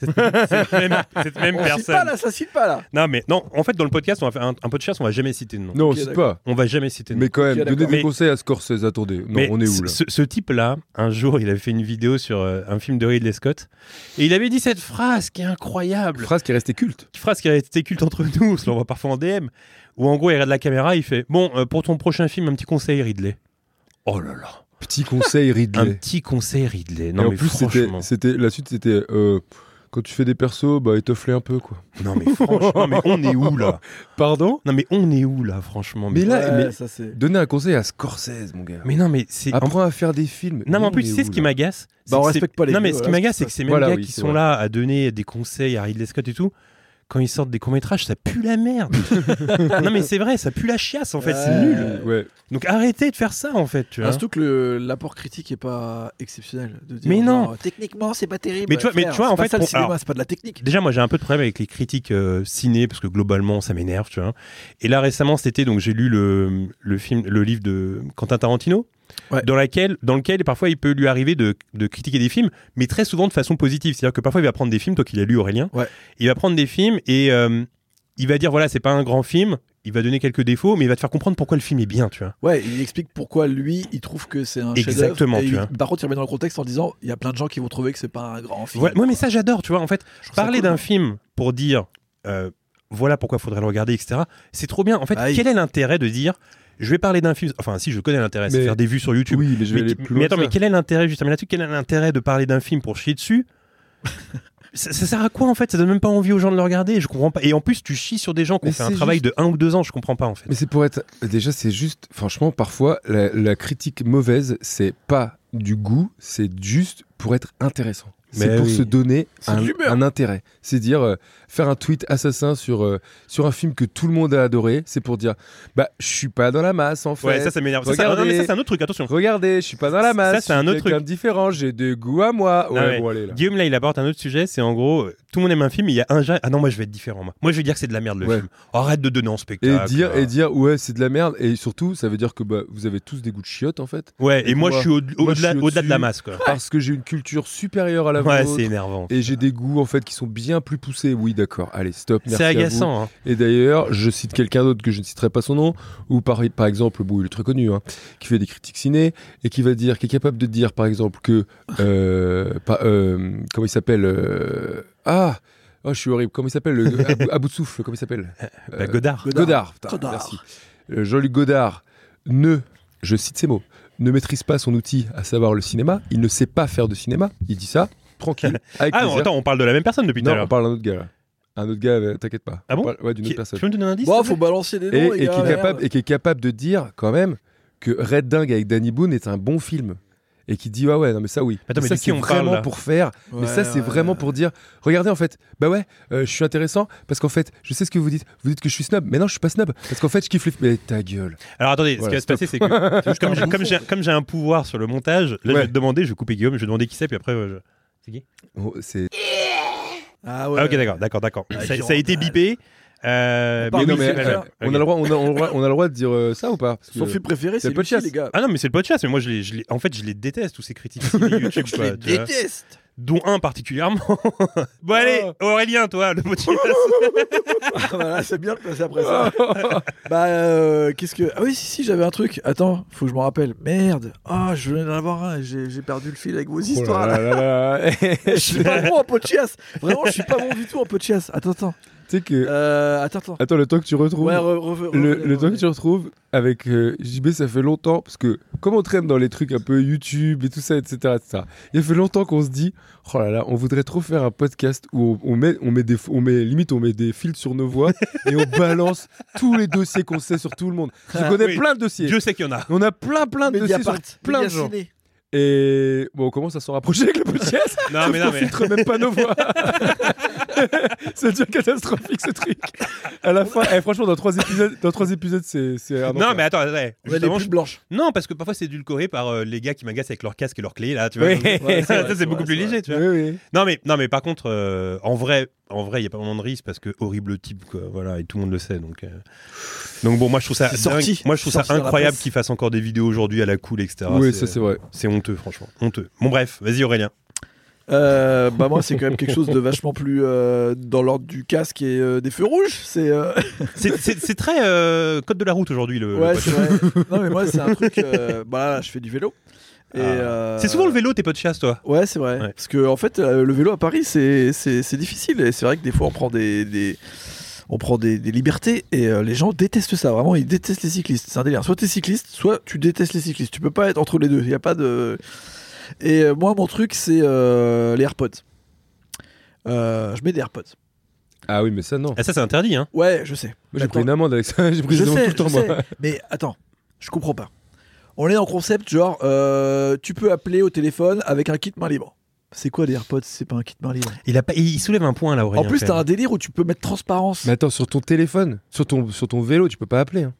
Speaker 1: cette même, cette même
Speaker 2: On cite
Speaker 1: personne.
Speaker 2: pas là, ça cite pas là.
Speaker 1: Non, mais non, en fait, dans le podcast, on va faire un, un podcast, on va jamais citer de nom.
Speaker 3: Non,
Speaker 2: Ok,
Speaker 3: c'est
Speaker 2: d'accord.
Speaker 3: pas.
Speaker 1: On va jamais citer de nom.
Speaker 3: Mais quand même,
Speaker 2: Ok,
Speaker 3: donnez des
Speaker 1: d'accord.
Speaker 3: conseils à Scorsese. Attendez, non,
Speaker 1: Mais
Speaker 3: on est où
Speaker 1: ce-
Speaker 3: là
Speaker 1: Ce, ce type-là, un jour, il avait fait une vidéo sur euh, un film de Ridley Scott et il avait dit cette phrase qui est incroyable.
Speaker 3: Phrase qui est restée culte.
Speaker 1: phrase qui a été culte entre nous, on se l'envoie parfois en DM, où en gros, il regarde la caméra, il fait Bon, euh, pour ton prochain film, un petit conseil Ridley. Oh là là,
Speaker 3: Petit conseil Ridley.
Speaker 1: un petit conseil Ridley. Non,
Speaker 3: Et en
Speaker 1: mais
Speaker 3: plus, c'était,
Speaker 1: franchement.
Speaker 3: c'était- la suite, c'était euh, quand tu fais des persos, bah étoffe-les un peu, quoi.
Speaker 1: Non, mais franchement, mais on est où là
Speaker 3: Pardon
Speaker 1: Non, mais on est où là, franchement Ah, mais,
Speaker 3: Mais là,
Speaker 2: Ouais,
Speaker 3: mais-
Speaker 2: ça c'est.
Speaker 3: donner un conseil à Scorsese, mon gars.
Speaker 1: mais non, mais c'est. en-
Speaker 3: Apprends à faire des films.
Speaker 1: Non, mais en plus,
Speaker 3: on est
Speaker 1: tu sais
Speaker 3: où,
Speaker 1: ce qui
Speaker 3: là
Speaker 1: m'agace c'est
Speaker 2: Bah, on
Speaker 1: que c'est-
Speaker 2: respecte pas les
Speaker 1: Non, mais
Speaker 2: vieux,
Speaker 1: ce qui
Speaker 2: voilà
Speaker 1: m'agace,
Speaker 2: ce
Speaker 1: c'est
Speaker 2: qui
Speaker 1: que
Speaker 2: se
Speaker 1: ces mêmes
Speaker 3: Voilà,
Speaker 1: gars
Speaker 3: oui,
Speaker 1: qui
Speaker 3: c'est
Speaker 1: sont
Speaker 3: vrai.
Speaker 1: là à donner des conseils à Ridley Scott et tout, quand ils sortent des courts-métrages, ça pue la merde. non, mais c'est vrai, ça pue la chiasse, en fait, c'est
Speaker 2: Ouais.
Speaker 1: nul.
Speaker 3: Ouais.
Speaker 1: Donc arrêtez de faire ça, en fait, tu
Speaker 2: Ah,
Speaker 1: vois.
Speaker 2: surtout que le- l'apport critique est pas exceptionnel. De dire,
Speaker 1: Mais non.
Speaker 2: genre, euh, Techniquement, c'est pas terrible.
Speaker 1: Mais tu vois- mais
Speaker 2: frère,
Speaker 1: tu vois,
Speaker 2: c'est
Speaker 1: en
Speaker 2: pas
Speaker 1: fait,
Speaker 2: ça, le
Speaker 1: pour-
Speaker 2: cinéma,
Speaker 1: alors-
Speaker 2: c'est pas de la technique.
Speaker 1: Déjà, moi, j'ai un peu de problème avec les critiques euh, ciné, parce que globalement, ça m'énerve, tu vois. Et là, récemment, cet été, donc, j'ai lu le, le film, le livre de Quentin Tarantino,
Speaker 2: Ouais.
Speaker 1: dans, laquelle, dans lequel, parfois, il peut lui arriver de, de critiquer des films, mais très souvent de façon positive. C'est-à-dire que parfois, il va prendre des films, toi qui l'as lu, Aurélien,
Speaker 2: Ouais.
Speaker 1: il va prendre des films et euh, il va dire, voilà, c'est pas un grand film, il va donner quelques défauts, mais il va te faire comprendre pourquoi le film est bien, tu vois.
Speaker 2: Ouais, il explique pourquoi lui, il trouve que c'est un chef-d'œuvre.
Speaker 1: Exactement,
Speaker 2: et
Speaker 1: tu
Speaker 2: il-
Speaker 1: vois.
Speaker 2: Par contre, il remet dans le contexte en disant il y a plein de gens qui vont trouver que c'est pas un grand film.
Speaker 1: Voilà. Moi, mais ça, j'adore, tu vois. En fait,
Speaker 2: Je trouve ça
Speaker 1: parler
Speaker 2: cool,
Speaker 1: d'un
Speaker 2: moi.
Speaker 1: film pour dire euh, voilà pourquoi faudrait le regarder, etc. C'est trop bien. En fait,
Speaker 2: Aïe.
Speaker 1: quel est l'intérêt de dire je vais parler d'un film Enfin, si je connais l'intérêt, c'est
Speaker 3: Mais-
Speaker 1: faire des vues sur YouTube.
Speaker 3: Oui, mais je vais
Speaker 1: mais,
Speaker 3: aller
Speaker 1: qui-
Speaker 3: plus
Speaker 1: mais
Speaker 3: loin.
Speaker 1: attends,
Speaker 3: que
Speaker 1: mais
Speaker 3: ça.
Speaker 1: quel est l'intérêt justement là-dessus Quel est l'intérêt de parler d'un film pour chier dessus ça, ça sert à quoi en fait Ça donne même pas envie aux gens de le regarder. Je comprends pas. Et en plus, tu chies sur des gens qui ont
Speaker 3: Mais
Speaker 1: fait un
Speaker 3: c'est
Speaker 1: travail
Speaker 3: juste-
Speaker 1: de un ou deux ans. Je comprends pas en fait.
Speaker 3: Mais c'est pour être. Déjà, c'est juste. Franchement, parfois, la, la critique mauvaise, c'est pas du goût, c'est juste pour être intéressant. C'est
Speaker 1: Mais
Speaker 3: pour
Speaker 1: oui.
Speaker 3: se donner
Speaker 2: C'est de
Speaker 3: un,
Speaker 2: l'humeur.
Speaker 3: un intérêt. C'est dire euh, faire un tweet assassin sur, euh, sur un film que tout le monde a adoré. C'est pour dire bah je suis pas dans la masse en fait.
Speaker 1: Ouais, ça, ça m'énerve. Ça, ça- non, mais ça, c'est un autre truc. Attention.
Speaker 3: Regardez, je suis pas dans la
Speaker 1: Ça,
Speaker 3: masse.
Speaker 1: c'est un
Speaker 3: je suis
Speaker 1: autre truc.
Speaker 3: quelqu'un de différent. J'ai des goûts à moi. Ouais,
Speaker 1: Ah ouais.
Speaker 3: bon allez là.
Speaker 1: Guillaume, là, il aborde un autre sujet. C'est en gros, euh, tout le monde aime un film, mais il y a un genre. Ah non, moi, je vais être différent. Moi, moi je vais dire que c'est de la merde le
Speaker 3: Ouais.
Speaker 1: film. Arrête de donner en
Speaker 3: Et
Speaker 1: spectacle. euh.
Speaker 3: dire,
Speaker 1: là.
Speaker 3: et dire, ouais, c'est de la merde. Et surtout, ça veut dire que bah, vous avez tous des goûts de chiottes, en fait.
Speaker 1: Ouais, et,
Speaker 3: Et
Speaker 1: moi,
Speaker 3: moi-
Speaker 1: je suis au-
Speaker 3: moi, je
Speaker 1: au-delà
Speaker 3: suis
Speaker 1: au-delà de la
Speaker 3: au-dessus.
Speaker 1: masse, quoi.
Speaker 3: Parce que j'ai une culture supérieure à la
Speaker 1: Ouais,
Speaker 3: vôtre.
Speaker 1: c'est énervant.
Speaker 3: Et j'ai des goûts, en fait, qui sont bien plus poussés. Oui, d'accord. Allez, stop. Merci
Speaker 1: C'est
Speaker 3: à vous.
Speaker 1: agaçant. hein.
Speaker 3: Et d'ailleurs, je cite quelqu'un d'autre que je ne citerai pas son nom, ou par, par exemple, bon, il est très connu, hein, qui fait des critiques ciné, et qui va dire, qui est capable de dire, par exemple, que. euh, pas- euh, comment il s'appelle euh, Ah Oh, je suis horrible. Comment il s'appelle le- à, bout- à bout de souffle, comment il s'appelle
Speaker 1: Bah, Godard.
Speaker 3: Godard. Godard, putain,
Speaker 2: Godard.
Speaker 3: merci. Euh, Jean-Luc Godard ne, je cite ces mots, ne maîtrise pas son outil, à savoir le cinéma. Il ne sait pas faire de cinéma. Il dit ça. tranquille. Avec
Speaker 1: Ah,
Speaker 3: plaisir.
Speaker 1: attends, on parle de la même personne depuis tout à
Speaker 3: non, on
Speaker 1: l'heure.
Speaker 3: parle d'un autre gars. là. Un autre gars, euh, t'inquiète pas.
Speaker 1: Ah bon
Speaker 3: On parle- Ouais, d'une
Speaker 1: Qui-
Speaker 3: autre
Speaker 1: Tu
Speaker 3: personne.
Speaker 1: peux me donner un indice
Speaker 2: Bon,
Speaker 1: s'il te
Speaker 2: faut
Speaker 1: plaît
Speaker 2: balancer des
Speaker 3: Et,
Speaker 2: noms, les
Speaker 3: et
Speaker 2: gars,
Speaker 3: qui est
Speaker 2: merde.
Speaker 3: capable, et qui est capable de dire quand même que Red Dingue avec Danny Boone est un bon film. Et qui dit, ah ouais, non mais ça oui.
Speaker 1: Attends, mais
Speaker 3: ça
Speaker 1: de qui
Speaker 3: c'est
Speaker 1: on parle,
Speaker 3: vraiment
Speaker 1: là
Speaker 3: pour faire. mais ça
Speaker 2: Ouais,
Speaker 3: c'est
Speaker 2: ouais.
Speaker 3: vraiment pour dire, regardez en fait, bah ouais, euh, je suis intéressant parce qu'en fait, je sais ce que vous dites. Vous dites que je suis snob, mais non, je suis pas snob parce qu'en fait, je kiffe les. Mais ta gueule.
Speaker 1: Alors attendez, ce qui
Speaker 3: Voilà,
Speaker 1: va se passer, c'est que comme j'ai- comme j'ai comme j'ai un pouvoir sur le montage, là je
Speaker 3: Ouais.
Speaker 1: vais te demander, je vais couper Guillaume, je vais demander qui c'est, puis après. euh, je-
Speaker 3: Oh, c'est
Speaker 2: Ah ouais.
Speaker 1: Ah ok, d'accord, d'accord, d'accord. Ça,
Speaker 2: Guillaume,
Speaker 1: ça a été bipé. euh,
Speaker 2: Pardon,
Speaker 1: mais oui,
Speaker 3: mais,
Speaker 1: c'est
Speaker 3: euh,
Speaker 1: pas grave.
Speaker 3: on, a le
Speaker 1: Ok.
Speaker 3: droit, on, a, on a le droit- on a le droit de dire euh, ça ou pas Parce que-
Speaker 2: Son film préféré,
Speaker 3: c'est
Speaker 2: c'est
Speaker 3: le
Speaker 2: Lucy,
Speaker 3: podcast.
Speaker 2: les gars.
Speaker 1: Ah non, mais c'est le podcast, mais moi je les, je les- en fait je les déteste tous ces critiques YouTube,
Speaker 2: Je
Speaker 1: quoi,
Speaker 2: les
Speaker 1: tu vois.
Speaker 2: déteste.
Speaker 1: dont un particulièrement. bon allez,
Speaker 3: Ah.
Speaker 1: Aurélien, toi, le podcast.
Speaker 2: Ah, voilà, c'est bien de passer après ça. bah, euh, qu'est-ce que. Ah oui, si, si, j'avais un truc. Attends, faut que je m'en rappelle. Merde. Ah, je venais d'en avoir un. et J'ai j'ai perdu le fil avec vos
Speaker 3: Oh
Speaker 2: histoires.
Speaker 3: là
Speaker 2: là.
Speaker 3: là là là.
Speaker 2: je suis pas bon en podcast. Vraiment, je suis pas bon du tout en podcast. Attends, attends.
Speaker 3: Tu sais que.
Speaker 2: Euh, attends, attends.
Speaker 3: Attends, le temps que tu retrouves.
Speaker 2: Ouais, re- re- re-
Speaker 3: le,
Speaker 2: re-
Speaker 3: le temps que
Speaker 2: re-
Speaker 3: tu retrouves avec euh, JB, ça fait longtemps, parce que comme on traîne dans les trucs un peu YouTube et tout ça, etc., etc., il fait longtemps qu'on se dit, oh là là, on voudrait trop faire un podcast où on, on met, on met des, on met, limite, on met des fils sur nos voix et on balance tous les dossiers qu'on sait sur tout le monde. Je connais
Speaker 1: Ah Oui.
Speaker 3: plein de dossiers.
Speaker 1: Dieu sait qu'il y en a.
Speaker 3: On a plein, plein de dossiers sur
Speaker 2: Mediapart,
Speaker 3: plein de gens.
Speaker 2: Médiaciné.
Speaker 3: Et bon, on commence à s'en rapprocher avec le podcast.
Speaker 1: Non mais non
Speaker 3: on
Speaker 1: mais.
Speaker 3: filtre même pas nos voix. ça devient catastrophique ce truc. À la fin, eh, franchement, dans trois épisodes, dans trois épisodes, c'est c'est un
Speaker 1: Non
Speaker 3: enfer.
Speaker 1: mais attends, attends,
Speaker 2: On a des
Speaker 1: justement,
Speaker 2: bouches
Speaker 1: je-
Speaker 2: blanches.
Speaker 1: non parce que parfois c'est édulcoré par euh, les gars qui m'agacent avec leur casque et leur clé là, tu vois.
Speaker 3: Oui.
Speaker 1: Donc,
Speaker 3: Ouais, c'est
Speaker 1: ça
Speaker 2: vrai,
Speaker 1: c'est
Speaker 2: c'est
Speaker 1: beaucoup
Speaker 2: vrai,
Speaker 1: plus
Speaker 2: c'est
Speaker 1: léger, tu vois.
Speaker 3: Oui, oui.
Speaker 1: Non mais non mais par contre, euh, en vrai, en vrai, il y a pas vraiment de risque parce que horrible type quoi, voilà et tout le monde le sait donc. euh. Donc bon, moi je trouve ça
Speaker 2: C'est
Speaker 1: dingue.
Speaker 2: sorti.
Speaker 1: moi je trouve
Speaker 2: C'est
Speaker 1: ça
Speaker 2: sorti dans la
Speaker 1: incroyable
Speaker 2: presse.
Speaker 1: qu'il fasse encore des vidéos aujourd'hui à la cool
Speaker 2: Ah,
Speaker 1: etc.
Speaker 3: Oui, ça c'est vrai.
Speaker 1: c'est honteux franchement, honteux. Bon bref, vas-y Aurélien.
Speaker 2: Euh, bah moi c'est quand même quelque chose de vachement plus euh, dans l'ordre du casque et euh, des feux rouges. C'est euh,
Speaker 1: C'est- C'est c'est très euh, code de la route aujourd'hui le. le
Speaker 2: ouais,
Speaker 1: podcast.
Speaker 2: c'est vrai. Non mais moi c'est un truc. euh, bah là, je fais du vélo. Et,
Speaker 1: Ah.
Speaker 2: euh,
Speaker 1: C'est souvent le vélo tes podcasts toi.
Speaker 2: Ouais, c'est vrai.
Speaker 1: Ouais.
Speaker 2: Parce que en fait, euh, le vélo à Paris, c'est c'est- c'est difficile. Et c'est vrai que des fois, on prend des, des- on prend des, des libertés et euh, les gens détestent ça. Vraiment, ils détestent les cyclistes. C'est un délire. Soit t'es cycliste, soit tu détestes les cyclistes. Tu peux pas être entre les deux. Il y a pas de. Et euh, moi, mon truc, c'est euh, les AirPods. Euh, je mets des AirPods.
Speaker 3: Ah oui, mais ça non.
Speaker 1: Ah, ça c'est interdit hein.
Speaker 2: Ouais, je sais.
Speaker 3: Moi, j'ai
Speaker 2: D'accord.
Speaker 3: pris une amende avec ça. J'ai pris
Speaker 2: Je
Speaker 3: des amendes
Speaker 2: sais,
Speaker 3: tout le temps,
Speaker 2: je sais.
Speaker 3: moi.
Speaker 2: Mais attends, je comprends pas. On est en concept genre, euh, tu peux appeler au téléphone avec un kit main libre. C'est quoi des AirPods si C'est pas un kit main libre.
Speaker 1: Il a pas, il soulève un point là Aurélien.
Speaker 2: En plus,
Speaker 1: quand
Speaker 2: t'as
Speaker 1: même.
Speaker 2: un délire où tu peux mettre transparence.
Speaker 3: hein. Mais attends, sur ton téléphone, sur ton, sur ton vélo, tu peux pas appeler. hein.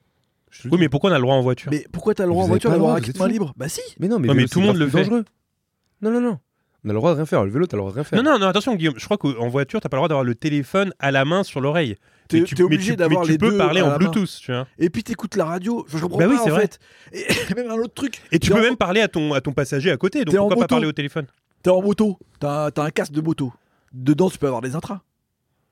Speaker 3: Je te le
Speaker 1: Oui
Speaker 3: dis.
Speaker 1: mais pourquoi on a le droit en voiture
Speaker 2: Mais pourquoi t'as le droit en
Speaker 3: Vous avez
Speaker 2: voiture
Speaker 3: pas le droit,
Speaker 2: d'avoir un
Speaker 3: vous
Speaker 2: kit
Speaker 3: êtes
Speaker 2: main
Speaker 3: fous.
Speaker 2: libre Bah si
Speaker 3: mais non, mais,
Speaker 1: Non, mais
Speaker 3: vélo,
Speaker 1: tout le
Speaker 3: c'est
Speaker 1: monde le
Speaker 3: grave plus
Speaker 1: fait.
Speaker 3: dangereux. Non, non, non. On a le droit de rien faire. Le vélo, t'as le droit de rien faire.
Speaker 1: Non, non, non, attention, Guillaume. Je crois qu'en voiture, t'as pas le droit d'avoir le téléphone à la main sur l'oreille.
Speaker 2: T'es
Speaker 1: Mais tu-
Speaker 2: t'es
Speaker 1: mais
Speaker 2: obligé
Speaker 1: tu-
Speaker 2: d'avoir
Speaker 1: mais tu
Speaker 2: les
Speaker 1: peux
Speaker 2: deux
Speaker 1: parler
Speaker 2: à
Speaker 1: en
Speaker 2: la main.
Speaker 1: Bluetooth, tu vois.
Speaker 2: Et puis t'écoutes la radio. Enfin, je comprends
Speaker 1: Bah oui,
Speaker 2: pas
Speaker 1: c'est
Speaker 2: en
Speaker 1: vrai.
Speaker 2: fait. Et même un autre truc.
Speaker 1: Et tu
Speaker 2: T'es
Speaker 1: peux
Speaker 2: en-
Speaker 1: même parler à ton, à ton passager à côté. Donc
Speaker 2: T'es en
Speaker 1: pourquoi pas
Speaker 2: moto.
Speaker 1: parler au téléphone
Speaker 2: T'es en moto. T'as un- t'as un casque de moto. Dedans, tu peux avoir des intras.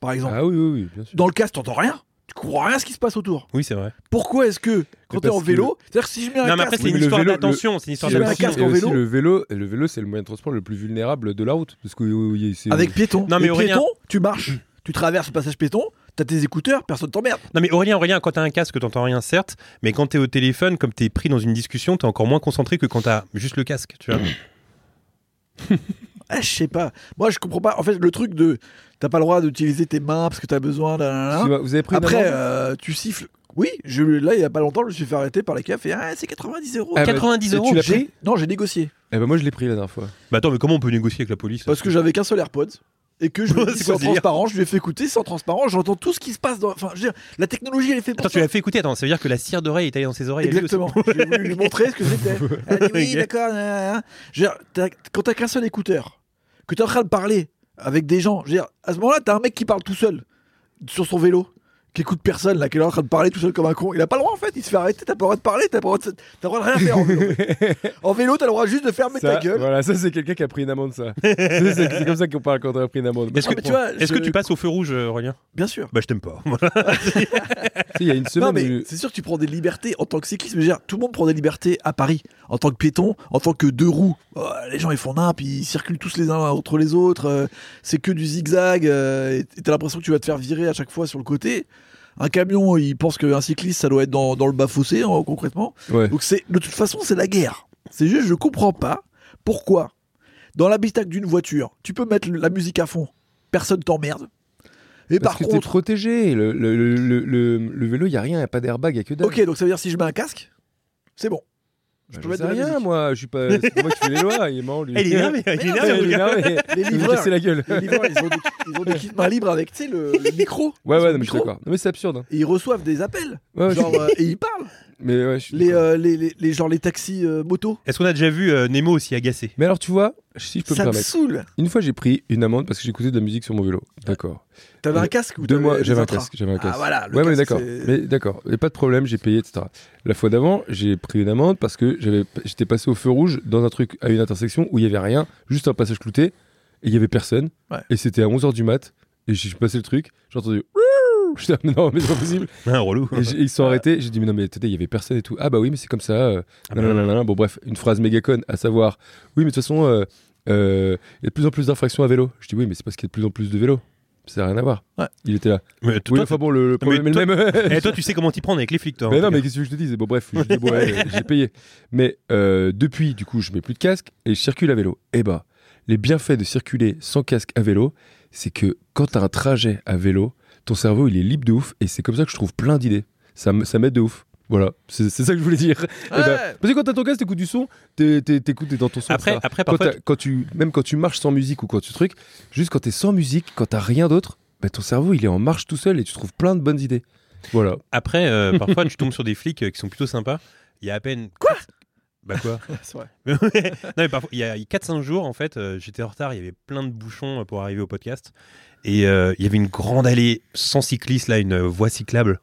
Speaker 2: Par exemple.
Speaker 3: Ah oui, oui, oui, bien sûr.
Speaker 2: Dans le casque, t'entends rien. Tu comprends rien à ce qui se passe autour.
Speaker 1: Oui, c'est vrai.
Speaker 2: Pourquoi est-ce que
Speaker 3: Mais
Speaker 2: quand t'es en
Speaker 3: parce que
Speaker 2: vélo, c'est-à-dire que si je mets un
Speaker 1: non, mais
Speaker 2: casque,
Speaker 1: après, c'est
Speaker 3: oui,
Speaker 1: une
Speaker 3: mais le
Speaker 1: histoire
Speaker 3: vélo, le-
Speaker 1: d'attention. C'est une histoire
Speaker 2: Si
Speaker 3: Et
Speaker 2: j'avais un
Speaker 3: aussi-
Speaker 1: d'attention.
Speaker 2: casque
Speaker 3: et
Speaker 2: en
Speaker 3: aussi
Speaker 2: vélo-
Speaker 3: le vélo, le vélo, c'est le moyen de transport le plus vulnérable de la route, parce que oui, oui, c'est-
Speaker 2: avec piéton,
Speaker 1: Non, mais
Speaker 2: Et
Speaker 1: Aurélien-
Speaker 2: piéton, tu marches, tu traverses le passage piéton, t'as tes écouteurs, personne t'emmerde.
Speaker 1: Non, mais Aurélien, Aurélien, quand t'as un casque, t'entends rien, certes. Mais quand t'es au téléphone, comme t'es pris dans une discussion, t'es encore moins concentré que quand t'as juste le casque, tu vois.
Speaker 2: Ah, je sais pas. Moi, je comprends pas. En fait, le truc de t'as pas le droit d'utiliser tes mains parce que t'as besoin. là, là, là.
Speaker 3: Excuse-moi, Vous avez pris une
Speaker 2: Après,
Speaker 3: amende
Speaker 2: euh, tu siffles. Oui, je, là, il y a pas longtemps, je me suis fait arrêter par les CAF et ah, c'est 90 euros.
Speaker 3: Ah, bah,
Speaker 1: 90
Speaker 3: et
Speaker 1: euros,
Speaker 3: Tu l'as
Speaker 2: J'ai-
Speaker 3: pris
Speaker 2: Non, j'ai négocié
Speaker 3: Eh ben moi, je l'ai pris la dernière fois.
Speaker 1: Bah attends, mais comment on peut négocier avec la police
Speaker 2: parce que j'avais qu'un seul AirPod et que je
Speaker 1: C'est
Speaker 2: me dis
Speaker 1: quoi
Speaker 2: sans
Speaker 1: ce délire
Speaker 2: transparent, je lui ai fait écouter sans transparent, j'entends tout ce qui se passe dans. Enfin, je veux dire, la technologie, elle est faite pour
Speaker 1: Attends, tu
Speaker 2: ça.
Speaker 1: l'as fait écouter. Attends, ça veut dire que la cire d'oreille est allée dans ses oreilles. à lui aussi.
Speaker 2: Exactement. J'ai voulu lui montrer ce que c'était. Elle a dit, oui, d'accord. nan, nan, nan. Je veux dire, t'as- Quand t'as qu'un seul écouteur, que t'es en train de parler avec des gens, je veux dire, à ce moment-là, t'as un mec qui parle tout seul sur son vélo, qui écoute personne, là, qui est en train de parler tout seul comme un con. Il a pas le droit en fait. Il se fait arrêter. T'as pas le droit de parler. T'as pas le droit de, t'as le droit de rien faire en vélo. En vélo, t'as le droit juste de fermer
Speaker 3: Ça,
Speaker 2: Ah, ta gueule.
Speaker 3: Voilà, ça c'est quelqu'un qui a pris une amende, ça. Ça, c'est c'est comme ça qu'on parle quand on a pris une amende.
Speaker 1: Est-ce
Speaker 2: Ah,
Speaker 1: que,
Speaker 2: mais tu vois,
Speaker 1: est-ce
Speaker 2: je-
Speaker 1: que tu passes au feu rouge, euh, Aurélien
Speaker 2: Bien sûr.
Speaker 1: Bah, je t'aime pas.
Speaker 3: Tu sais, Il y a une semaine.
Speaker 2: Non, mais
Speaker 3: où-
Speaker 2: c'est sûr que tu prends des libertés en tant que cycliste. Je veux dire, tout le monde prend des libertés à Paris. En tant que piéton, en tant que deux roues. Oh, les gens, ils font nimp, ils circulent tous les uns entre les autres. euh, c'est que du zigzag. euh, et t'as l'impression que tu vas te faire virer à chaque fois sur le côté. Un camion, il pense qu'un cycliste, ça doit être dans, dans le bas-fossé, hein, concrètement.
Speaker 3: Ouais.
Speaker 2: Donc, c'est de toute façon, c'est la guerre. C'est juste, je comprends pas pourquoi Dans l'habitacle d'une voiture, tu peux mettre le- la musique à fond. Personne t'emmerde. Et
Speaker 3: Parce
Speaker 2: par
Speaker 3: que t'es
Speaker 2: contre,
Speaker 3: protégé. Le, le, le, le, le vélo, il n'y a rien, il n'y a pas d'airbag, il n'y a que dalle. Bah,
Speaker 2: ok, donc ça veut dire si je mets un casque, c'est bon.
Speaker 3: je
Speaker 2: peux
Speaker 3: peux
Speaker 2: mettre de la
Speaker 3: rien,
Speaker 2: musique.
Speaker 3: moi. Je suis pas. C'est pas moi qui fais les lois. Il est marrant, lui.
Speaker 1: Eh, Il est énervé, il est
Speaker 3: Il
Speaker 1: énervé,
Speaker 3: est
Speaker 1: le gars.
Speaker 3: énervé.
Speaker 2: Les
Speaker 3: Il me
Speaker 2: livreurs,
Speaker 3: casser la gueule.
Speaker 2: les livreurs, ils ont des, ils ont des kits main libre avec, tu sais, le, le micro.
Speaker 3: Ouais,
Speaker 2: Ils ont
Speaker 3: ouais,
Speaker 2: le
Speaker 3: non, mais je suis
Speaker 2: micro.
Speaker 3: d'accord. Non, mais c'est absurde. hein.
Speaker 2: Et ils reçoivent des appels.
Speaker 3: Ouais, ouais,
Speaker 2: genre,
Speaker 3: je-
Speaker 2: euh, et ils parlent.
Speaker 3: Mais ouais, je suis
Speaker 2: Les,
Speaker 3: d'accord.
Speaker 2: euh, les, les, les- genre les taxis euh, moto.
Speaker 1: Est-ce qu'on a déjà vu euh, Nemo aussi agacé
Speaker 3: Mais alors, tu vois, si je peux me
Speaker 2: Ça me
Speaker 3: permettre.
Speaker 2: saoule.
Speaker 3: Une fois, j'ai pris une amende parce que j'écoutais de la musique sur mon vélo. D'accord.
Speaker 2: T'avais un
Speaker 3: Deux
Speaker 2: casque ou
Speaker 3: Deux
Speaker 2: t'avais
Speaker 3: mois,
Speaker 2: des
Speaker 3: j'avais un
Speaker 2: intras
Speaker 3: casque. J'avais un casque.
Speaker 2: Ah voilà, le
Speaker 3: ouais, mais d'accord.
Speaker 2: casque, c'est-
Speaker 3: Mais d'accord. Et pas de problème, j'ai payé, etc. La fois d'avant, j'ai pris une amende parce que j'avais, j'étais passé au feu rouge dans un truc à une intersection où il y avait rien, juste un passage clouté et il y avait personne.
Speaker 2: Ouais.
Speaker 3: Et c'était à 11h du mat et j'ai passé le truc, j'ai entendu. Wouh J'étais là, mais non, mais c'est pas possible.
Speaker 1: Un Ah, relou.
Speaker 3: Et j'ai- ils se sont arrêtés. J'ai dit, mais non, mais attendez, il y avait personne et tout. Ah bah oui, mais c'est comme ça. euh,
Speaker 1: Ah bah,
Speaker 3: nanana. Bon, bref, une phrase méga conne, à savoir, oui, mais de toute façon, euh, euh, il y a de plus en plus d'infractions à vélo. Je dis, oui, mais c'est parce qu'il y a de plus en plus de vélos. Ça n'a rien à voir.
Speaker 2: Ouais.
Speaker 3: Il était là.
Speaker 1: mais
Speaker 3: oui,
Speaker 1: toi,
Speaker 3: enfin bon, le, le
Speaker 1: mais
Speaker 3: problème est le même.
Speaker 1: eh, toi, tu sais comment t'y prendre avec les flics, toi. en
Speaker 3: Mais
Speaker 1: tout
Speaker 3: non, mais
Speaker 1: cas.
Speaker 3: qu'est-ce que je te dis Bon, bref, je dis, bon, ouais, j'ai payé. Mais euh, depuis, du coup, je mets plus de casque et je circule à vélo. Eh bah, les bienfaits de circuler sans casque à vélo, c'est que quand t'as un trajet à vélo, ton cerveau, il est libre de ouf et c'est comme ça que je trouve plein d'idées. Ça, me- ça m'aide de ouf. Voilà, c'est c'est ça que je voulais dire. Eh ben,
Speaker 2: Ouais.
Speaker 3: parce que quand t'as ton casque, t'écoutes du son, t'es t'es- t'écoutes, t'es dans ton son.
Speaker 1: Après-
Speaker 3: etc.
Speaker 1: après,
Speaker 3: Quand
Speaker 1: parfois,
Speaker 3: t'as- quand, tu, même quand tu marches sans musique ou quand tu truc, juste quand t'es sans musique, quand t'as rien d'autre, bah, ton cerveau, il est en marche tout seul et tu trouves plein de bonnes idées. Voilà.
Speaker 1: Après, euh, parfois, tu tombes sur des flics euh, qui sont plutôt sympas. Il y a à peine. Quoi Bah quoi
Speaker 2: C'est vrai.
Speaker 1: non, mais parfois, il y a 4-5 jours, en fait, euh, j'étais en retard, il y avait plein de bouchons euh, pour arriver au podcast. Et euh, il y avait une grande allée sans cycliste, là, une euh, voie cyclable.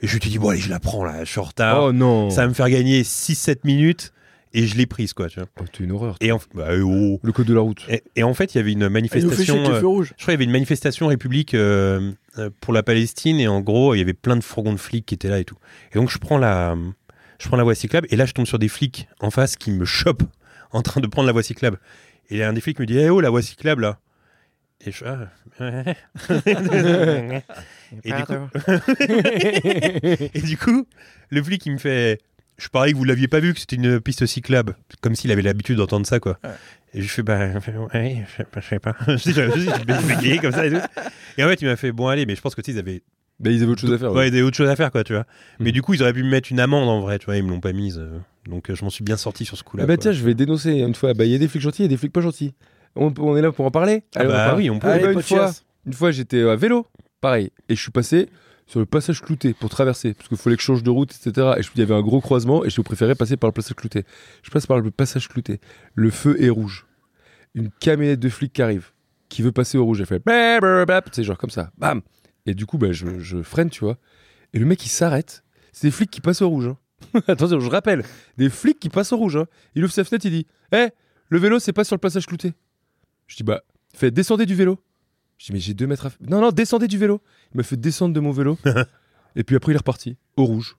Speaker 1: Et je me suis dit, bon, allez, je la prends, là, je suis en retard.
Speaker 3: oh non
Speaker 1: ça va me faire gagner 6-7 minutes. Et je l'ai prise, quoi, tu vois.
Speaker 3: Oh, t'es une horreur.
Speaker 1: Et en, bah, euh, oh.
Speaker 3: Le code de la route.
Speaker 1: Et- et en fait, il y avait une
Speaker 2: Et ils Ah, nous fait chier
Speaker 1: manifestation.
Speaker 2: avec le
Speaker 1: euh,
Speaker 2: feu rouge.
Speaker 1: je crois qu'il y avait une manifestation république euh, euh, pour la Palestine et en gros, il y avait plein de fourgons de flics qui étaient là et tout. Et donc, je prends la, je prends la voie cyclable et là, je tombe sur des flics en face qui me chopent en train de prendre la voie cyclable. Et un des flics me dit Eh oh, la voie cyclable là Et je ah, ouais. et, du coup, et du coup, le flic, il me fait Je parie que vous l'aviez pas vu que c'était une piste cyclable. Comme s'il avait l'habitude d'entendre ça, quoi. Et je fais, bah, ouais, je sais pas, je sais pas. je dis, je dis, je vais bégayer comme ça et tout. Et en fait, il m'a fait, bon, allez, mais je pense que tu sais, ils avaient,
Speaker 3: Bah, ils avaient autre chose à faire.
Speaker 1: ouais, Hmm. ils avaient autre chose à faire, quoi, tu vois. Mais
Speaker 3: Mhm.
Speaker 1: du coup, ils auraient pu me mettre une amende en vrai, tu vois, ils me l'ont pas mise. euh. Donc, euh, je m'en suis bien sorti sur ce coup-là.
Speaker 3: Ah bah
Speaker 1: quoi.
Speaker 3: tiens, je vais dénoncer une fois. Bah, il y a des flics gentils, il y a des flics pas gentils. On, on est là pour en parler.
Speaker 1: Ah
Speaker 3: Allez, on en
Speaker 1: bah
Speaker 3: parle.
Speaker 1: oui, on peut.
Speaker 3: Ah,
Speaker 2: Allez,
Speaker 3: bah, une,
Speaker 2: pote
Speaker 3: fois,
Speaker 2: chiasse.
Speaker 3: une fois, j'étais euh, à vélo, pareil, et je suis passé sur le passage clouté pour traverser, parce qu'il fallait que je change de route, etc. Et je- il y avait un gros croisement, et je préférais passer par le passage clouté. Je passe par le passage clouté. Le feu est rouge. Une camionnette de flics qui arrive, qui veut passer au rouge. Elle fait bap, bap, bap, c'est genre comme ça, bam. Et du coup, bah, je, je freine, tu vois. Et le mec, il s'arrête. C'est des flics qui passent au rouge. hein. Attention, je rappelle, des flics qui passent au rouge. hein. Il ouvre sa fenêtre, il dit Hé, le vélo, c'est pas sur le passage clouté. Je dis Bah, fait descendez du vélo. Je dis mais j'ai deux mètres à f- Non, non, descendez du vélo. Il m'a fait descendre de mon vélo. et puis après, il est reparti. Au rouge.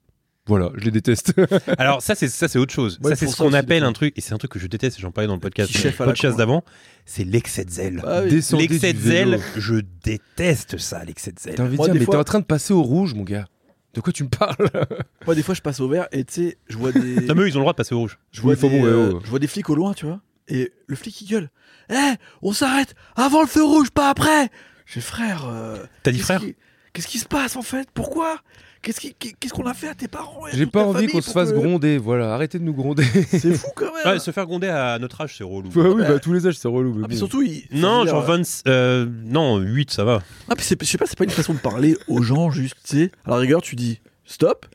Speaker 3: Voilà, je les déteste.
Speaker 1: Alors, ça, c'est, ça, c'est autre chose.
Speaker 2: Ouais,
Speaker 1: ça, c'est
Speaker 2: pour
Speaker 1: ce
Speaker 2: ça
Speaker 1: qu'on
Speaker 2: aussi,
Speaker 1: appelle
Speaker 2: des
Speaker 1: un truc, et c'est un truc que je déteste, et j'en parlais dans le podcast, euh,
Speaker 2: Petit chef à la
Speaker 1: podcast
Speaker 2: con.
Speaker 1: d'avant, c'est l'excès de zèle.
Speaker 2: Ah oui.
Speaker 3: Descendez
Speaker 1: l'excès
Speaker 3: du
Speaker 1: de
Speaker 3: vélo.
Speaker 1: zèle, je déteste ça, l'excès de zèle.
Speaker 3: T'as envie de
Speaker 2: Moi,
Speaker 3: dire,
Speaker 2: des
Speaker 3: mais
Speaker 2: fois-
Speaker 3: t'es en train de passer au rouge, mon gars. De quoi tu me parles
Speaker 2: Moi, des fois, je passe au vert et tu sais, je vois des.
Speaker 1: Non, mais eux, ils ont le droit de passer au rouge.
Speaker 2: Je vois,
Speaker 3: Oui, enfin
Speaker 2: des,
Speaker 3: bon, ouais, oh.
Speaker 2: euh,
Speaker 3: ouais.
Speaker 2: je vois des flics au loin, tu vois. Et le flic, il gueule. Eh, on s'arrête avant le feu rouge, pas après J'ai frère. euh,
Speaker 1: T'as dit
Speaker 2: qu'est-ce
Speaker 1: frère
Speaker 2: qui- Qu'est-ce qui se passe en fait Pourquoi Qu'est-ce qui- qu'est- qu'est-ce qu'on a fait à tes parents et à
Speaker 3: J'ai
Speaker 2: toute
Speaker 3: pas
Speaker 2: ta
Speaker 3: envie
Speaker 2: famille
Speaker 3: qu'on se
Speaker 2: pour
Speaker 3: fasse
Speaker 2: que-
Speaker 3: gronder. Ah, Voilà, arrêtez de nous gronder.
Speaker 2: C'est fou quand même
Speaker 1: Ouais, se faire gronder à notre âge, c'est relou.
Speaker 3: Ouais, oui, bah tous les âges, c'est relou. mais
Speaker 2: Ah, puis
Speaker 3: bon.
Speaker 2: surtout, il.
Speaker 1: Non,
Speaker 2: faut dire,
Speaker 1: genre 20, euh, non, 8, ça va.
Speaker 2: Ah, puis c'est- je sais pas, c'est pas une façon de parler aux gens, juste, tu sais. À la rigueur, tu dis stop,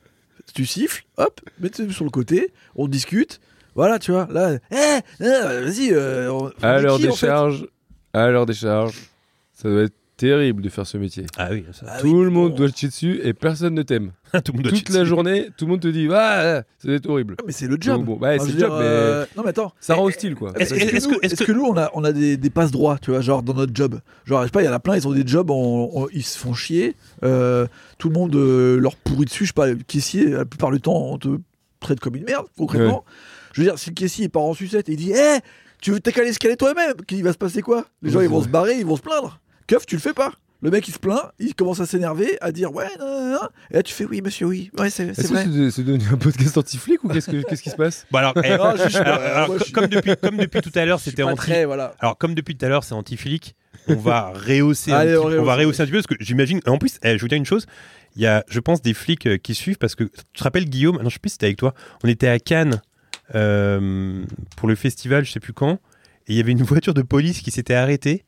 Speaker 2: tu siffles, hop, mettez-vous sur le côté, on discute. Voilà, tu vois, là, eh, eh, vas-y, euh, on- on
Speaker 3: À
Speaker 2: est
Speaker 3: leur
Speaker 2: qui, en fait
Speaker 3: décharge, à leur décharge, ça doit être terrible de faire ce métier.
Speaker 1: Ah oui, ça.
Speaker 2: Ah oui,
Speaker 3: tout le
Speaker 2: mais
Speaker 3: monde
Speaker 2: bon.
Speaker 3: doit te chier dessus et personne ne t'aime.
Speaker 1: Tout le monde doit
Speaker 3: Toute
Speaker 1: chier
Speaker 3: la
Speaker 1: dessus.
Speaker 3: journée, tout le monde te dit Ah, ça doit être horrible.
Speaker 2: Ah, Mais c'est le job.
Speaker 3: Donc bon, ouais,
Speaker 2: Enfin,
Speaker 3: c'est
Speaker 2: je
Speaker 3: le job,
Speaker 2: veux dire,
Speaker 3: mais
Speaker 2: euh, Non, mais attends.
Speaker 3: ça rend hostile, quoi.
Speaker 1: Est-ce-
Speaker 2: Est-ce que,
Speaker 1: est-ce
Speaker 2: nous,
Speaker 1: que- est-ce
Speaker 2: est-ce
Speaker 1: que-
Speaker 2: que nous, on a, on a des, des passes droits, tu vois, genre dans notre job Genre, je sais pas, il y en a plein, ils ont des jobs, on- on- ils se font chier, euh, tout le monde euh, leur pourrit dessus, je sais pas, le caissier, la plupart du temps, on te traite comme une merde, concrètement. Je veux dire, si le caissier il part en sucette et il dit Eh, Hé, tu veux t'es qu'à l'escalader toi-même Qu'il va se passer quoi Les gens, ils vont se barrer, ils vont se plaindre. Keuf, tu le fais pas Le mec il se plaint, il commence à s'énerver, à dire ouais, nan, nan, nan. et là tu fais oui monsieur oui, ouais c'est c'est
Speaker 3: Est-ce
Speaker 2: vrai.
Speaker 3: que c'est- c'est devenu un podcast anti-flic ou qu'est-ce que- qu'est-ce qui se passe
Speaker 1: Bon, alors, eh,
Speaker 2: Non, je suis-
Speaker 1: alors,
Speaker 2: euh,
Speaker 1: alors,
Speaker 2: moi, je suis-
Speaker 1: comme, depuis, comme depuis tout à l'heure, c'était
Speaker 2: Pas
Speaker 1: anti.
Speaker 2: très voilà.
Speaker 1: Alors, comme depuis tout à l'heure, c'est anti-flic, on va rehausser,
Speaker 2: Allez,
Speaker 1: un,
Speaker 2: on
Speaker 1: petit, on va
Speaker 2: rehausse.
Speaker 1: rehausser un petit peu parce que j'imagine. En plus, eh, je vous dire une chose. Il y a, je pense, des flics euh, qui suivent parce que tu te rappelles Guillaume ah Non, je sais plus si c'était avec toi. On était à Cannes euh, pour le festival, je sais plus quand, et il y avait une voiture de police qui s'était arrêtée,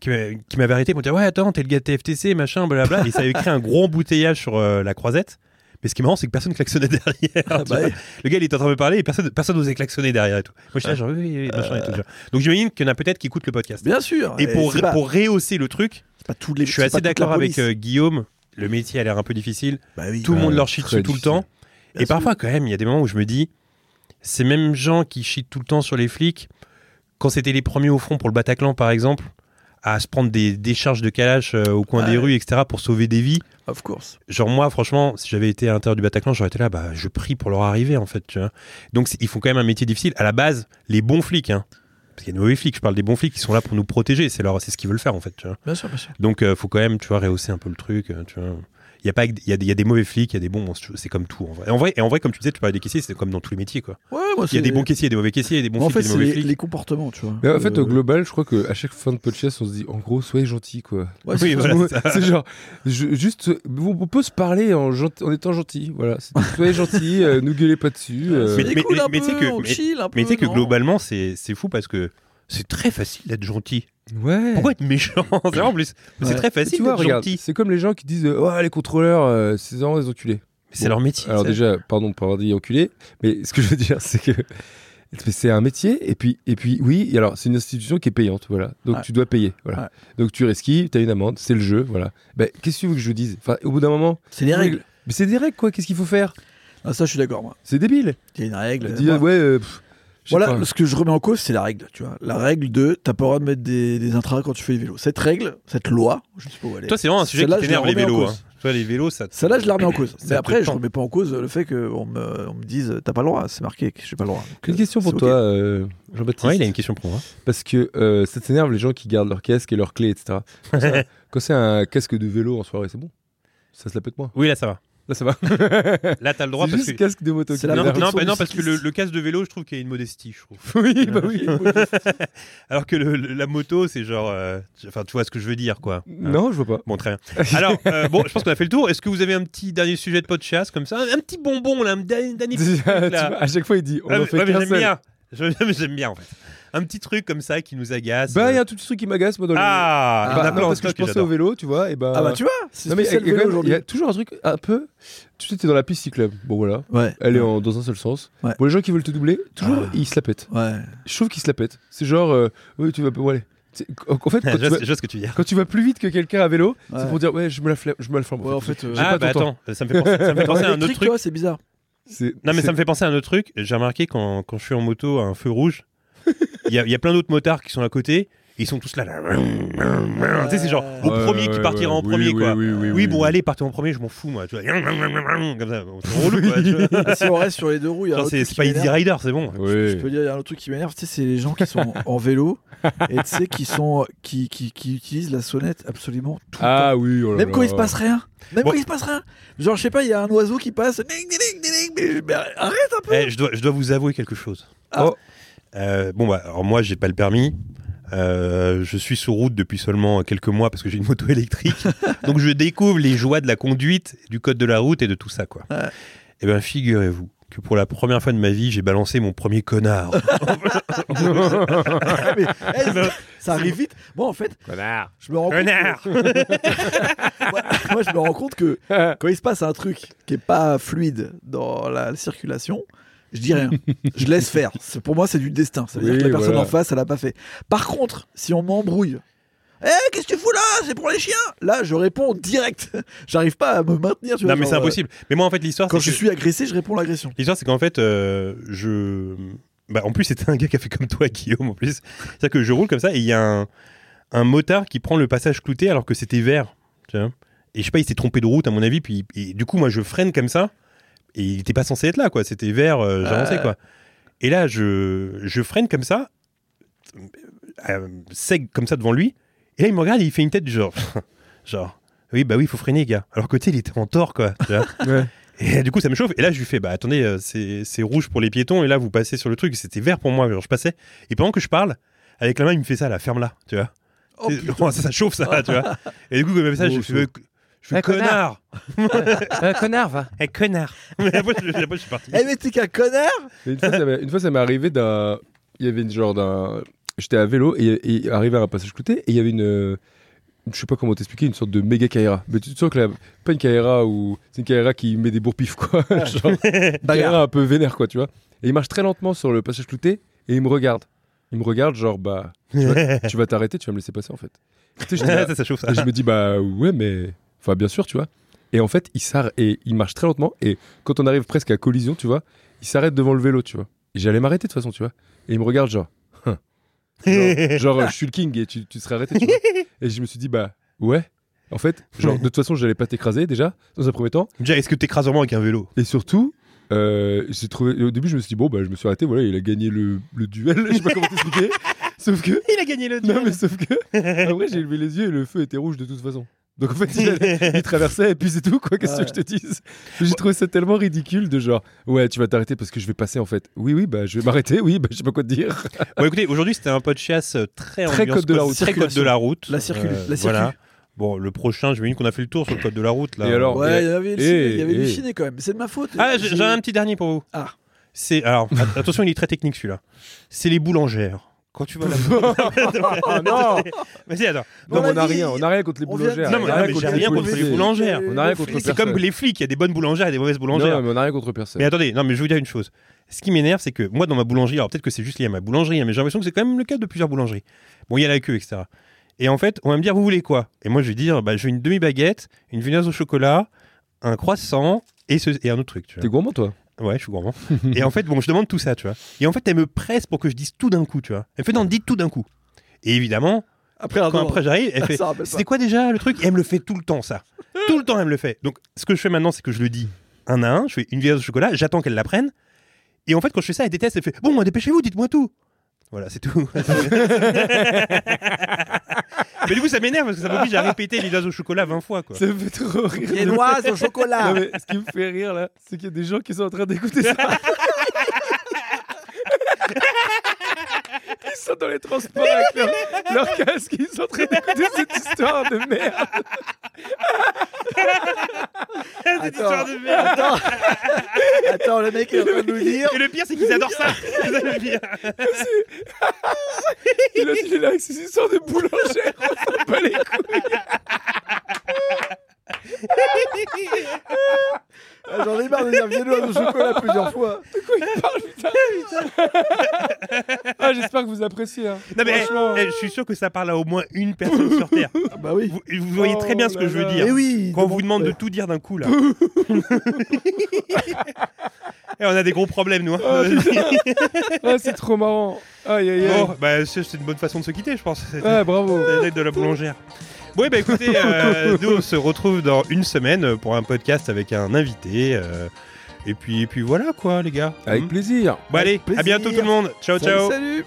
Speaker 1: qui m'a- qui m'avait arrêté pour dire ouais attends t'es le gars de TFTC machin blablabla. et ça avait créé un gros embouteillage sur euh, la croisette. Mais ce qui est marrant, c'est que personne klaxonnait derrière. tu
Speaker 2: bah
Speaker 1: vois.
Speaker 2: oui.
Speaker 1: le gars, il était en train de me parler et personne, personne n'osait klaxonner derrière et tout. Moi, j'étais là, genre, oui, oui, oui, machin et tout. genre. Donc, j'imagine qu'il y en a peut-être qui écoutent le podcast.
Speaker 2: Bien sûr.
Speaker 1: Et pour,
Speaker 2: Euh. c'est pas-
Speaker 1: pour rehausser le truc,
Speaker 2: c'est pas tous
Speaker 1: je
Speaker 2: les- c'est
Speaker 1: suis
Speaker 2: pas
Speaker 1: assez
Speaker 2: toute la
Speaker 1: d'accord avec
Speaker 2: police.
Speaker 1: euh, Guillaume. Le métier a l'air un peu difficile.
Speaker 2: Bah oui.
Speaker 1: Tout le
Speaker 3: Ouais,
Speaker 1: monde leur chie
Speaker 3: très
Speaker 1: dessus tout le
Speaker 3: difficile.
Speaker 1: temps.
Speaker 2: Bien
Speaker 1: et
Speaker 2: sûr.
Speaker 1: parfois, quand même, il y a des moments où je me dis, ces mêmes gens qui chient tout le temps sur les flics, quand c'était les premiers au front pour le Bataclan, par exemple, à se prendre des décharges de calage euh, au coin des
Speaker 2: Ouais.
Speaker 1: rues, etc., pour sauver des vies.
Speaker 2: Of course.
Speaker 1: Genre moi, franchement, si j'avais été à l'intérieur du Bataclan, j'aurais été là, bah, je prie pour leur arrivée, en fait. Tu vois. Donc c'est- ils font quand même un métier difficile. À la base, les bons flics, hein, parce qu'il y a des mauvais flics, je parle des bons flics qui sont là pour nous protéger, c'est leur- c'est ce qu'ils veulent faire, en fait. Tu vois.
Speaker 2: Bien sûr, bien sûr.
Speaker 1: Donc euh, faut quand même, tu vois, rehausser un peu le truc. euh, tu vois. Il y, a pas que- il y, a des- il y a des mauvais flics, il y a des bons, bon, c'est- c'est comme tout. En vrai. Et en vrai, et en vrai, comme tu disais, tu parlais des caissiers, c'est comme dans tous les métiers. quoi.
Speaker 2: Ouais,
Speaker 1: Il
Speaker 2: moi
Speaker 1: y a
Speaker 2: c'est-
Speaker 1: des bons caissiers, des mauvais caissiers, il y a des bons
Speaker 2: Moi, En
Speaker 1: flics,
Speaker 2: fait,
Speaker 1: des
Speaker 2: c'est
Speaker 1: mauvais
Speaker 2: les,
Speaker 1: flics.
Speaker 2: les comportements, tu vois.
Speaker 3: Mais en fait,
Speaker 2: Euh,
Speaker 3: au global, je crois qu'à chaque fin de podcast, on se dit en gros, soyez gentils, quoi.
Speaker 2: Euh, ouais,
Speaker 1: Oui,
Speaker 2: c'est-
Speaker 1: voilà,
Speaker 3: Ouais,
Speaker 1: c'est ça.
Speaker 3: c'est genre, je- juste, on on peut se parler en, gent- en étant gentil. Voilà, c'est tout. soyez gentils, euh, nous gueulez pas dessus. euh,
Speaker 2: Mais,
Speaker 1: Mais- mais-
Speaker 2: un
Speaker 1: mais
Speaker 2: peu,
Speaker 1: tu sais que-
Speaker 2: on
Speaker 1: mais-
Speaker 2: chill un peu.
Speaker 1: Mais tu sais que
Speaker 2: non
Speaker 1: globalement, c'est c'est fou parce que c'est très facile d'être gentil.
Speaker 3: ouais.
Speaker 1: Pourquoi être méchant C'est vrai, en plus.
Speaker 2: Ouais.
Speaker 1: C'est très
Speaker 3: Mais
Speaker 1: facile
Speaker 3: tu vois,
Speaker 1: d'être
Speaker 3: regarde,
Speaker 1: gentil.
Speaker 3: c'est comme les gens qui disent euh, Oh, les contrôleurs, euh, c'est vraiment des enculés.
Speaker 1: Mais C'est leur métier.
Speaker 3: Alors,
Speaker 1: tu sais.
Speaker 3: déjà, pardon pour avoir dit enculés, mais ce que je veux dire, c'est que c'est un métier, et puis, et puis oui, et alors c'est une institution qui est payante, voilà. Donc,
Speaker 2: Ouais.
Speaker 3: tu dois payer, voilà.
Speaker 2: Ouais.
Speaker 3: Donc, tu risques, tu as une amende, c'est le jeu, voilà. Ben, Qu'est-ce que tu veux que je vous dise enfin, Au bout d'un moment,
Speaker 2: C'est les règles.
Speaker 3: mais c'est des règles, quoi, qu'est-ce qu'il faut faire
Speaker 2: Ah, ça, je suis d'accord, moi.
Speaker 3: C'est débile.
Speaker 2: Il y a une règle.
Speaker 3: Dis,
Speaker 2: moi-
Speaker 3: ouais, euh, pff, je sais
Speaker 2: Voilà,
Speaker 3: pas.
Speaker 2: ce que je remets en cause, c'est la règle, tu vois. La règle de t'as pas le droit de mettre des, des intras quand tu fais du vélo. Cette règle, cette loi, je sais pas où elle est.
Speaker 1: Toi, c'est vraiment un sujet
Speaker 2: Celle-là,
Speaker 1: qui
Speaker 2: je
Speaker 1: t'énerve,
Speaker 2: la
Speaker 1: les
Speaker 2: remets en
Speaker 1: vélos.
Speaker 2: cause.
Speaker 1: hein. Toi, les vélos, ça te-
Speaker 2: Celle-là, je la remets en cause. Mais
Speaker 1: te
Speaker 2: après, je
Speaker 1: tend.
Speaker 2: remets pas en cause le fait qu'on me, on me dise t'as pas le droit, c'est marqué que j'ai pas le droit. Donc,
Speaker 3: Une
Speaker 2: euh,
Speaker 3: question pour
Speaker 2: c'est
Speaker 3: toi,
Speaker 2: ok.
Speaker 3: euh, Jean-Baptiste.
Speaker 1: Ouais, il a une question hein. pour moi.
Speaker 3: Parce que euh, ça t'énerve les gens qui gardent leur casque et leurs clés, etc. Quand c'est- Quand c'est un casque de vélo en soirée, c'est bon. Ça se la pète moins.
Speaker 1: Oui, là, ça va.
Speaker 3: Là, ça va.
Speaker 1: Là, t'as le droit
Speaker 3: c'est
Speaker 1: parce
Speaker 3: juste
Speaker 1: que.
Speaker 3: casque de moto.
Speaker 2: C'est
Speaker 3: qui
Speaker 2: la
Speaker 1: Non,
Speaker 3: t'énerve.
Speaker 2: protection
Speaker 1: non, bah
Speaker 2: du
Speaker 1: non, parce que le,
Speaker 2: cycliste.
Speaker 1: le casque de vélo, je trouve qu'il y a une modestie, je trouve.
Speaker 3: oui, bah oui.
Speaker 1: Alors que le- le- la moto, c'est genre. euh, tu- Enfin, tu vois ce que je veux dire, quoi. Hein.
Speaker 3: non, je vois pas.
Speaker 1: Bon, très bien. Alors, euh, bon, je pense qu'on a fait le tour. Est-ce que vous avez un petit dernier sujet de podcast comme ça Un un petit bonbon, là, un dernier dernier petit
Speaker 3: Tu
Speaker 1: truc,
Speaker 3: vois,
Speaker 1: là.
Speaker 3: à chaque fois, il dit on
Speaker 1: Ah,
Speaker 3: en
Speaker 1: mais-
Speaker 3: fait
Speaker 1: ouais, mais
Speaker 3: qu'un
Speaker 1: J'aime
Speaker 3: seul.
Speaker 1: bien. Je- J'aime bien, en fait. Un petit truc comme ça qui nous agace.
Speaker 3: Bah, il y a
Speaker 1: euh.
Speaker 3: un tout petit truc qui m'agace, moi, dans le.
Speaker 1: Ah, il
Speaker 3: Bah,
Speaker 1: y en a
Speaker 3: non,
Speaker 1: plein en
Speaker 3: parce que
Speaker 1: stock
Speaker 3: je
Speaker 1: que
Speaker 3: pensais au
Speaker 1: j'adore.
Speaker 3: vélo, tu vois. Et bah...
Speaker 2: Ah bah tu vois, c'est
Speaker 3: non, mais il y a- il
Speaker 2: spécial
Speaker 3: y a quand
Speaker 2: vélo
Speaker 3: même- il y
Speaker 2: aujourd'hui.
Speaker 3: a toujours un truc un peu. Tu sais, t'es dans la piste cyclable. Bon, voilà.
Speaker 2: Ouais.
Speaker 3: Elle est en- dans un seul sens.
Speaker 2: Ouais.
Speaker 3: Pour les gens qui veulent te doubler, toujours,
Speaker 2: Ah.
Speaker 3: ils se la pètent.
Speaker 2: Ouais.
Speaker 3: Je trouve qu'ils se la pètent. C'est genre, euh, oui, tu vas. Bon, allez. C'est- En en fait, quand,
Speaker 1: Je
Speaker 3: tu
Speaker 1: vois
Speaker 3: vas,
Speaker 1: ce- je vois ce que tu veux dire.
Speaker 3: quand tu vas plus vite que quelqu'un à vélo,
Speaker 2: Ouais.
Speaker 3: c'est pour dire, ouais, je me la, fla- je me la flambe.
Speaker 2: Ouais, en fait. euh,
Speaker 3: J'ai
Speaker 1: Ah
Speaker 3: pas
Speaker 1: bah
Speaker 3: ton
Speaker 1: attends, ça me fait penser, ça me fait penser à un autre
Speaker 2: électrique,
Speaker 1: truc.
Speaker 2: toi, c'est bizarre.
Speaker 3: C'est-
Speaker 1: Non mais
Speaker 3: c'est-
Speaker 1: ça me fait penser à un autre truc. J'ai remarqué quand, quand je suis en moto à un feu rouge, il y a, il y a plein d'autres motards qui sont à côté. et Ils sont tous là. là. Tu sais, c'est genre au
Speaker 3: Ouais,
Speaker 1: premier
Speaker 3: ouais,
Speaker 1: qui partira
Speaker 3: ouais.
Speaker 1: en
Speaker 3: Oui,
Speaker 1: premier,
Speaker 3: oui,
Speaker 1: quoi.
Speaker 3: Oui, oui,
Speaker 1: Oui,
Speaker 3: oui,
Speaker 1: bon,
Speaker 3: oui.
Speaker 1: allez, partez en premier, je m'en fous, moi. Tu vois, comme ça, c'est relou, quoi. tu vois.
Speaker 2: si on reste sur les deux roues, il y a un
Speaker 1: Genre,
Speaker 2: autre
Speaker 1: c'est euh.
Speaker 2: truc
Speaker 1: c'est
Speaker 2: qui
Speaker 1: pas Easy
Speaker 2: m'énerve.
Speaker 1: Rider, c'est bon.
Speaker 3: Oui.
Speaker 2: Je peux dire, il y a un autre truc qui m'énerve, tu sais, c'est les gens qui sont en vélo et tu sais, qui, sont, qui, qui, qui utilisent la sonnette absolument tout le temps.
Speaker 3: Ah oui, oh là
Speaker 2: Même
Speaker 3: là.
Speaker 2: quand il se passe rien. Même
Speaker 1: Bon.
Speaker 2: quand il se passe rien. Genre, je sais pas, il y a un oiseau qui passe. Ding, ding, ding, ding, ding, mais- mais arrête un peu.
Speaker 1: Eh, je, dois, je dois vous avouer quelque chose.
Speaker 2: Ah.
Speaker 1: Oh. Euh, bon, bah, alors moi, j'ai pas le permis. Euh, je suis sur route depuis seulement quelques mois parce que j'ai une moto électrique. Donc, je découvre les joies de la conduite, du code de la route et de tout ça, quoi.
Speaker 2: Ouais.
Speaker 1: Eh bien, figurez-vous que pour la première fois de ma vie, j'ai balancé mon premier connard.
Speaker 2: Mais, eh, ça- ça arrive vite. Moi, en fait,
Speaker 3: Connard.
Speaker 2: je me rends compte.
Speaker 1: connard
Speaker 2: moi, moi, je me rends compte que quand il se passe un truc qui est pas fluide dans la circulation, je dis rien. Je laisse faire. C'est- Pour moi, c'est du destin. Ça veut
Speaker 3: Oui,
Speaker 2: dire que la personne
Speaker 3: voilà.
Speaker 2: en face, elle l'a pas fait. Par contre, si on m'embrouille. Eh, qu'est-ce que tu fous là C'est pour les chiens Là, je réponds direct. J'arrive pas à me maintenir. Tu vois,
Speaker 1: Non, mais
Speaker 2: genre,
Speaker 1: c'est
Speaker 2: euh,
Speaker 1: impossible. Mais moi, en fait, l'histoire,
Speaker 2: Quand
Speaker 1: c'est
Speaker 2: je
Speaker 1: que-
Speaker 2: suis agressé, je réponds à l'agression.
Speaker 1: L'histoire, c'est qu'en fait, euh, je. Bah, en plus, c'était un gars qui a fait comme toi, Guillaume, en plus. C'est-à-dire que je roule comme ça et il y a un, un motard qui prend le passage clouté alors que c'était vert. tu vois. Et je sais pas, il s'est trompé de route, à mon avis. Puis, et du coup, moi, je freine comme ça et il était pas censé être là, quoi. C'était vert, euh, j'avançais,
Speaker 2: Ouais.
Speaker 1: quoi. Et là, je, je freine comme ça, euh, sec comme ça devant lui. Et là, il me regarde et il fait une tête du genre, genre, oui, bah oui, il faut freiner, gars. Alors que tu sais, il était en tort, quoi. tu vois.
Speaker 3: Ouais.
Speaker 1: Et du coup, ça me chauffe. Et là, je lui fais, bah attendez, euh, c'est c'est rouge pour les piétons. Et là, vous passez sur le truc. C'était vert pour moi. Genre, je passais. Et pendant que je parle, avec la main, il me fait ça, la ferme là, tu vois.
Speaker 2: Oh,
Speaker 1: C'est- oh, ça, ça chauffe, ça, tu vois. Et du coup, comme il me fait ça, je
Speaker 3: Oh,
Speaker 1: suis, je suis
Speaker 8: Eh,
Speaker 1: connard.
Speaker 8: connard. Euh, connard, va.
Speaker 1: Eh, connard. Mais après, je, après, je suis parti.
Speaker 8: Eh, mais t'es qu'un connard
Speaker 3: Mais une fois, ça m'est- une fois, ça m'est arrivé d'un. Il y avait une genre d'un. J'étais à vélo et, et arrivé à un passage clouté et il y avait une. euh, Je sais pas comment t'expliquer, une sorte de méga Kaira. Mais tu te sens que la, pas une Kaira ou. C'est une Kaira qui met des bourpifs, quoi. genre, Kaira un peu vénère, quoi, tu vois. Et il marche très lentement sur le passage clouté et il me regarde. Il me regarde, genre, bah. Tu vas, tu vas t'arrêter, tu vas me laisser passer, en fait. Tu sais, j'étais là-
Speaker 1: ça, ça chauffe, ça.
Speaker 3: et je me dis, bah ouais, mais. Enfin, bien sûr, tu vois. Et en fait, il s'arrête et il marche très lentement. Et quand on arrive presque à collision, tu vois, il s'arrête devant le vélo, tu vois. Et J'allais m'arrêter de toute façon, tu vois. Et il me regarde, genre. hein. genre, genre, euh, je suis le king et tu, tu serais arrêté, tu vois. Et je me suis dit, bah ouais. En fait, genre, de toute façon, j'allais pas t'écraser déjà, dans un premier temps.
Speaker 1: Déjà, est-ce que t'écrases vraiment avec un vélo
Speaker 3: Et surtout, euh, j'ai trouvé. Au début, je me suis dit, bon, bah, je me suis arrêté, voilà, il a gagné le, le duel. Je sais pas comment t'expliquer. sauf que.
Speaker 1: Il a gagné le
Speaker 3: Non, mais sauf que. Après, j'ai levé les yeux et le feu était rouge de toute façon. Donc en fait, il, allait- il traversait et puis c'est tout, quoi. Qu'est-ce que je te dise J'ai trouvé ça tellement ridicule de genre, ouais, tu vas t'arrêter parce que je vais passer en fait. Oui, oui, bah je vais m'arrêter, oui, bah je sais pas quoi te dire.
Speaker 1: Bon, écoutez, aujourd'hui, c'était un podcast euh, très,
Speaker 3: Très
Speaker 1: ambiance
Speaker 3: code de la route.
Speaker 1: Très code de la route.
Speaker 2: La circule,
Speaker 1: Euh,
Speaker 2: la circule.
Speaker 1: Voilà. Bon, le prochain, je vais une qu'on a fait le tour sur le code de la route. Là.
Speaker 3: Et alors
Speaker 2: Ouais, il y avait, le
Speaker 3: Eh,
Speaker 2: ciné, il y avait du
Speaker 3: eh.
Speaker 2: ciné quand même. C'est de ma faute.
Speaker 1: Ah, j'ai j'ai un petit dernier pour vous.
Speaker 2: Ah.
Speaker 1: C'est alors att- attention, il est très technique celui-là. C'est les boulangères. Quand tu vas la
Speaker 3: Oh non
Speaker 1: Vas-y, attends.
Speaker 3: Non,
Speaker 2: On
Speaker 3: mais on
Speaker 2: l'a
Speaker 3: a
Speaker 2: dit,
Speaker 3: rien, on a rien contre les
Speaker 2: on vient de-
Speaker 3: boulangères.
Speaker 1: Non,
Speaker 3: on
Speaker 1: mais-
Speaker 3: a
Speaker 1: non,
Speaker 3: rien
Speaker 1: mais
Speaker 3: contre
Speaker 1: j'ai
Speaker 3: les
Speaker 1: rien contre les
Speaker 3: policiers.
Speaker 1: boulangères.
Speaker 3: On a rien contre
Speaker 1: C'est
Speaker 3: personne.
Speaker 1: comme les flics, il y a des bonnes boulangères et des mauvaises boulangères.
Speaker 3: Non, mais on a rien contre personne.
Speaker 1: Mais attendez, non, mais je vais vous dire une chose. Ce qui m'énerve, c'est que moi, dans ma boulangerie, alors peut-être que c'est juste lié à ma boulangerie, hein, mais j'ai l'impression que c'est quand même le cas de plusieurs boulangeries. Bon, il y a la queue, etc. Et en fait, on va me dire, vous voulez quoi Et moi, je vais dire, bah, je veux une demi-baguette, une viennoise au chocolat, un croissant et, ce- et un autre truc. Tu vois.
Speaker 3: T'es gourmand, toi
Speaker 1: Ouais, je suis gourmand. et en fait, bon, je demande tout ça, tu vois. Et en fait, elle me presse pour que je dise tout d'un coup, tu vois. Elle me fait, non, dis tout d'un coup. Et évidemment,
Speaker 2: Après,
Speaker 1: quand après j'arrive, elle fait,
Speaker 2: Ça rappelle pas.
Speaker 1: c'était quoi déjà le truc Et Elle me le fait tout le temps, ça. tout le temps, elle me le fait. Donc, ce que je fais maintenant, c'est que je le dis un à un. Je fais une vieille au chocolat, j'attends qu'elle la prenne. Et en fait, quand je fais ça, elle déteste. Elle fait, bon, bah, dépêchez-vous, dites-moi tout. Voilà, c'est tout. Mais du coup, ça m'énerve parce que ça m'oblige à répéter les vieilles au chocolat 20 fois, quoi.
Speaker 3: Ça me fait trop rire.
Speaker 8: Viennoise au chocolat
Speaker 3: Non, mais ce qui me fait rire là, c'est qu'il y a des gens qui sont en train d'écouter ça. ils sont dans les transports avec leur, leur casque, ils sont en train d'écouter cette histoire de merde.
Speaker 1: Cette histoire de merde.
Speaker 8: Attends. Attends, le mec est en train de nous dire.
Speaker 1: Et le pire, c'est qu'ils adorent ça. C'est ça, le pire.
Speaker 3: Et là, il est là avec ses histoires de boulangère, on s'en bat les couilles.
Speaker 8: Ah, J'en ai marre de dire viennoise au chocolat plusieurs fois.
Speaker 3: Ah, j'espère que vous appréciez. Hein.
Speaker 1: Non mais
Speaker 3: Franchement.
Speaker 1: eh, eh, je suis sûr que ça parle à au moins une personne sur Terre.
Speaker 2: Ah, Bah oui.
Speaker 1: Vous, vous voyez très bien ce que je veux
Speaker 3: Oh
Speaker 1: dire.
Speaker 8: Eh oui
Speaker 1: Quand on vous demande de tout dire d'un coup là. Et Eh, on a des gros problèmes nous. hein.
Speaker 3: Ah, Ah, c'est trop marrant. Aïe, aïe, aïe.
Speaker 1: bon, bah, c'est c'est une bonne façon de se quitter je pense. C'est
Speaker 3: Ouais, bravo.
Speaker 1: la lettre de la boulangère. Bon, et bah écoutez, euh, nous on se retrouve dans une semaine pour un podcast avec un invité. euh, et, puis, et puis voilà quoi les gars.
Speaker 3: Avec
Speaker 1: Hmm.
Speaker 3: plaisir.
Speaker 1: Bon allez, à bientôt tout le monde. Ciao ciao.
Speaker 2: Salut.